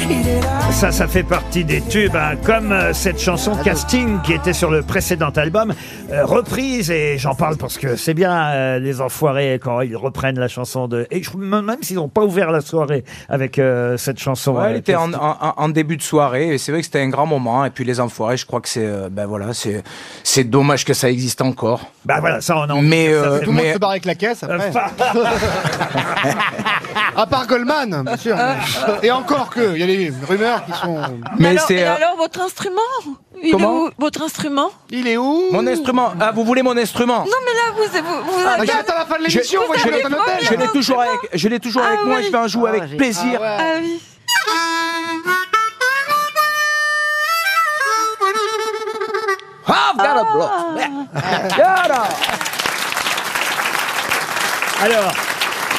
Il est là
Ça, ça fait partie des tubes, hein, comme euh, cette chanson Casting qui était sur le précédent album, euh, reprise, et j'en parle parce que c'est bien euh, les enfoirés quand ils reprennent la chanson de... Et je me demande même s'ils n'ont pas ouvert la soirée avec euh, cette chanson.
Ouais,
euh,
elle était en,
Casting.
en- en début de soirée et c'est vrai que c'était un grand moment. hein, Et puis les enfoirés, je crois que c'est euh, ben voilà, c'est c'est dommage que ça existe encore.
Bah voilà, ça Euh, on en.
Mais
Ça,
euh,
tout le monde
mais
se barre avec la caisse après. à part Goldman, bien sûr.
Euh.
Et encore que, il y a des rumeurs qui sont.
Mais
alors,
c'est,
et
euh,
alors, votre instrument Il
Comment
est où, Votre instrument
Il est où
mon instrument. Ah, vous voulez mon instrument
Non, mais là, vous. vous, vous
Ah,
avez-
mais j'attends la fin de
Je,
l'émission,
vous
moi je
avez
vais dans un
promis
hôtel.
je l'ai toujours avec, je l'ai toujours avec
Ah
moi.
oui.
Je vais en jouer
Ah, j'ai-
avec plaisir.
Ah oui.
I've got a block.
Ah.
Ah.
Yeah, yeah.
Alors,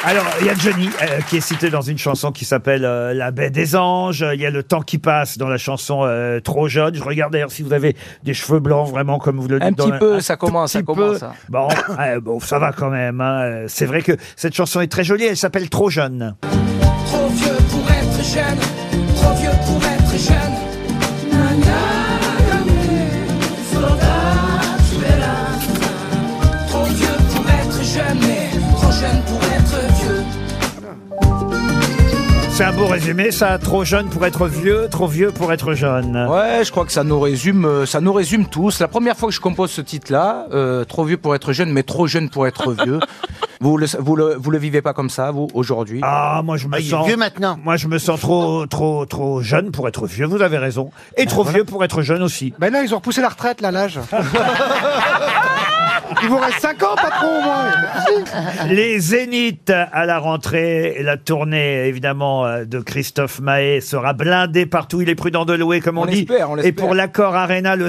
Alors, il y a Johnny euh, qui est cité dans une chanson qui s'appelle euh, La baie des anges. Il y a le temps qui passe dans la chanson euh, Trop jeune. Je regarde d'ailleurs si vous avez des cheveux blancs vraiment comme vous le dites.
Un
dans
petit
la-
peu,
un
ça
tout
commence, ça
petit
commence, hein. ça.
peu. Bon, euh, bon, ça va quand même. hein. Euh, C'est vrai que cette chanson est très jolie. Elle s'appelle Trop jeune.
Trop vieux pour être jeune, trop vieux pour être jeune. Trop vieux pour être jeune, mais trop jeune pour être vieux.
C'est un beau résumé, ça. Trop jeune pour être vieux, trop vieux pour être jeune.
Ouais, je crois que ça nous résume, euh, ça nous résume tous. La première fois que je compose ce titre-là, euh, trop vieux pour être jeune, mais trop jeune pour être vieux. vous le, vous le, vous le vivez pas comme ça, vous aujourd'hui
Ah, moi je me sens maintenant. Moi je me sens trop trop trop jeune pour être vieux. Vous avez raison. Et trop vieux pour être jeune aussi.
Ben non, ils ont repoussé la retraite, là, l'âge. Il vous reste 5 ans, patron, au moins.
Les Zéniths à la rentrée, et la tournée évidemment euh, de Christophe Mahé sera blindée partout. Il est prudent de louer, comme on,
On
dit.
l'espère, on
et
l'espère.
pour l'accord Arena le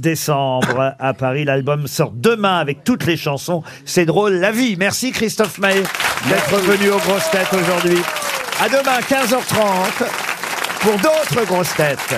décembre à Paris, l'album sort demain avec toutes les chansons. C'est drôle la vie. Merci Christophe Mahé d'être venu aux grosses têtes aujourd'hui. À demain 15h30 pour d'autres grosses têtes.